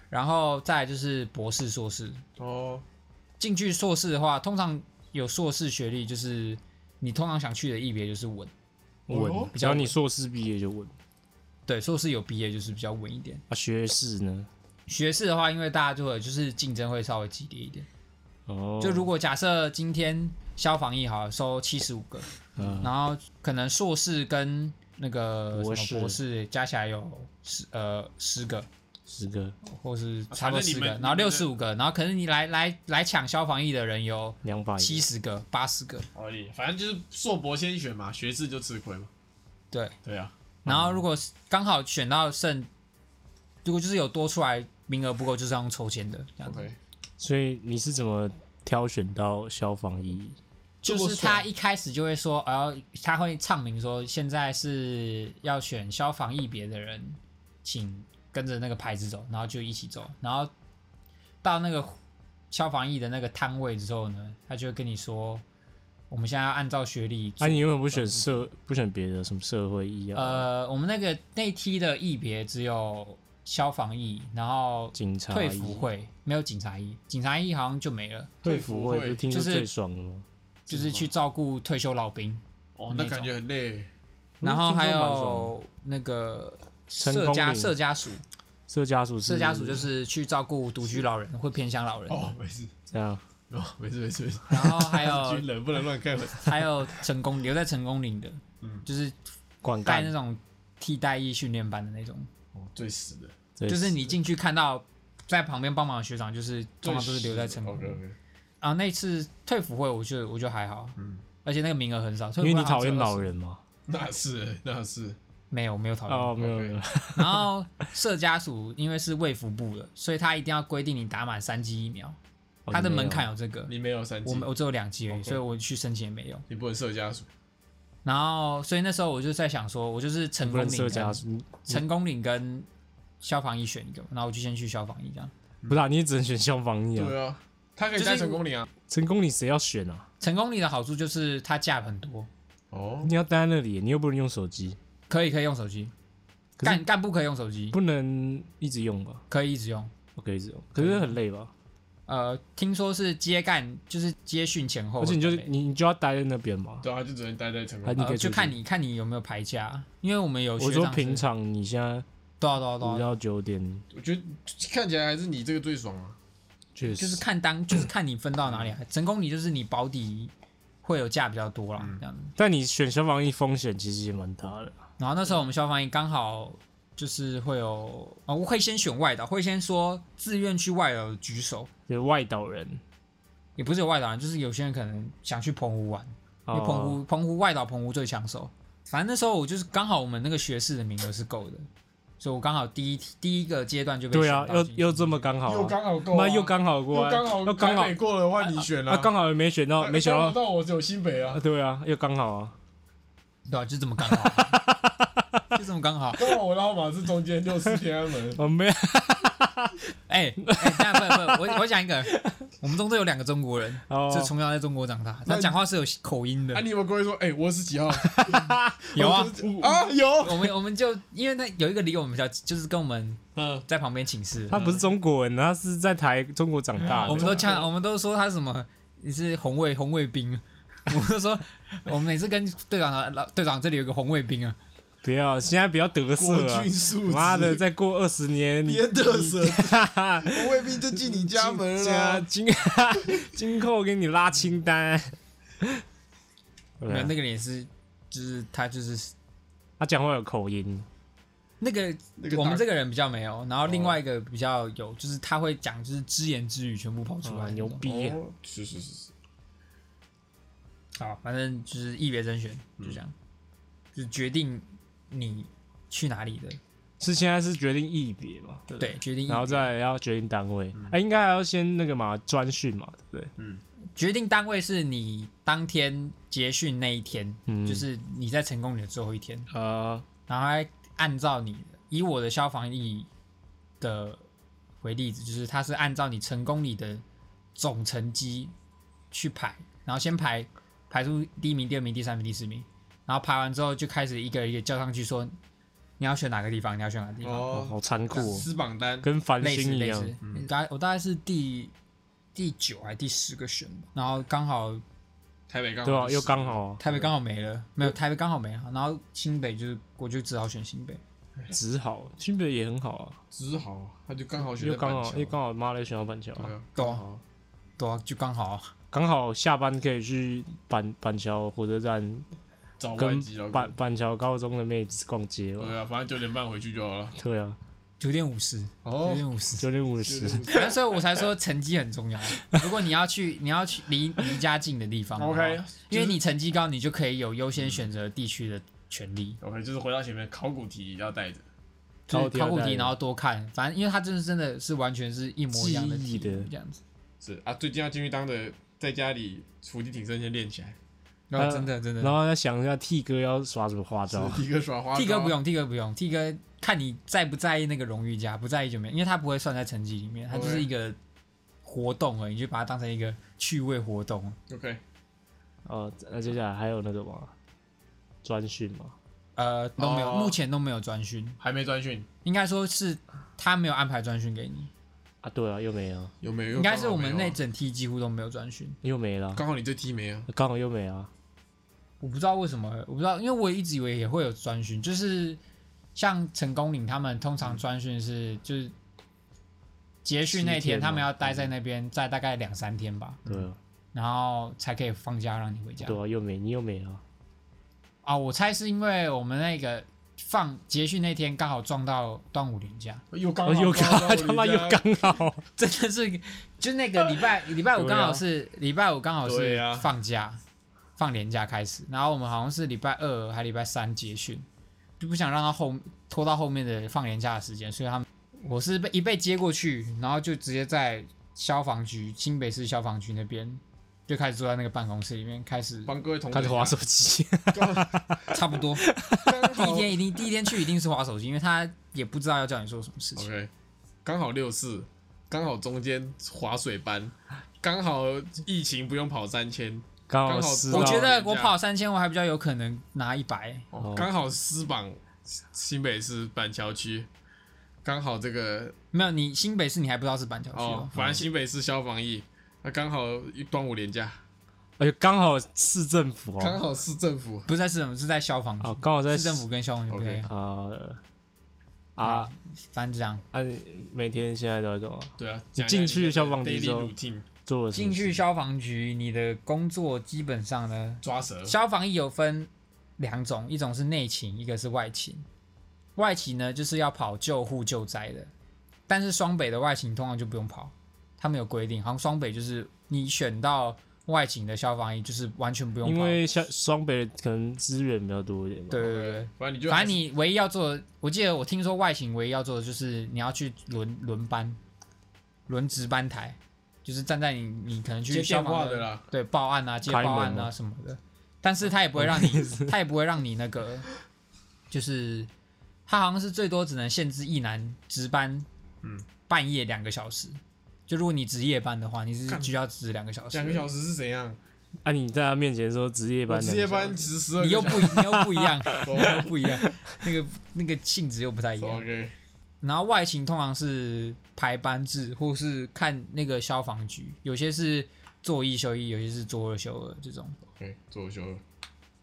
[SPEAKER 3] 然后再来就是博士、硕士，
[SPEAKER 1] 哦，
[SPEAKER 3] 进去硕士的话，通常有硕士学历，就是你通常想去的役别就是稳。哦
[SPEAKER 2] 稳，只要你硕士毕业就稳
[SPEAKER 3] 对，硕士有毕业就是比较稳一点。
[SPEAKER 2] 啊，学士呢？
[SPEAKER 3] 学士的话，因为大家就会就是竞争会稍微激烈一点。
[SPEAKER 2] 哦，
[SPEAKER 3] 就如果假设今天消防役好了收七十五个，
[SPEAKER 2] 嗯
[SPEAKER 3] 然后可能硕士跟那个
[SPEAKER 2] 博
[SPEAKER 3] 什么
[SPEAKER 2] 士
[SPEAKER 3] 博士加起来有十呃十个，
[SPEAKER 2] 十个
[SPEAKER 3] 或是差不多
[SPEAKER 1] 啊反正你
[SPEAKER 3] 十
[SPEAKER 1] 们
[SPEAKER 3] 个，
[SPEAKER 1] 你们
[SPEAKER 3] 然后
[SPEAKER 1] 的
[SPEAKER 3] 六十五个，然后可能你来来来抢消防役的人有
[SPEAKER 2] 两百嗯
[SPEAKER 3] 七十个、八十个，
[SPEAKER 1] 可以，反正就是硕博先选嘛，学士就吃亏嘛。
[SPEAKER 3] 对。
[SPEAKER 1] 对啊，
[SPEAKER 3] 然后如果是刚好选到剩，如果就是有多出来名额不够，就是要用抽签的这样子。
[SPEAKER 1] OK，
[SPEAKER 2] 所以你是怎么挑选到消防役？
[SPEAKER 3] 就是他一开始就会说，呃，他会唱明说，现在是要选消防役别的人，请跟着那个牌子走，然后就一起走，然后到那个消防役的那个摊位之后呢，他就会跟你说，我们现在要按照学历
[SPEAKER 2] 啊，
[SPEAKER 3] 做，
[SPEAKER 2] 你为什么不选社不选别的什么社会役啊？
[SPEAKER 3] 呃，我们那个那一梯的役别只有消防役，然后
[SPEAKER 2] 警察役
[SPEAKER 3] 退服会没有警察役，警察役好像就没了，
[SPEAKER 2] 退服会不是听说
[SPEAKER 3] 就是
[SPEAKER 2] 最爽的吗？
[SPEAKER 3] 就是去照顾退休老兵。
[SPEAKER 1] 哦，那感觉很累。
[SPEAKER 3] 然后还
[SPEAKER 2] 听说蛮爽
[SPEAKER 3] 有那个
[SPEAKER 2] 成
[SPEAKER 3] 社
[SPEAKER 2] 功嗯
[SPEAKER 3] 家
[SPEAKER 2] 岭
[SPEAKER 3] 社家属，
[SPEAKER 2] 社家属
[SPEAKER 3] 社家属就是是去照顾独居老人或偏乡老人，
[SPEAKER 1] 哦，没事，
[SPEAKER 2] 这样，
[SPEAKER 1] 哦，没事，没事，没事。
[SPEAKER 3] 然后还 有
[SPEAKER 1] 军人不能乱开门。哦
[SPEAKER 3] 还有成功留在成功岭的，
[SPEAKER 2] 嗯
[SPEAKER 3] 就是
[SPEAKER 2] 管
[SPEAKER 3] 带那
[SPEAKER 2] 干
[SPEAKER 3] 种替代役训练班的那种，
[SPEAKER 1] 哦，最死的，
[SPEAKER 2] 对
[SPEAKER 3] 就是你进去看到在旁边帮忙的学长，就是通常都是留在成功
[SPEAKER 1] OK
[SPEAKER 3] 岭。
[SPEAKER 1] 哦 OK，
[SPEAKER 3] 然后那次退辅会，我觉得我觉得还好，而且那个名额很少，退
[SPEAKER 2] 嗯因
[SPEAKER 3] 辅
[SPEAKER 2] 为
[SPEAKER 3] 会
[SPEAKER 2] 你
[SPEAKER 3] 好像
[SPEAKER 2] 讨厌
[SPEAKER 3] 只有
[SPEAKER 2] 老
[SPEAKER 3] 20，
[SPEAKER 2] 人嘛。
[SPEAKER 1] 那是那是，
[SPEAKER 3] 没有没有讨厌。
[SPEAKER 2] 哦，没有
[SPEAKER 1] OK
[SPEAKER 2] 没有，
[SPEAKER 3] 然后社家属因为是卫福部的，所以他一定要规定你打满三剂疫苗，
[SPEAKER 2] 哦
[SPEAKER 3] 它的
[SPEAKER 2] 你没有
[SPEAKER 3] 门槛有这个。
[SPEAKER 1] 你没有三
[SPEAKER 3] 我
[SPEAKER 1] 级
[SPEAKER 3] 们，我只有两剂而已，
[SPEAKER 1] OK
[SPEAKER 3] 所以我去申请也没有。
[SPEAKER 1] 你不能设家属。
[SPEAKER 3] 然后，所以那时候我就在想说，我就是成
[SPEAKER 2] 不
[SPEAKER 3] 功
[SPEAKER 2] 能
[SPEAKER 3] 岭
[SPEAKER 2] 社家
[SPEAKER 3] 跟
[SPEAKER 2] 属，你
[SPEAKER 3] 成功岭跟消防医选一个，然后我就先去消防医这样。
[SPEAKER 2] 不是啊？你也只能选消防役啊。
[SPEAKER 1] 对啊，他可以
[SPEAKER 3] 就是
[SPEAKER 1] 待成功岭啊。
[SPEAKER 2] 成功你谁要选啊？
[SPEAKER 3] 成功岭的好处就是它价很多，
[SPEAKER 1] 哦，
[SPEAKER 2] 你要待在那里，你又不能用手机，
[SPEAKER 3] 可以可以用手机，
[SPEAKER 2] 可是
[SPEAKER 3] 干干部可以用手机，
[SPEAKER 2] 不能一直用吧？
[SPEAKER 3] 可以一直用。
[SPEAKER 2] 我可以一直用，可是很累吧？
[SPEAKER 3] 呃，听说是接干就是接训前后
[SPEAKER 2] 而
[SPEAKER 3] 会
[SPEAKER 2] 且
[SPEAKER 3] 哦很
[SPEAKER 2] 你
[SPEAKER 3] 累，
[SPEAKER 2] 就是你你就要待在那边嘛。
[SPEAKER 1] 对啊，就只能待在成功
[SPEAKER 2] 还
[SPEAKER 1] 岭。
[SPEAKER 2] 你可以
[SPEAKER 3] 呃就
[SPEAKER 2] 出去
[SPEAKER 3] 看你看你有没有排假，因为我们有
[SPEAKER 2] 我
[SPEAKER 3] 学
[SPEAKER 2] 说
[SPEAKER 3] 长是
[SPEAKER 2] 平常你现在
[SPEAKER 3] 对啊对啊对
[SPEAKER 2] 五
[SPEAKER 3] 啊，
[SPEAKER 2] 到九点，
[SPEAKER 1] 我觉得看起来还是你这个最爽啊。
[SPEAKER 2] 确实
[SPEAKER 3] 就是 看当就是看你分到哪里啊，成功岭就是你保底会有价比较
[SPEAKER 2] 嗯
[SPEAKER 3] 多啦，这样子。
[SPEAKER 2] 但你选消防役风险其实也蛮大的。
[SPEAKER 3] 然后那时候我们消防营刚好就是会有，哦，我会先选外岛，会先说自愿去外岛的举手，
[SPEAKER 2] 就是外岛人，
[SPEAKER 3] 也不是有外岛人，就是有些人可能想去澎湖玩，因为
[SPEAKER 2] 哦
[SPEAKER 3] 澎湖澎湖外岛澎湖最抢手。反正那时候我就是刚好我们那个学士的名额是够的，所以我刚好第一第一个阶段就被
[SPEAKER 2] 对啊，
[SPEAKER 3] 选到
[SPEAKER 2] 又
[SPEAKER 3] 进去
[SPEAKER 2] 又这么刚好、啊，
[SPEAKER 1] 好够
[SPEAKER 2] 妈又刚好过啊，又刚好
[SPEAKER 1] 台北过了的话，你选了。
[SPEAKER 2] 啊，
[SPEAKER 1] 啊
[SPEAKER 2] 刚好也没选到，没选到，
[SPEAKER 1] 到我只有新北啊
[SPEAKER 2] 啊，。对啊，又刚好啊，
[SPEAKER 3] 对啊，就这么刚好，啊 就这么刚好。
[SPEAKER 1] 刚好我的号码是中间六四天安门。
[SPEAKER 3] 哦
[SPEAKER 2] 我没有，
[SPEAKER 3] 哎、哎，等一下不不，我我讲一个，我们中队有两个中国人，
[SPEAKER 2] 哦
[SPEAKER 3] 是从小在中国长大，
[SPEAKER 1] 那
[SPEAKER 3] 他
[SPEAKER 1] 你
[SPEAKER 3] 讲话是有口音
[SPEAKER 1] 啊，
[SPEAKER 3] 的，
[SPEAKER 1] 你有没有跟我说，哎，我是 几号？
[SPEAKER 3] 有啊
[SPEAKER 1] 我。是几啊，有。
[SPEAKER 3] 我们我们就因为那有一个离我们比较，就是跟我们
[SPEAKER 1] 嗯，
[SPEAKER 3] 在旁边寝室，
[SPEAKER 2] 他不是中国人，他是在台中国长大的，
[SPEAKER 3] 我们都呛，我们都说他什么你是红卫红卫兵，我们都说我们每次跟队长说老队长这里有个红卫兵啊，
[SPEAKER 2] 不要，现在不要得瑟
[SPEAKER 1] 国
[SPEAKER 2] 啊
[SPEAKER 1] 军！数
[SPEAKER 2] 妈的，再过二十年，你
[SPEAKER 1] 别得瑟，
[SPEAKER 2] 哈哈，
[SPEAKER 1] 红卫兵就进你家门了
[SPEAKER 2] 加
[SPEAKER 1] 啦。
[SPEAKER 2] 今今后给你拉清单。
[SPEAKER 1] 啊
[SPEAKER 2] 啊
[SPEAKER 3] 没有那个人也是，就是他就是
[SPEAKER 2] 他讲话有口音，
[SPEAKER 3] 那个
[SPEAKER 1] 那个
[SPEAKER 3] 我们
[SPEAKER 1] 大哦
[SPEAKER 3] 这个人比较没有，然后另外一个比较有，就是他会讲，就是只言只语全部跑出来
[SPEAKER 2] 啊，
[SPEAKER 3] 那种，
[SPEAKER 2] 牛逼啊！
[SPEAKER 1] 哦，是是是是，
[SPEAKER 3] 好，反正就是一别甄选，就这样，就是决定你去哪里的，
[SPEAKER 2] 是现在是决定异别嘛？对不
[SPEAKER 3] 对，决定
[SPEAKER 2] 然后
[SPEAKER 3] 一别嗯
[SPEAKER 2] 再来要决定单位，哎、应该还要先那个嘛专训嘛，对不对？
[SPEAKER 3] 决定单位是你当天结训那一天，
[SPEAKER 2] 嗯
[SPEAKER 3] 就是你在成功你的最后一天，
[SPEAKER 2] 呃，
[SPEAKER 3] 然后还按照你以我的消防役的为例子，就是它是按照你成功你的总成绩去排，然后先排排出第一名、第二名、第三名、第四名，然后排完之后就开始一个一个叫上去说你要选哪个地方，你要选哪个地方，
[SPEAKER 2] 哦，
[SPEAKER 1] 哦，
[SPEAKER 2] 好残酷、哦，
[SPEAKER 1] 撕榜单，
[SPEAKER 2] 跟繁
[SPEAKER 3] 类似
[SPEAKER 2] 星一
[SPEAKER 3] 类
[SPEAKER 2] 样嗯
[SPEAKER 3] 似。大概我大概是第第九还是第十个选吧，然后刚好
[SPEAKER 1] 台北刚好
[SPEAKER 2] 对吧、
[SPEAKER 1] 就是
[SPEAKER 2] 又刚好啊
[SPEAKER 3] 台北刚好没了，没有台北刚好没了，然后新北就是我就只好选新北。
[SPEAKER 2] 只好，新北也很好啊，
[SPEAKER 1] 只好，他就刚好选
[SPEAKER 2] 又
[SPEAKER 1] 在板
[SPEAKER 2] 刚
[SPEAKER 1] 桥
[SPEAKER 2] 好又刚好妈的选到板桥啊，
[SPEAKER 1] 对啊，
[SPEAKER 3] 对啊
[SPEAKER 1] 刚好
[SPEAKER 3] 对啊，就刚好啊，
[SPEAKER 2] 刚好下班可以去板板桥火车站
[SPEAKER 1] 找外啊
[SPEAKER 2] 跟
[SPEAKER 1] 籍老
[SPEAKER 2] 板
[SPEAKER 1] 板，
[SPEAKER 2] 板桥高中的妹子逛街嘛。
[SPEAKER 1] 对啊，反正九点半回去就好了。
[SPEAKER 2] 对啊，
[SPEAKER 3] 九点五十，九
[SPEAKER 1] 哦，
[SPEAKER 3] 点五十。
[SPEAKER 2] 九点五十，
[SPEAKER 3] 反正所以我才说成绩很重要。如果你要去，你要去离离家近的地方
[SPEAKER 1] OK
[SPEAKER 3] 因为你成绩高，你就可以有优先选择地区的权
[SPEAKER 2] 嗯
[SPEAKER 3] 利。
[SPEAKER 1] OK，就是回到前面考古题要带着，
[SPEAKER 3] 就是考古
[SPEAKER 2] 高第
[SPEAKER 3] 题，
[SPEAKER 2] 二代
[SPEAKER 3] 然后多看，反正因为它真的真的是完全是一模一样的
[SPEAKER 2] 记忆
[SPEAKER 3] 题
[SPEAKER 2] 的
[SPEAKER 3] 这样子。
[SPEAKER 1] 是啊，最近要进去当的，在家里伏地挺身先练起来，
[SPEAKER 3] 然后
[SPEAKER 2] 呃
[SPEAKER 3] 哦真的真
[SPEAKER 2] 然
[SPEAKER 3] 的
[SPEAKER 2] 后再想一下 T 哥要耍什么花招，
[SPEAKER 1] 啊是 T 哥耍花招
[SPEAKER 3] ，T 哥不，用，T 哥不用，T 哥看你在不在意那个荣誉加，不在意就没，因为他不会算在成绩里面，他就是一个活动而已，你就把它当成一个趣味活动。
[SPEAKER 1] OK，
[SPEAKER 2] 哦，那接下来还有那个嘛，专训嘛，
[SPEAKER 3] 呃，都没有，
[SPEAKER 1] 哦
[SPEAKER 3] 目前都没有专训，
[SPEAKER 1] 还没专训，
[SPEAKER 3] 应该说是他没有安排专训给你，
[SPEAKER 2] 啊，对啊，又没了，
[SPEAKER 1] 有没有？啊
[SPEAKER 3] 应该是我们那
[SPEAKER 1] 那
[SPEAKER 3] 整梯几乎都没有专训。
[SPEAKER 2] 又没了，
[SPEAKER 1] 刚好你这题没有，啊
[SPEAKER 2] 刚好又没啊了，
[SPEAKER 3] 我不知道为什么，我不知道，因为我一直以为也会有专训，就是像成功岭他们通常专训是就是结训那
[SPEAKER 2] 七天
[SPEAKER 1] 啊
[SPEAKER 3] 天，
[SPEAKER 2] 嘛
[SPEAKER 3] 他们要
[SPEAKER 1] 嗯
[SPEAKER 3] 待在那边再大概两三天吧，
[SPEAKER 2] 对啊，
[SPEAKER 3] 然后才可以放假让你回家。
[SPEAKER 2] 对啊，又没你又没了，
[SPEAKER 3] 啊，我猜是因为我们那个放结训那天刚好撞到端午连假，
[SPEAKER 1] 又刚
[SPEAKER 2] 哦
[SPEAKER 1] 好
[SPEAKER 2] 又刚
[SPEAKER 1] 好
[SPEAKER 2] 他妈又刚好，
[SPEAKER 3] 真的是，就那个 礼拜礼拜五刚好是礼、拜五刚好
[SPEAKER 1] 啊对
[SPEAKER 3] 是
[SPEAKER 1] 啊
[SPEAKER 3] 放假，放年假开始，然后我们好像是礼拜二还礼拜三结训，就不想让他后拖到后面的放年假的时间，所以他们我是被一被接过去，然后就直接在消防局新北市消防局那边就开始坐在那个办公室里面开始，
[SPEAKER 1] 帮各位同学
[SPEAKER 2] 开 始划手机，
[SPEAKER 3] 差不多第一天一定第一天去一定是划手机，因为他也不知道要叫你做什么事情，
[SPEAKER 1] OK，刚好六四，刚好中间划水班，刚好疫情不用跑三千，
[SPEAKER 2] 刚好
[SPEAKER 1] 刚好
[SPEAKER 2] 撕
[SPEAKER 1] 知
[SPEAKER 2] 到
[SPEAKER 3] 我
[SPEAKER 1] 道
[SPEAKER 3] 觉得
[SPEAKER 1] 人家
[SPEAKER 3] 我跑三千我还比较有可能拿一百。
[SPEAKER 2] 哦
[SPEAKER 1] 刚好私榜新北市板桥区，刚好这个
[SPEAKER 3] 没有，你新北市你还不知道是板桥区
[SPEAKER 1] 哦
[SPEAKER 3] 哦，，
[SPEAKER 1] 反正新北市消防疫，那刚好一端午连假，
[SPEAKER 2] 而且哎刚好市政府
[SPEAKER 1] 刚
[SPEAKER 2] 哦，
[SPEAKER 1] 好市政府
[SPEAKER 3] 不是在市政府，是在消防
[SPEAKER 2] 哦，
[SPEAKER 3] 局。
[SPEAKER 2] 刚好在
[SPEAKER 3] 市政府跟消防局不一样，
[SPEAKER 2] 啊啊
[SPEAKER 3] 反正这样。
[SPEAKER 2] 啊！每天现在都在干嘛？
[SPEAKER 1] 对啊，
[SPEAKER 2] 你进去消防局
[SPEAKER 1] daily
[SPEAKER 2] 之后
[SPEAKER 1] routine
[SPEAKER 2] 做了什么
[SPEAKER 3] 进去
[SPEAKER 2] 事
[SPEAKER 3] 消防局，你的工作基本上呢，
[SPEAKER 1] 抓蛇，
[SPEAKER 3] 消防役有分两种，一种是内勤，一个是外勤。外勤呢，就是要跑救护救灾的，但是双北的外勤通常就不用跑，他们有规定，好像双北就是你选到外勤的消防役，就是完全不用跑。
[SPEAKER 2] 因为像双北可能资源比较多一点嘛。
[SPEAKER 3] 对对对对
[SPEAKER 1] 对，反正你就
[SPEAKER 3] 反正你唯一要做的，我记得我听说外勤唯一要做的就是你要去轮轮班，轮值班台，就是站在你你可能
[SPEAKER 1] 接
[SPEAKER 3] 去消
[SPEAKER 1] 电
[SPEAKER 3] 防
[SPEAKER 1] 话的啦，
[SPEAKER 3] 对报案啊、接
[SPEAKER 2] 开
[SPEAKER 3] 报
[SPEAKER 2] 门
[SPEAKER 3] 案
[SPEAKER 2] 吗
[SPEAKER 3] 啊什么的，但是他也不会让你，他也不会让你那个，就是他好像是最多只能限制一男值班，
[SPEAKER 1] 嗯，
[SPEAKER 3] 半夜两个小时。就如果你值夜班的话，你是
[SPEAKER 1] 干
[SPEAKER 3] 就要值两个小时，
[SPEAKER 1] 两个小时是怎样？
[SPEAKER 2] 啊，你在他面前说值夜班
[SPEAKER 1] 我
[SPEAKER 2] 两
[SPEAKER 1] 值夜
[SPEAKER 2] 个小时，
[SPEAKER 1] 班值十二个
[SPEAKER 3] 你又
[SPEAKER 1] 小
[SPEAKER 3] 不你又不一样，
[SPEAKER 1] 时
[SPEAKER 3] 你又不一样，那个那个性质又不太一样。
[SPEAKER 1] ，OK，
[SPEAKER 3] 然后外勤通常是排班制，或是看那个消防局，有些是做一休一，有些是做二休二这种。
[SPEAKER 1] OK，做休了，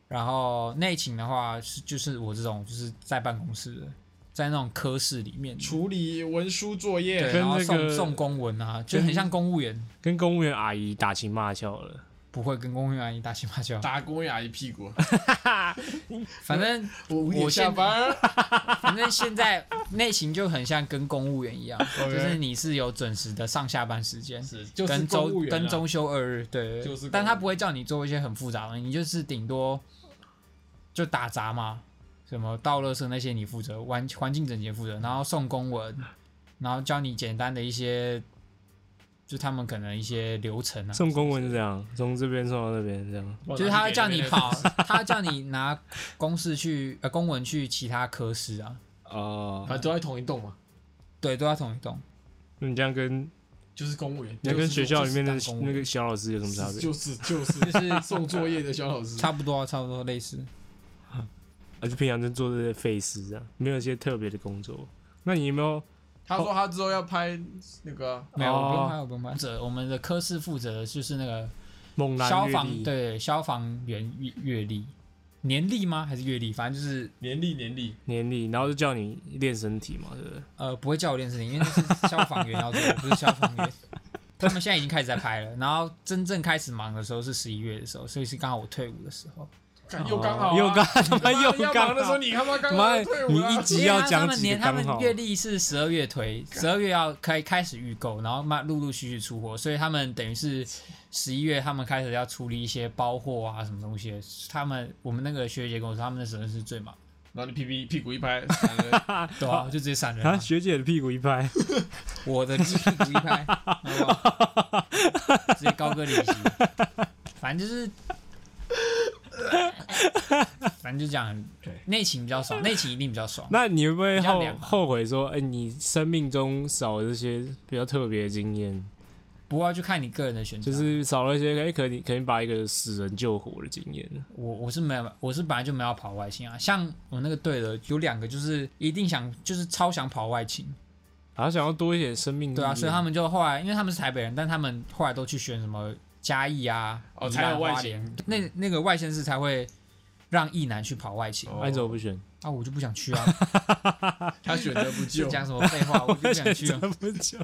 [SPEAKER 3] 然后内勤的话是就是我这种就是在办公室的，在那种科室里面的，
[SPEAKER 1] 处理文书作
[SPEAKER 3] 对，
[SPEAKER 1] 业，
[SPEAKER 2] 跟
[SPEAKER 3] 然后
[SPEAKER 2] 那
[SPEAKER 3] 送
[SPEAKER 2] 个
[SPEAKER 3] 送公文啊，就很像公务员。
[SPEAKER 2] 跟公务员阿姨打情骂俏了。
[SPEAKER 3] 不会跟公务员阿姨打情骂俏，
[SPEAKER 1] 打公阿姨屁股，
[SPEAKER 3] 反正
[SPEAKER 1] 我五点
[SPEAKER 3] 我现
[SPEAKER 1] 下班儿，
[SPEAKER 3] 反正现在内勤就很像跟公务 员一样，就
[SPEAKER 1] OK
[SPEAKER 3] 是你是有准时的上下班时间，
[SPEAKER 1] 是就是
[SPEAKER 3] 跟
[SPEAKER 1] 公
[SPEAKER 3] 周
[SPEAKER 1] 务员啊
[SPEAKER 3] 跟周休二日，对对对，
[SPEAKER 1] 就是公务员
[SPEAKER 3] 但他不会叫你做一些很复杂的，你就是顶多就打杂嘛，什么倒垃圾那些你负责，环环境整洁负责，然后送公文，然后教你简单的一些，就他们可能一些流程啊，
[SPEAKER 2] 送公文是这样，从这边送到那边这样。
[SPEAKER 3] 就是他会叫你跑， 他会叫你拿公事去呃公文去其他科室啊，
[SPEAKER 2] 哦
[SPEAKER 1] 反，正都在同一栋嘛，
[SPEAKER 3] 对，都要同一栋。
[SPEAKER 2] 那你这样跟
[SPEAKER 1] 就是公务员，
[SPEAKER 2] 你要跟学校里面的
[SPEAKER 3] 就是当公务
[SPEAKER 2] 那
[SPEAKER 3] 员
[SPEAKER 2] 个小老师有什么差别？
[SPEAKER 1] 就是就是
[SPEAKER 3] 就
[SPEAKER 1] 就是是送作业的小老师，
[SPEAKER 3] 差不多啊，差不多类似。
[SPEAKER 2] 啊，就平常就做这些废事这样，没有一些特别的工作。那你有没有？
[SPEAKER 1] 他说他之后要拍那个啊
[SPEAKER 3] 没有，我不用
[SPEAKER 2] 哦
[SPEAKER 3] 拍，我不用拍。这我们的科室负责的就是那个
[SPEAKER 2] 猛男
[SPEAKER 3] 消
[SPEAKER 2] 阅
[SPEAKER 3] 防
[SPEAKER 2] 历，
[SPEAKER 3] 对消防员阅阅历，年历吗？还是阅历？反正就是
[SPEAKER 1] 年历年历，
[SPEAKER 2] 年历，然后就叫你练身体嘛，对不对？
[SPEAKER 3] 呃，不会叫我练事情，因为那是消防员要做，我不是消防员。他们现在已经开始在拍了，然后真正开始忙的时候是十一月的时候，所以是刚好我退伍的时候。
[SPEAKER 1] 干又刚好啊
[SPEAKER 2] 哦又刚他妈又
[SPEAKER 1] 要
[SPEAKER 2] 刚
[SPEAKER 1] 忙的时
[SPEAKER 2] 好
[SPEAKER 1] 候，你他妈刚
[SPEAKER 2] 妈
[SPEAKER 1] 好退伍了
[SPEAKER 2] 你一
[SPEAKER 1] 啊，
[SPEAKER 2] 集
[SPEAKER 3] 因为
[SPEAKER 2] 要
[SPEAKER 3] 他
[SPEAKER 2] 讲
[SPEAKER 3] 们
[SPEAKER 2] 几
[SPEAKER 3] 年
[SPEAKER 2] 个
[SPEAKER 3] 他
[SPEAKER 2] 刚
[SPEAKER 3] 们
[SPEAKER 2] 好。
[SPEAKER 3] 月历是十二月推，十二月要开开始预购，然后慢陆陆续续出货，所以他们等于是十一月他们开始要处理一些包货啊什么东西的。他们我们那个学姐跟我说，他们那时候是最忙，
[SPEAKER 1] 然后你屁屁屁股一拍，闪了
[SPEAKER 3] 对啊，就直接闪人、
[SPEAKER 2] 啊，
[SPEAKER 3] 啊。
[SPEAKER 2] 学姐的屁股一拍，
[SPEAKER 3] 我的屁股一 拍，好不好？直接高歌离席，反正就是。反正就这样
[SPEAKER 1] 对，
[SPEAKER 3] 内勤比 较爽，内勤一定比较爽。
[SPEAKER 2] 那你会不会
[SPEAKER 3] 比较
[SPEAKER 2] 后
[SPEAKER 3] 凉啊
[SPEAKER 2] 后悔说，哎、你生命中少了这些比较特别的经验，
[SPEAKER 3] 不过就看你个人的选择，
[SPEAKER 2] 就是少了一些，哎、可你可能把一个死人救活的经验，
[SPEAKER 3] 我我是没有，我是本来就没有跑外勤啊。像我那个队的有两个，就是一定想，就是超想跑外勤，
[SPEAKER 2] 然后想要多一点生命。
[SPEAKER 3] 对
[SPEAKER 1] 嗯
[SPEAKER 3] 啊，所以他。们就后来，因为他们是台北人，但他们后来都去选什么嘉义啊，
[SPEAKER 1] 哦
[SPEAKER 3] 宜兰
[SPEAKER 1] 才有外
[SPEAKER 3] 花
[SPEAKER 1] 勤
[SPEAKER 3] 莲那那个外县市才会让意男去跑外勤、
[SPEAKER 1] 哦
[SPEAKER 2] 那你怎么不选？
[SPEAKER 3] 啊，我就不想去啊，
[SPEAKER 1] 他选择不救
[SPEAKER 3] 就，讲什么 废话，我就不想去
[SPEAKER 2] 选
[SPEAKER 3] 啊。
[SPEAKER 2] 择不久，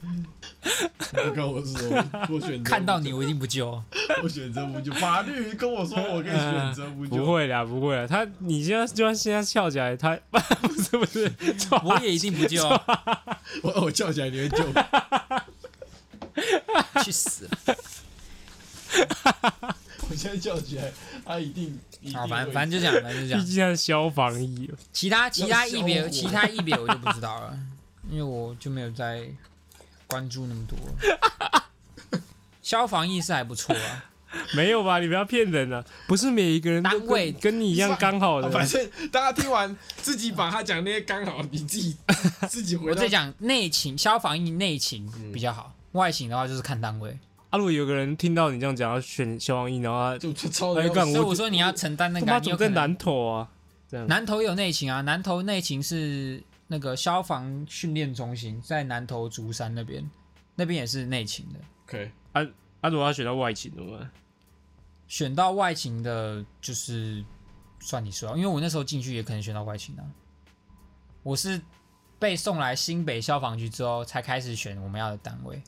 [SPEAKER 1] 不跟我说，我选择
[SPEAKER 3] 看到你，我一定不救。
[SPEAKER 1] 我选择不救，法律跟我说我可以选择不
[SPEAKER 2] 呃不
[SPEAKER 1] 救，
[SPEAKER 2] 会啦，不会啦。他，你现在就算现在笑起来，他 不是不 是，
[SPEAKER 3] 我也一定不救，啊
[SPEAKER 1] 我我叫起来你会救我，
[SPEAKER 3] 去 死！
[SPEAKER 1] 我现在叫起来，他一定一定
[SPEAKER 3] 好，
[SPEAKER 1] 会
[SPEAKER 3] 啊反正反正就这样，反正就这
[SPEAKER 2] 毕
[SPEAKER 3] 样。
[SPEAKER 2] 竟他是消防衣，
[SPEAKER 3] 其他其他一
[SPEAKER 1] 要
[SPEAKER 3] 别
[SPEAKER 1] 笑我
[SPEAKER 3] 其他一别我就不知道了，因为我就没有在关注那么多。 消防意识还不错啊，
[SPEAKER 2] 没有吧？你不要骗人了，不是每一个人都
[SPEAKER 3] 单位
[SPEAKER 2] 跟跟你一啊样刚好的。
[SPEAKER 1] 啊反正大家听完自己把他讲那些刚好，你 自己自己回
[SPEAKER 3] 我
[SPEAKER 1] 到
[SPEAKER 3] 在讲内勤，消防意内勤比较好，外勤的话就是看单位。
[SPEAKER 2] 啊，如果有个人听到你这样讲，要选消防衣，然后他
[SPEAKER 1] 就就超
[SPEAKER 2] 哎
[SPEAKER 1] 的
[SPEAKER 2] 干
[SPEAKER 3] 所以我说你要承担那
[SPEAKER 2] 他
[SPEAKER 3] 个啊，
[SPEAKER 2] 妈
[SPEAKER 3] 你
[SPEAKER 2] 总
[SPEAKER 3] 有
[SPEAKER 2] 在
[SPEAKER 3] 可能
[SPEAKER 2] 南投啊，这样
[SPEAKER 3] 南投也有内勤啊，南投内勤是那个消防训练中心，在南投竹山那边，那边也是内勤的。
[SPEAKER 1] 可以，
[SPEAKER 2] 啊，如果要选到外勤怎么办？
[SPEAKER 3] 选到外勤的，就是算你输了，因为我那时候进去也可能选到外勤啊。我是被送来新北消防局之后，才开始选我们要的单位。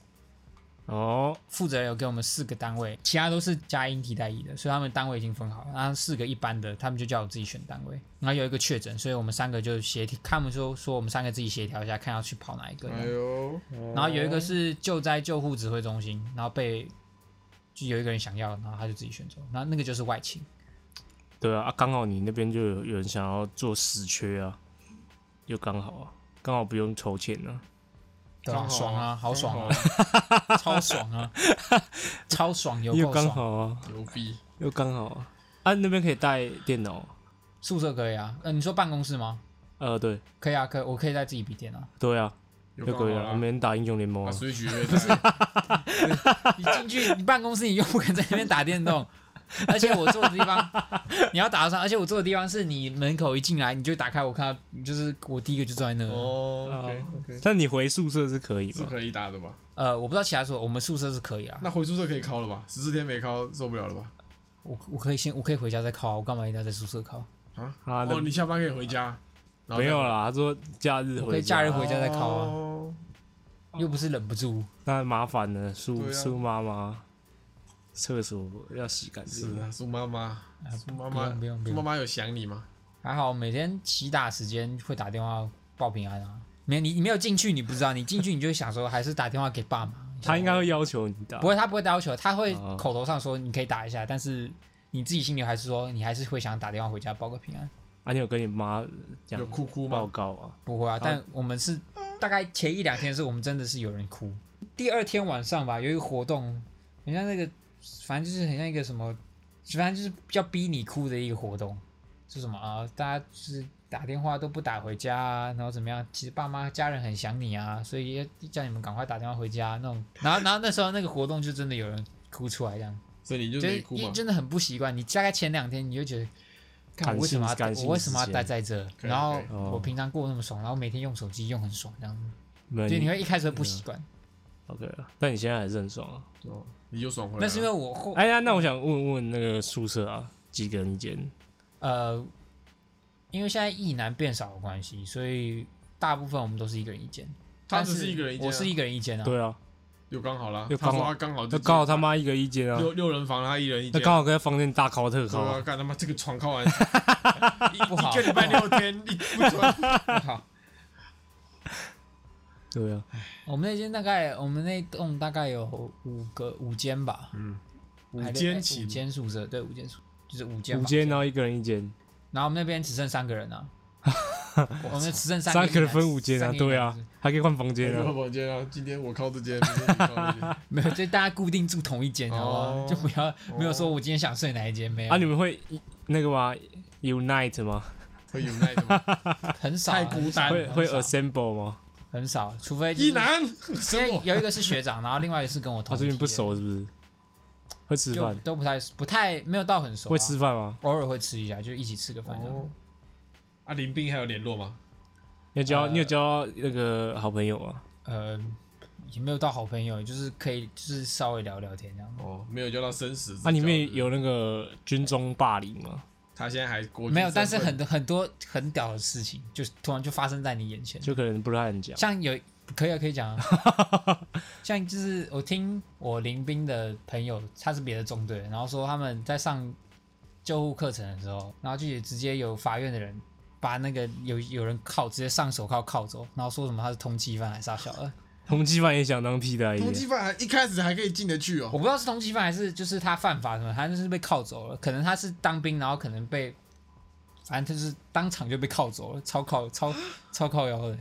[SPEAKER 2] 哦，
[SPEAKER 3] 负责人有给我们四个单位，其他都是加音替代役的，所以他们单位已经分好了。然后四个一般的，他们就叫我自己选单位。然后有一个确诊，所以我们三个就协调，他们说说我们三个自己协调一下，看要去跑哪一个。
[SPEAKER 1] 哎呦，
[SPEAKER 3] 然后有一个是救灾救护指挥中心，然后被就有一个人想要，然后他就自己选走。然后那个就是外勤。
[SPEAKER 2] 对啊，啊刚好你那边就有有人想要做死缺啊，就刚好啊，刚好不用筹钱啊。
[SPEAKER 3] 对啊，
[SPEAKER 1] 刚好啊
[SPEAKER 3] 爽
[SPEAKER 2] 哦
[SPEAKER 3] 啊，好爽
[SPEAKER 1] 刚
[SPEAKER 3] 啊，超爽 啊，超爽，有
[SPEAKER 2] 又
[SPEAKER 3] 够
[SPEAKER 2] 刚
[SPEAKER 3] 爽。
[SPEAKER 2] 好啊，
[SPEAKER 1] 牛逼，
[SPEAKER 2] 又刚好啊，啊那边可以带电脑，啊
[SPEAKER 3] 宿舍可以啊，呃，你说办公室吗？
[SPEAKER 2] 呃对
[SPEAKER 3] 可以啊，可以我可以带自己笔电啊。
[SPEAKER 2] 对啊，
[SPEAKER 1] 有
[SPEAKER 2] 就可以
[SPEAKER 1] 刚
[SPEAKER 2] 啊，
[SPEAKER 1] 好
[SPEAKER 2] 我们连打英雄联盟
[SPEAKER 1] 把
[SPEAKER 2] 啊，
[SPEAKER 1] 水举月带，
[SPEAKER 3] 你进去，你办公室你又不肯在那边打电 动，而且我坐的地方你要打上，而且我坐的地方是你门口一进来你就打开，我看到就是我第一个就坐在那。
[SPEAKER 1] 哦
[SPEAKER 2] 哦
[SPEAKER 1] ，OK OK，
[SPEAKER 2] 但你回宿舍是可以
[SPEAKER 1] 是啊
[SPEAKER 2] 吗？
[SPEAKER 1] 可以打的吧？
[SPEAKER 3] 呃，我不知道其他宿舍，我们宿舍是可以啊。
[SPEAKER 1] 那回宿舍可以敲了吧？十四天没敲受不了了吧？
[SPEAKER 3] 我我可以先我可以回家再考啊，我干嘛一定要在宿舍考？
[SPEAKER 2] 啊，那
[SPEAKER 1] 哦，你下班可以回家，然后再
[SPEAKER 2] 没有啊啦，他说假日
[SPEAKER 3] 我可
[SPEAKER 2] 回
[SPEAKER 3] 以
[SPEAKER 2] 家
[SPEAKER 3] 假日回家再考啊，
[SPEAKER 1] 哦
[SPEAKER 3] 又不是忍不住。
[SPEAKER 2] 那麻烦了，苏
[SPEAKER 1] 对啊
[SPEAKER 2] 苏妈妈。厕所要洗干净
[SPEAKER 1] 是。啊，苏妈妈，苏妈
[SPEAKER 3] 不
[SPEAKER 1] 妈，
[SPEAKER 3] 用不用不
[SPEAKER 1] 苏
[SPEAKER 3] 用
[SPEAKER 1] 妈妈有想你吗？
[SPEAKER 3] 还好每天起打时间会打电话报平安啊。没你你没有进去，你不知道。你进去你就会想说，还是打电话给爸妈。
[SPEAKER 2] 他应该会要求你打，
[SPEAKER 3] 不会，他不会要求，他会
[SPEAKER 2] 啊哦
[SPEAKER 3] 口头上说你可以打一下，但是你自己心里还是说你还是会想打电话回家报个平安。
[SPEAKER 2] 啊，你有跟你妈讲
[SPEAKER 1] 有哭哭
[SPEAKER 2] 报
[SPEAKER 1] 吗？
[SPEAKER 2] 告啊？
[SPEAKER 3] 不会啊，但我们是大概前一两天是我们真的是有人哭，第二天晚上吧，有一个活动，很像那个，反正就是很像一个什么，反正就是要逼你哭的一个活动，是什么啊？大家就是打电话都不打回家啊，然后怎么样？其实爸妈家人很想你啊，所以要叫你们赶快打电话回家啊那种。然后然后那时候那个活动就真的有人哭出来这样。
[SPEAKER 1] 所以你就
[SPEAKER 3] 就
[SPEAKER 1] 没
[SPEAKER 3] 是
[SPEAKER 1] 哭
[SPEAKER 3] 一
[SPEAKER 1] 嘛？
[SPEAKER 3] 真的很不习惯。你大概前两天你就觉得，干
[SPEAKER 2] 感
[SPEAKER 3] 我为什么
[SPEAKER 2] 性
[SPEAKER 3] 要
[SPEAKER 2] 感性
[SPEAKER 3] 我为什么要
[SPEAKER 2] 之间哦
[SPEAKER 3] 待在这？
[SPEAKER 1] 可以
[SPEAKER 3] 然后
[SPEAKER 1] 可
[SPEAKER 2] 以
[SPEAKER 3] 我平常过得那么爽，然后每天用手机用很爽，这样子，
[SPEAKER 2] 没有
[SPEAKER 3] 就你
[SPEAKER 2] 你
[SPEAKER 3] 会一开始会不
[SPEAKER 2] 啊
[SPEAKER 3] 习惯。
[SPEAKER 2] OK 了，但你现在还是很爽啊。
[SPEAKER 1] 哦，你就爽回来了。
[SPEAKER 3] 那是因为我后
[SPEAKER 2] 哎呀，那我想问问那个宿舍啊，几个人一间？
[SPEAKER 3] 呃，因为现在异男变少的关系，所以大部分我们都是一个人一间。
[SPEAKER 1] 他
[SPEAKER 3] 但
[SPEAKER 1] 只是一个人一间啊
[SPEAKER 3] 我是一个人一间啊。
[SPEAKER 2] 对啊，
[SPEAKER 1] 又刚好啦，
[SPEAKER 2] 又
[SPEAKER 1] 他
[SPEAKER 2] 刚好
[SPEAKER 1] 说他刚好
[SPEAKER 2] 那
[SPEAKER 1] 就
[SPEAKER 2] 刚好他妈一个一间啊，
[SPEAKER 1] 六六人房，他一人一
[SPEAKER 2] 那
[SPEAKER 1] 间。
[SPEAKER 2] 刚好跟房间大考特考
[SPEAKER 1] 我要
[SPEAKER 2] 啊。
[SPEAKER 1] 干他妈这个床靠 完
[SPEAKER 3] 不 好
[SPEAKER 1] 一个礼拜六天，一不床
[SPEAKER 3] 好，
[SPEAKER 2] 对啊，
[SPEAKER 3] 我们那间大概我们那栋大概有五个五间吧，
[SPEAKER 2] 嗯
[SPEAKER 1] 五
[SPEAKER 3] 还得
[SPEAKER 1] 间
[SPEAKER 3] 哎
[SPEAKER 1] 起
[SPEAKER 3] 五，间宿舍，对，五间宿就是五间
[SPEAKER 2] 啊五
[SPEAKER 3] 房
[SPEAKER 2] 间然后一个人一间，
[SPEAKER 3] 然后我们那边只剩三 个人啊，我们只剩三
[SPEAKER 2] 三个
[SPEAKER 3] 个
[SPEAKER 2] 人分五间啊，对啊，还可以换房间
[SPEAKER 1] 我
[SPEAKER 2] 啊。
[SPEAKER 1] 房间啊，今天我靠这间，明天你靠这间
[SPEAKER 3] 没有，就大家固定住同一间，好不好？
[SPEAKER 1] 哦
[SPEAKER 3] 就不要没有说我今天想睡哪一间，没有
[SPEAKER 2] 啊，你们会一那个吗？Unite 吗？
[SPEAKER 1] 会 unite 吗？
[SPEAKER 3] 很少
[SPEAKER 1] 太
[SPEAKER 3] 啊，
[SPEAKER 1] 孤单
[SPEAKER 2] 会
[SPEAKER 3] 很少
[SPEAKER 2] 会
[SPEAKER 3] 很少
[SPEAKER 2] assemble 吗？
[SPEAKER 3] 很少，除非就是
[SPEAKER 1] 一男，
[SPEAKER 3] 因
[SPEAKER 1] 生
[SPEAKER 3] 为
[SPEAKER 1] 我
[SPEAKER 3] 有一个是学长，然后另外一个是跟我
[SPEAKER 2] 他
[SPEAKER 3] 同
[SPEAKER 2] 啊最
[SPEAKER 3] 级
[SPEAKER 2] 近
[SPEAKER 3] 的，
[SPEAKER 2] 不熟是不是？会吃
[SPEAKER 3] 就
[SPEAKER 2] 饭？
[SPEAKER 3] 都不太不太没有到很熟啊，
[SPEAKER 2] 会吃饭吗？
[SPEAKER 3] 偶尔会吃一下，就一起吃个饭这样。
[SPEAKER 1] 哦。啊，林斌还有联络吗？
[SPEAKER 2] 你有交你有
[SPEAKER 3] 呃
[SPEAKER 2] 交那个好朋友啊？
[SPEAKER 3] 呃，也没有到好朋友，就是可以就是稍微聊聊天这样。
[SPEAKER 1] 哦，没有叫到生死之交。
[SPEAKER 2] 啊，里面有那个军中霸凌吗？
[SPEAKER 1] 他现在还国际
[SPEAKER 3] 没有，但是
[SPEAKER 1] 身份
[SPEAKER 3] 很多很多很屌的事情，就是突然就发生在你眼前。
[SPEAKER 2] 就可能不太能讲。
[SPEAKER 3] 像有可以啊，可以讲啊。像就是我听我临兵的朋友，他是别的中队，然后说他们在上救护课程的时候，然后就也直接有法院的人把那个有有人铐直接上手铐铐走，然后说什么他是通缉犯还是啥小的，
[SPEAKER 2] 同缉犯也想当替代
[SPEAKER 1] 通缉
[SPEAKER 2] 役，
[SPEAKER 1] 犯还一开始还可以进得去
[SPEAKER 3] 我
[SPEAKER 1] 哦。
[SPEAKER 3] 不知道是通缉犯还是就是他犯法什么，他就是被铐走了，可能他是当兵，然后可能被。反正就是当场就被铐走了，超铐超 超铐腰的。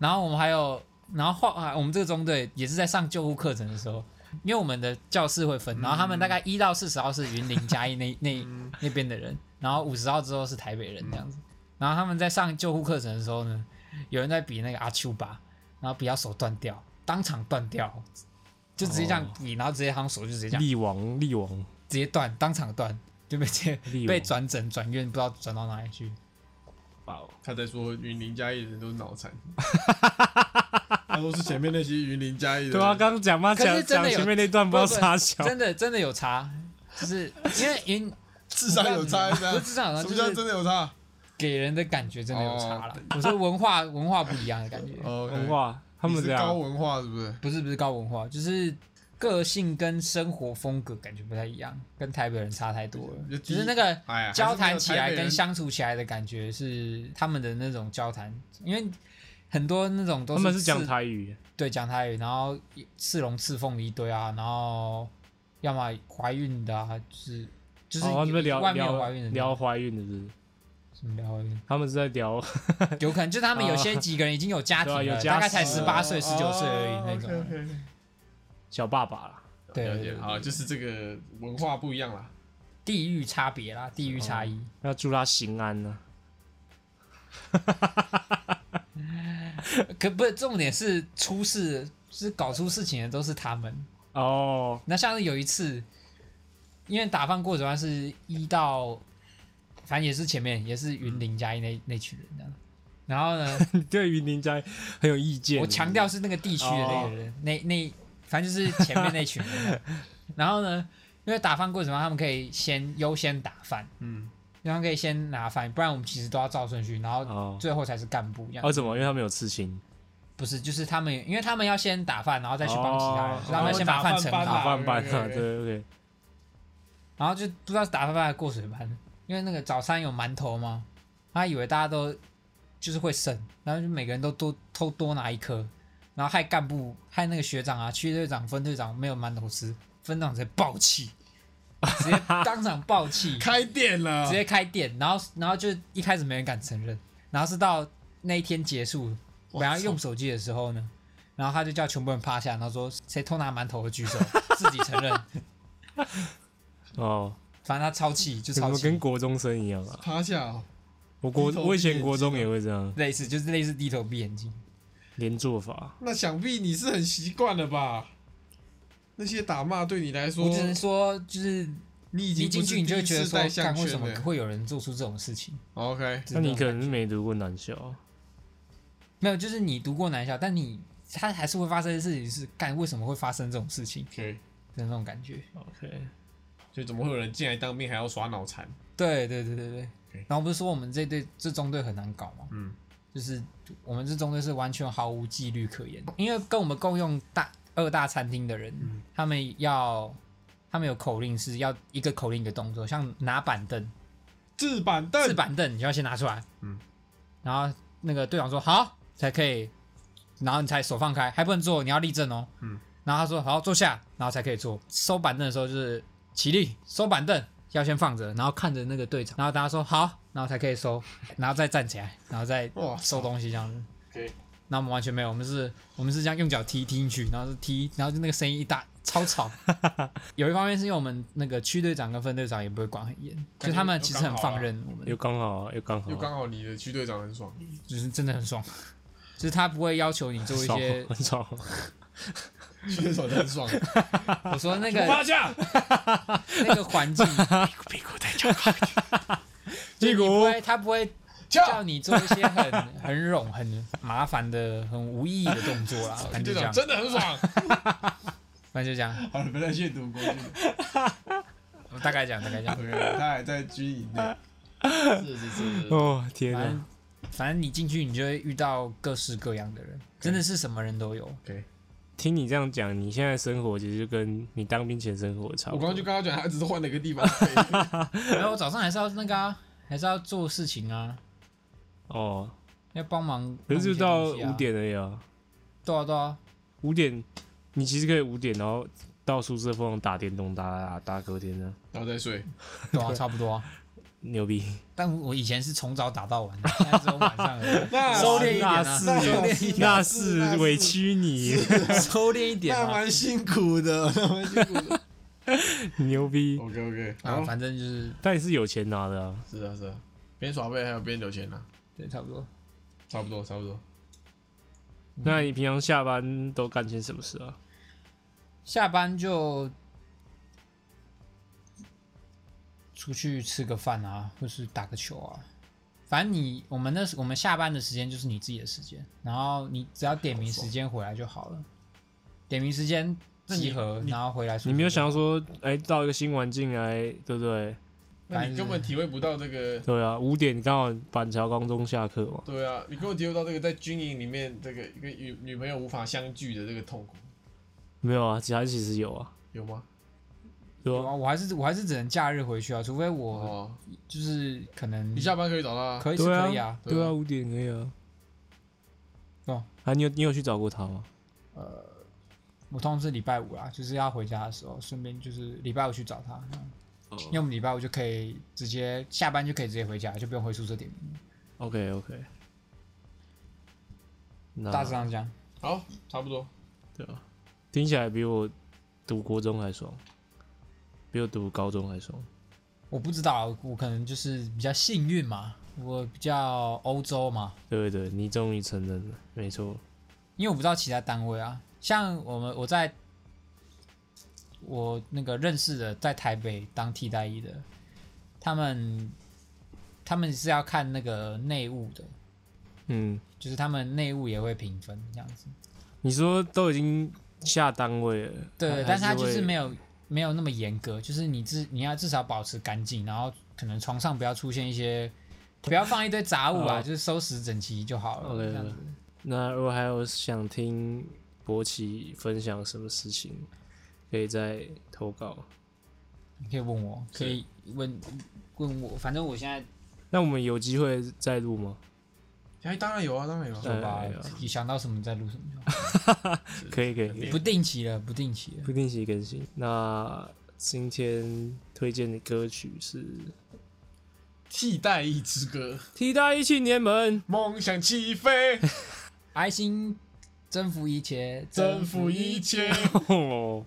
[SPEAKER 3] 然后我们还有，然后后来我们这个中队也是在上救护课程的时候，因为我们的教室会分，然后他们大概一到四十号是云林嘉义那那那边的人，然后五十号之后是台北人这样子。然后他们在上救护课程的时候呢，有人在比那个阿丘吧，然后比他手断掉，当场断掉，就直接这样比，然后直接他们手就直接这样
[SPEAKER 2] 力王力王
[SPEAKER 3] 直接断，当场断就被直接
[SPEAKER 2] 力王
[SPEAKER 3] 被转诊转院，不知道转到哪里去。
[SPEAKER 2] 爆，
[SPEAKER 1] 他在说云林嘉义人都是脑 残，他说是前面那些云林嘉义人。
[SPEAKER 2] 对啊，刚刚讲嘛，
[SPEAKER 3] 可是
[SPEAKER 2] 讲
[SPEAKER 3] 真
[SPEAKER 2] 讲
[SPEAKER 3] 的有
[SPEAKER 2] 前面那段不知道啥小，
[SPEAKER 3] 真的真的有差， 就是因为因
[SPEAKER 1] 智商有差是
[SPEAKER 3] 不
[SPEAKER 1] 吧
[SPEAKER 3] 是？至少
[SPEAKER 1] 什么叫
[SPEAKER 3] 就是
[SPEAKER 1] 真的有差？
[SPEAKER 3] 给人的感觉真的有差了
[SPEAKER 1] 哦。
[SPEAKER 3] 我说文化文化不一样的感觉，
[SPEAKER 1] 哦，OK
[SPEAKER 2] 嗯文化他们
[SPEAKER 1] 你
[SPEAKER 2] 这
[SPEAKER 1] 是高
[SPEAKER 2] 样
[SPEAKER 1] 文化是不是？
[SPEAKER 3] 不是不是高文化，就是个性跟生活风格感觉不太一样，跟台北人差太多了。
[SPEAKER 1] 就第
[SPEAKER 3] 只
[SPEAKER 1] 一
[SPEAKER 3] 是那个
[SPEAKER 1] 哎呀，
[SPEAKER 3] 交谈起
[SPEAKER 1] 还
[SPEAKER 3] 来
[SPEAKER 1] 是没有台北人
[SPEAKER 3] 跟相处起来的感觉是他们的那种交谈，因为很多那种都
[SPEAKER 2] 他们是讲
[SPEAKER 3] 刺
[SPEAKER 2] 台语，
[SPEAKER 3] 对讲台语，然后刺龙刺凤的一堆啊，然后要么怀孕的啊，就是就是
[SPEAKER 2] 哦，他们聊
[SPEAKER 3] 外面有
[SPEAKER 2] 聊
[SPEAKER 3] 怀孕的
[SPEAKER 2] 聊怀孕的是不是，
[SPEAKER 3] 什么聊怀孕，
[SPEAKER 2] 他们是在聊
[SPEAKER 3] 有可能就是他们有些几个人已经有家庭
[SPEAKER 2] 哦对啊
[SPEAKER 3] 了，
[SPEAKER 2] 有家
[SPEAKER 3] 大概才
[SPEAKER 2] 室
[SPEAKER 3] 十
[SPEAKER 2] 了
[SPEAKER 3] 八
[SPEAKER 1] 哦
[SPEAKER 3] 岁、十九岁而已那
[SPEAKER 2] 哦
[SPEAKER 3] 种。
[SPEAKER 1] OK，OK，OK。OK，OK，OK
[SPEAKER 2] 小爸爸啦，
[SPEAKER 3] 对
[SPEAKER 1] 了
[SPEAKER 3] 对
[SPEAKER 1] 解，
[SPEAKER 3] 对，
[SPEAKER 1] 好，就是这个文化不一样啦。
[SPEAKER 3] 地域差别啦，地域差异。
[SPEAKER 2] 要祝他心安啊呢。
[SPEAKER 3] 可不是重点是出事，是搞出事情的都是他们。
[SPEAKER 2] 哦，
[SPEAKER 3] 那像是有一次，因为打饭过程是一到，反正也是前面也是
[SPEAKER 2] 嗯
[SPEAKER 3] 云林嘉义那那群人这样。然后呢，
[SPEAKER 2] 你对于林家很有意见，哦
[SPEAKER 3] 我强调是那个地区的那个人，那那反正就是前面那群人。 然后呢，因为打饭过程中他们可以先优先打饭，
[SPEAKER 1] 嗯，
[SPEAKER 3] 然后可以先拿饭，不然我们其实都要照顺序，然后
[SPEAKER 2] 哦
[SPEAKER 3] 最后才是干部一样。
[SPEAKER 2] 哦，怎么？因为他们有刺青，
[SPEAKER 3] 不是，就是他们，因为他们要先打饭，然后再去帮其他人，
[SPEAKER 2] 哦
[SPEAKER 3] 所以他们先把饭盛
[SPEAKER 1] 打
[SPEAKER 3] 好
[SPEAKER 1] 饭，
[SPEAKER 2] 打饭班
[SPEAKER 1] 对
[SPEAKER 2] 啊，
[SPEAKER 1] 对对，
[SPEAKER 2] 对 OK，
[SPEAKER 3] 然后就不知道是打饭班还是过水班，因为那个早餐有馒头嘛，他以为大家都就是会剩，然后就每个人都多偷多拿一颗，然后害干部害那个学长啊、区队长、分队长没有馒头吃，分队长直接暴气，直接当场暴气
[SPEAKER 1] 嗯开店了，
[SPEAKER 3] 直接开店，然后然后就一开始没人敢承认，然后是到那一天结束，
[SPEAKER 1] 哇
[SPEAKER 3] 我要用手机的时候呢，然后他就叫全部人趴下，然后说谁偷拿馒头的举手，自己承认，
[SPEAKER 2] 哦，
[SPEAKER 3] 反正他超气，就
[SPEAKER 2] 怎
[SPEAKER 3] 超
[SPEAKER 2] 么
[SPEAKER 3] 气
[SPEAKER 2] 跟，国中生一样啊？
[SPEAKER 1] 趴下哦，
[SPEAKER 2] 我国
[SPEAKER 1] 低头
[SPEAKER 2] 我以
[SPEAKER 1] 闭
[SPEAKER 2] 前
[SPEAKER 1] 眼
[SPEAKER 2] 国中
[SPEAKER 1] 睛啊
[SPEAKER 2] 也会这样，
[SPEAKER 3] 类似就是类似低头闭眼睛，
[SPEAKER 2] 连做法。
[SPEAKER 1] 那想必你是很习惯了吧？那些打骂对你来说
[SPEAKER 3] 我，只能说就是
[SPEAKER 1] 你已
[SPEAKER 3] 你
[SPEAKER 1] 经
[SPEAKER 3] 一进
[SPEAKER 1] 不是
[SPEAKER 3] 去你就会
[SPEAKER 1] 第一
[SPEAKER 3] 觉得
[SPEAKER 1] 世
[SPEAKER 3] 说
[SPEAKER 1] 代，
[SPEAKER 3] 干
[SPEAKER 1] 项
[SPEAKER 3] 为
[SPEAKER 1] 圈
[SPEAKER 3] 什么
[SPEAKER 1] 了
[SPEAKER 3] 会有人做出这种事情？
[SPEAKER 1] OK，
[SPEAKER 2] 那你可能
[SPEAKER 3] 就是是
[SPEAKER 2] 没读过男校啊，
[SPEAKER 3] 没有，就是你读过男校，但你他还是会发生的事情是干为什么会发生这种事情
[SPEAKER 1] 可以。
[SPEAKER 3] 的那种感觉。
[SPEAKER 2] ，OK，
[SPEAKER 1] 所以怎么会有人进来当兵还要耍脑残？
[SPEAKER 3] 对对对对对
[SPEAKER 1] OK。
[SPEAKER 3] 然后不是说我们这队这中队很难搞吗？
[SPEAKER 1] 嗯，
[SPEAKER 3] 就是我们这中队是完全毫无纪律可言，因为跟我们共用大二大餐厅的人，
[SPEAKER 1] 嗯
[SPEAKER 3] 他们要他们有口令是要一个口令一个动作，像拿板凳、
[SPEAKER 1] 制板凳
[SPEAKER 3] 制板凳，你就要先拿出来，
[SPEAKER 1] 嗯，
[SPEAKER 3] 然后那个队长说好才可以，然后你才手放开，还不能坐，你要立正哦，
[SPEAKER 1] 嗯，
[SPEAKER 3] 然后他说好坐下，然后才可以坐。收板凳的时候就是起立，收板凳要先放着，然后看着那个队长，然后大家说好，然后才可以收，然后再站起来，然后再
[SPEAKER 1] 哇
[SPEAKER 3] 哦收东西这样子。
[SPEAKER 1] OK
[SPEAKER 3] 那我们完全没有，我们是，我们是这样用脚踢踢进去，然后是踢，然后就那个声音一大，超吵。有一方面是因为我们那个区队长跟分队长也不会管很严，
[SPEAKER 1] 感觉
[SPEAKER 3] 就他们其实很放任我
[SPEAKER 2] 又
[SPEAKER 3] 们，
[SPEAKER 2] 刚好啊，又刚好
[SPEAKER 1] 又
[SPEAKER 2] 啊，
[SPEAKER 1] 刚好你的区队长很爽，
[SPEAKER 3] 就是真的很爽，就是他不会要求你做一
[SPEAKER 2] 爽。
[SPEAKER 3] 些
[SPEAKER 2] 很爽。
[SPEAKER 1] 区队长很 爽，
[SPEAKER 3] 我说那个
[SPEAKER 1] 趴下，
[SPEAKER 3] 那个环境，
[SPEAKER 1] 屁股在翘高，
[SPEAKER 3] 就是你不会，他不会叫
[SPEAKER 1] 翘。
[SPEAKER 3] 你做一些很很冗、很麻烦的、很无意义的动作啦。反正
[SPEAKER 1] 区队
[SPEAKER 3] 就这
[SPEAKER 1] 长
[SPEAKER 3] 样，
[SPEAKER 1] 真的很爽。
[SPEAKER 3] 反正就这样，
[SPEAKER 1] 好了，不要再亵渎国军。
[SPEAKER 3] 我大概讲，大概讲。
[SPEAKER 1] OK，他还在军营内。是是是
[SPEAKER 2] 哦，天
[SPEAKER 3] 反
[SPEAKER 2] 哪
[SPEAKER 3] 正！反正你进去，你就会遇到各式各样的人，真的是什么人都有。
[SPEAKER 1] OK，
[SPEAKER 2] 听你这样讲，你现在生活其实就跟你当兵前生活差
[SPEAKER 1] 我
[SPEAKER 2] 不
[SPEAKER 1] 刚
[SPEAKER 2] 多
[SPEAKER 1] 刚就。跟他讲，他只是换了一个 地方而已。
[SPEAKER 3] 然后我早上还是要那个啊，还是要做事情啊，
[SPEAKER 2] 哦，
[SPEAKER 3] 要帮忙
[SPEAKER 2] 可
[SPEAKER 3] 弄一
[SPEAKER 2] 是
[SPEAKER 3] 些
[SPEAKER 2] 就到
[SPEAKER 3] 东西啊
[SPEAKER 2] 五。点而已啊，
[SPEAKER 3] 对啊对啊，
[SPEAKER 2] 五点你其实可以五点，然后到宿舍疯狂打电动，打打打隔天呢，
[SPEAKER 1] 然后再睡，
[SPEAKER 3] 对啊，差不多啊。
[SPEAKER 2] 牛逼！
[SPEAKER 3] 但我以前是从早打到晚的，现在只有晚上而已
[SPEAKER 1] 那
[SPEAKER 3] 收敛一点啊，
[SPEAKER 2] 是
[SPEAKER 3] 收敛一点，
[SPEAKER 2] 那是委屈 你，
[SPEAKER 3] 收敛一点
[SPEAKER 1] 那
[SPEAKER 3] 啊。
[SPEAKER 1] 蛮辛苦的， 那蛮辛苦的。
[SPEAKER 2] 牛逼！
[SPEAKER 1] OK OK，
[SPEAKER 3] 啊，
[SPEAKER 1] 好，
[SPEAKER 3] 反正就是
[SPEAKER 2] 但是有钱拿的啊，
[SPEAKER 1] 是啊是啊，边耍废还有边留钱呢，
[SPEAKER 3] 对，差不多。
[SPEAKER 1] 差不多差不多。
[SPEAKER 2] 那你平常下班都干些什么事啊？
[SPEAKER 3] 下班就出去吃个饭啊，或是打个球啊。反正你我们那时我们下班的时间就是你自己的时间，然后你只要点名时间回来就好了。点名时间集合，然后回来。
[SPEAKER 2] 你没有想，要说，哎、到一个新环境来，对不对？
[SPEAKER 1] 那你根本体会不到这个
[SPEAKER 2] 对啊，五点刚好板桥高中下课嘛。
[SPEAKER 1] 对啊，你跟我提到这个在军营里面，这个跟女女朋友无法相聚的这个痛苦，
[SPEAKER 2] 没有啊，其他其实有啊，
[SPEAKER 1] 有吗？
[SPEAKER 2] 对啊
[SPEAKER 3] 我
[SPEAKER 2] 吧、
[SPEAKER 3] 啊我还是我还是只能假日回去啊，除非我
[SPEAKER 1] 哦，
[SPEAKER 3] 就是可能
[SPEAKER 1] 你下班可以找他啊，
[SPEAKER 3] 可以是
[SPEAKER 2] 对啊
[SPEAKER 3] 可以啊，
[SPEAKER 1] 对啊
[SPEAKER 2] 对啊，五点可以啊。
[SPEAKER 3] 哦，
[SPEAKER 2] 啊，你有你有去找过他吗？
[SPEAKER 3] 我通常是礼拜五啦，就是要回家的时候，顺便就是礼拜五去找他，这样因为我们礼拜五就可以直接下班就可以直接回家，就不用回宿舍点名。
[SPEAKER 2] OK OK，那
[SPEAKER 3] 大致上这样，
[SPEAKER 1] 好，差不多。
[SPEAKER 2] 对啊，听起来比我读国中还爽，比我读高中还爽。
[SPEAKER 3] 我不知道，我可能就是比较幸运嘛，我比较欧洲嘛，
[SPEAKER 2] 对对对，你终于承认了，没错。
[SPEAKER 3] 因为我不知道其他单位啊，像我们我在我那个认识的在台北当替代役的，他们他们是要看那个内务的，
[SPEAKER 2] 嗯，
[SPEAKER 3] 就是他们内务也会评分这样子。
[SPEAKER 2] 你说都已经下单位了，
[SPEAKER 3] 对，但是他就是没
[SPEAKER 2] 有
[SPEAKER 3] 有没有那么严格，就是你至你要至少保持干净，然后可能床上不要出现一些，不要放一堆杂物啊，
[SPEAKER 2] 哦
[SPEAKER 3] 就是收拾整齐就好了。
[SPEAKER 2] OK，OK
[SPEAKER 3] 这样子，
[SPEAKER 2] 那如果还有想听博奇分享什么事情，可以再投稿。
[SPEAKER 3] 你可以问我，可以问问我，反正我现在
[SPEAKER 2] 那我们有机会再录吗？
[SPEAKER 1] 哎，当然有啊，当然有啊。
[SPEAKER 2] 对
[SPEAKER 3] 好吧
[SPEAKER 2] 哎呀，
[SPEAKER 3] 你想到什么再录什么，
[SPEAKER 2] 可以可以，可
[SPEAKER 1] 肯
[SPEAKER 2] 以
[SPEAKER 1] 定
[SPEAKER 3] 不定期了，不定期了。
[SPEAKER 2] 不定期更新。那今天推荐的歌曲是《
[SPEAKER 1] 替代役之 歌，
[SPEAKER 2] 替代一青年们》。
[SPEAKER 1] 梦想起飞，
[SPEAKER 3] 爱心征服一切，
[SPEAKER 1] 征服一切。
[SPEAKER 2] 哦，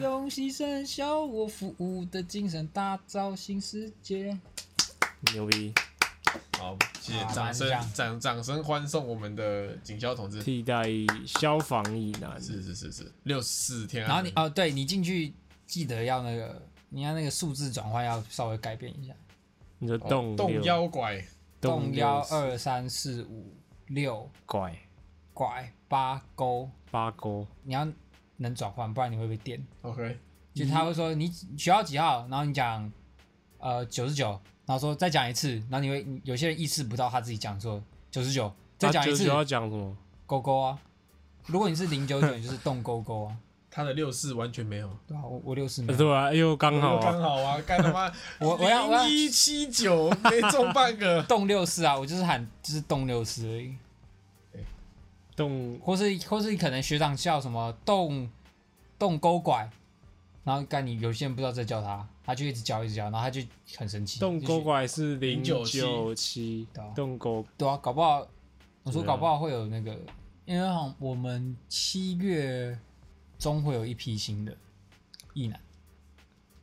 [SPEAKER 3] 用牺牲小我服务的精神，打造新世界。
[SPEAKER 2] 牛逼！
[SPEAKER 1] 好，谢谢
[SPEAKER 3] 好
[SPEAKER 1] 掌声
[SPEAKER 3] 蛮像，
[SPEAKER 1] 掌掌声欢送我们的警校同志。
[SPEAKER 2] 替代消防一男，
[SPEAKER 1] 是是是是，六十四天啊。
[SPEAKER 3] 然后你哦，对你进去记得要那个，你要那个数字转换要稍微改变一下，
[SPEAKER 2] 你说
[SPEAKER 1] 哦
[SPEAKER 2] 动
[SPEAKER 1] 动
[SPEAKER 2] 六
[SPEAKER 1] 妖怪，
[SPEAKER 3] 动幺
[SPEAKER 2] 六
[SPEAKER 3] 二三四五六
[SPEAKER 2] 拐
[SPEAKER 3] 拐八勾，
[SPEAKER 2] 八勾，
[SPEAKER 3] 你要能转换，不然你会被电。
[SPEAKER 1] OK，
[SPEAKER 3] 就他会说你学校几号，然后你讲呃九十九，然后说再讲一次，然后你会你有些人意识不到他自己讲错九十九，再讲一次
[SPEAKER 2] 啊99要讲什么？
[SPEAKER 3] 勾勾啊。如果你是零九九，你就是动勾勾啊。
[SPEAKER 1] 他的六四完全没有，
[SPEAKER 3] 对啊，我我六十没
[SPEAKER 2] 呃
[SPEAKER 3] 有，
[SPEAKER 2] 对啊，又刚好
[SPEAKER 1] 又刚
[SPEAKER 2] 啊，
[SPEAKER 1] 好啊，干他妈
[SPEAKER 3] 我我要我要，
[SPEAKER 1] 一七九没中半个
[SPEAKER 3] 动六四啊，我就是喊就是动六四而已，
[SPEAKER 2] 动
[SPEAKER 3] 或是或是可能学长叫什么动动勾拐，然后干你有些人不知道在叫他，他就一直叫一直叫，然后他就很生气。
[SPEAKER 2] 动
[SPEAKER 3] 就
[SPEAKER 2] 勾
[SPEAKER 3] 是
[SPEAKER 2] 拐是零
[SPEAKER 1] 097
[SPEAKER 2] 九七
[SPEAKER 3] 对啊，
[SPEAKER 2] 动勾
[SPEAKER 3] 对啊，搞不好我说
[SPEAKER 2] 对啊
[SPEAKER 3] 搞不好会有那个，因为好像我们七月中会有一批新的异男，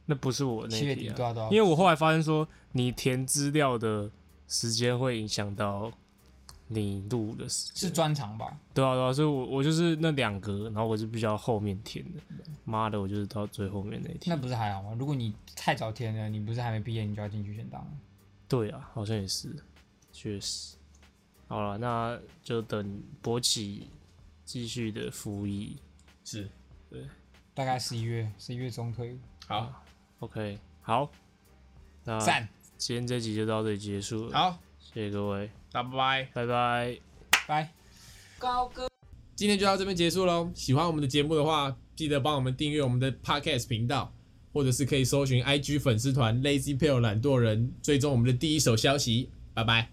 [SPEAKER 2] 那不是我那
[SPEAKER 3] 七月底
[SPEAKER 2] 题啊
[SPEAKER 3] 对啊对啊，
[SPEAKER 2] 因为我后来发现说，你填资料的时间会影响到你录的时
[SPEAKER 3] 是
[SPEAKER 2] 间。
[SPEAKER 3] 专场吧？
[SPEAKER 2] 对啊，对啊，所以我我就是那两格，然后我是比较后面填的。妈的，我就是到最后面那一
[SPEAKER 3] 那
[SPEAKER 2] 天。
[SPEAKER 3] 不是还好吗？如果你太早填了，你不是还没毕业，你就要进去选档了。
[SPEAKER 2] 对啊，好像也是，确实。好了，那就等博起继续的服役。
[SPEAKER 1] 是
[SPEAKER 3] 大概十一月，十一月中推，
[SPEAKER 1] 好
[SPEAKER 2] OK，好，那
[SPEAKER 3] 赞，
[SPEAKER 2] 今天这集就到这里结束了，
[SPEAKER 1] 好，
[SPEAKER 2] 谢谢各位，
[SPEAKER 1] 那拜拜。
[SPEAKER 2] 拜拜。
[SPEAKER 3] 拜。高歌。
[SPEAKER 1] 今天就到这边结束喽。喜欢我们的节目的话，记得帮我们订阅我们的 Podcast 频道，或者是可以搜寻 IG 粉丝团 Lazy p a l e 懒惰人，追踪我们的第一手消息。拜拜。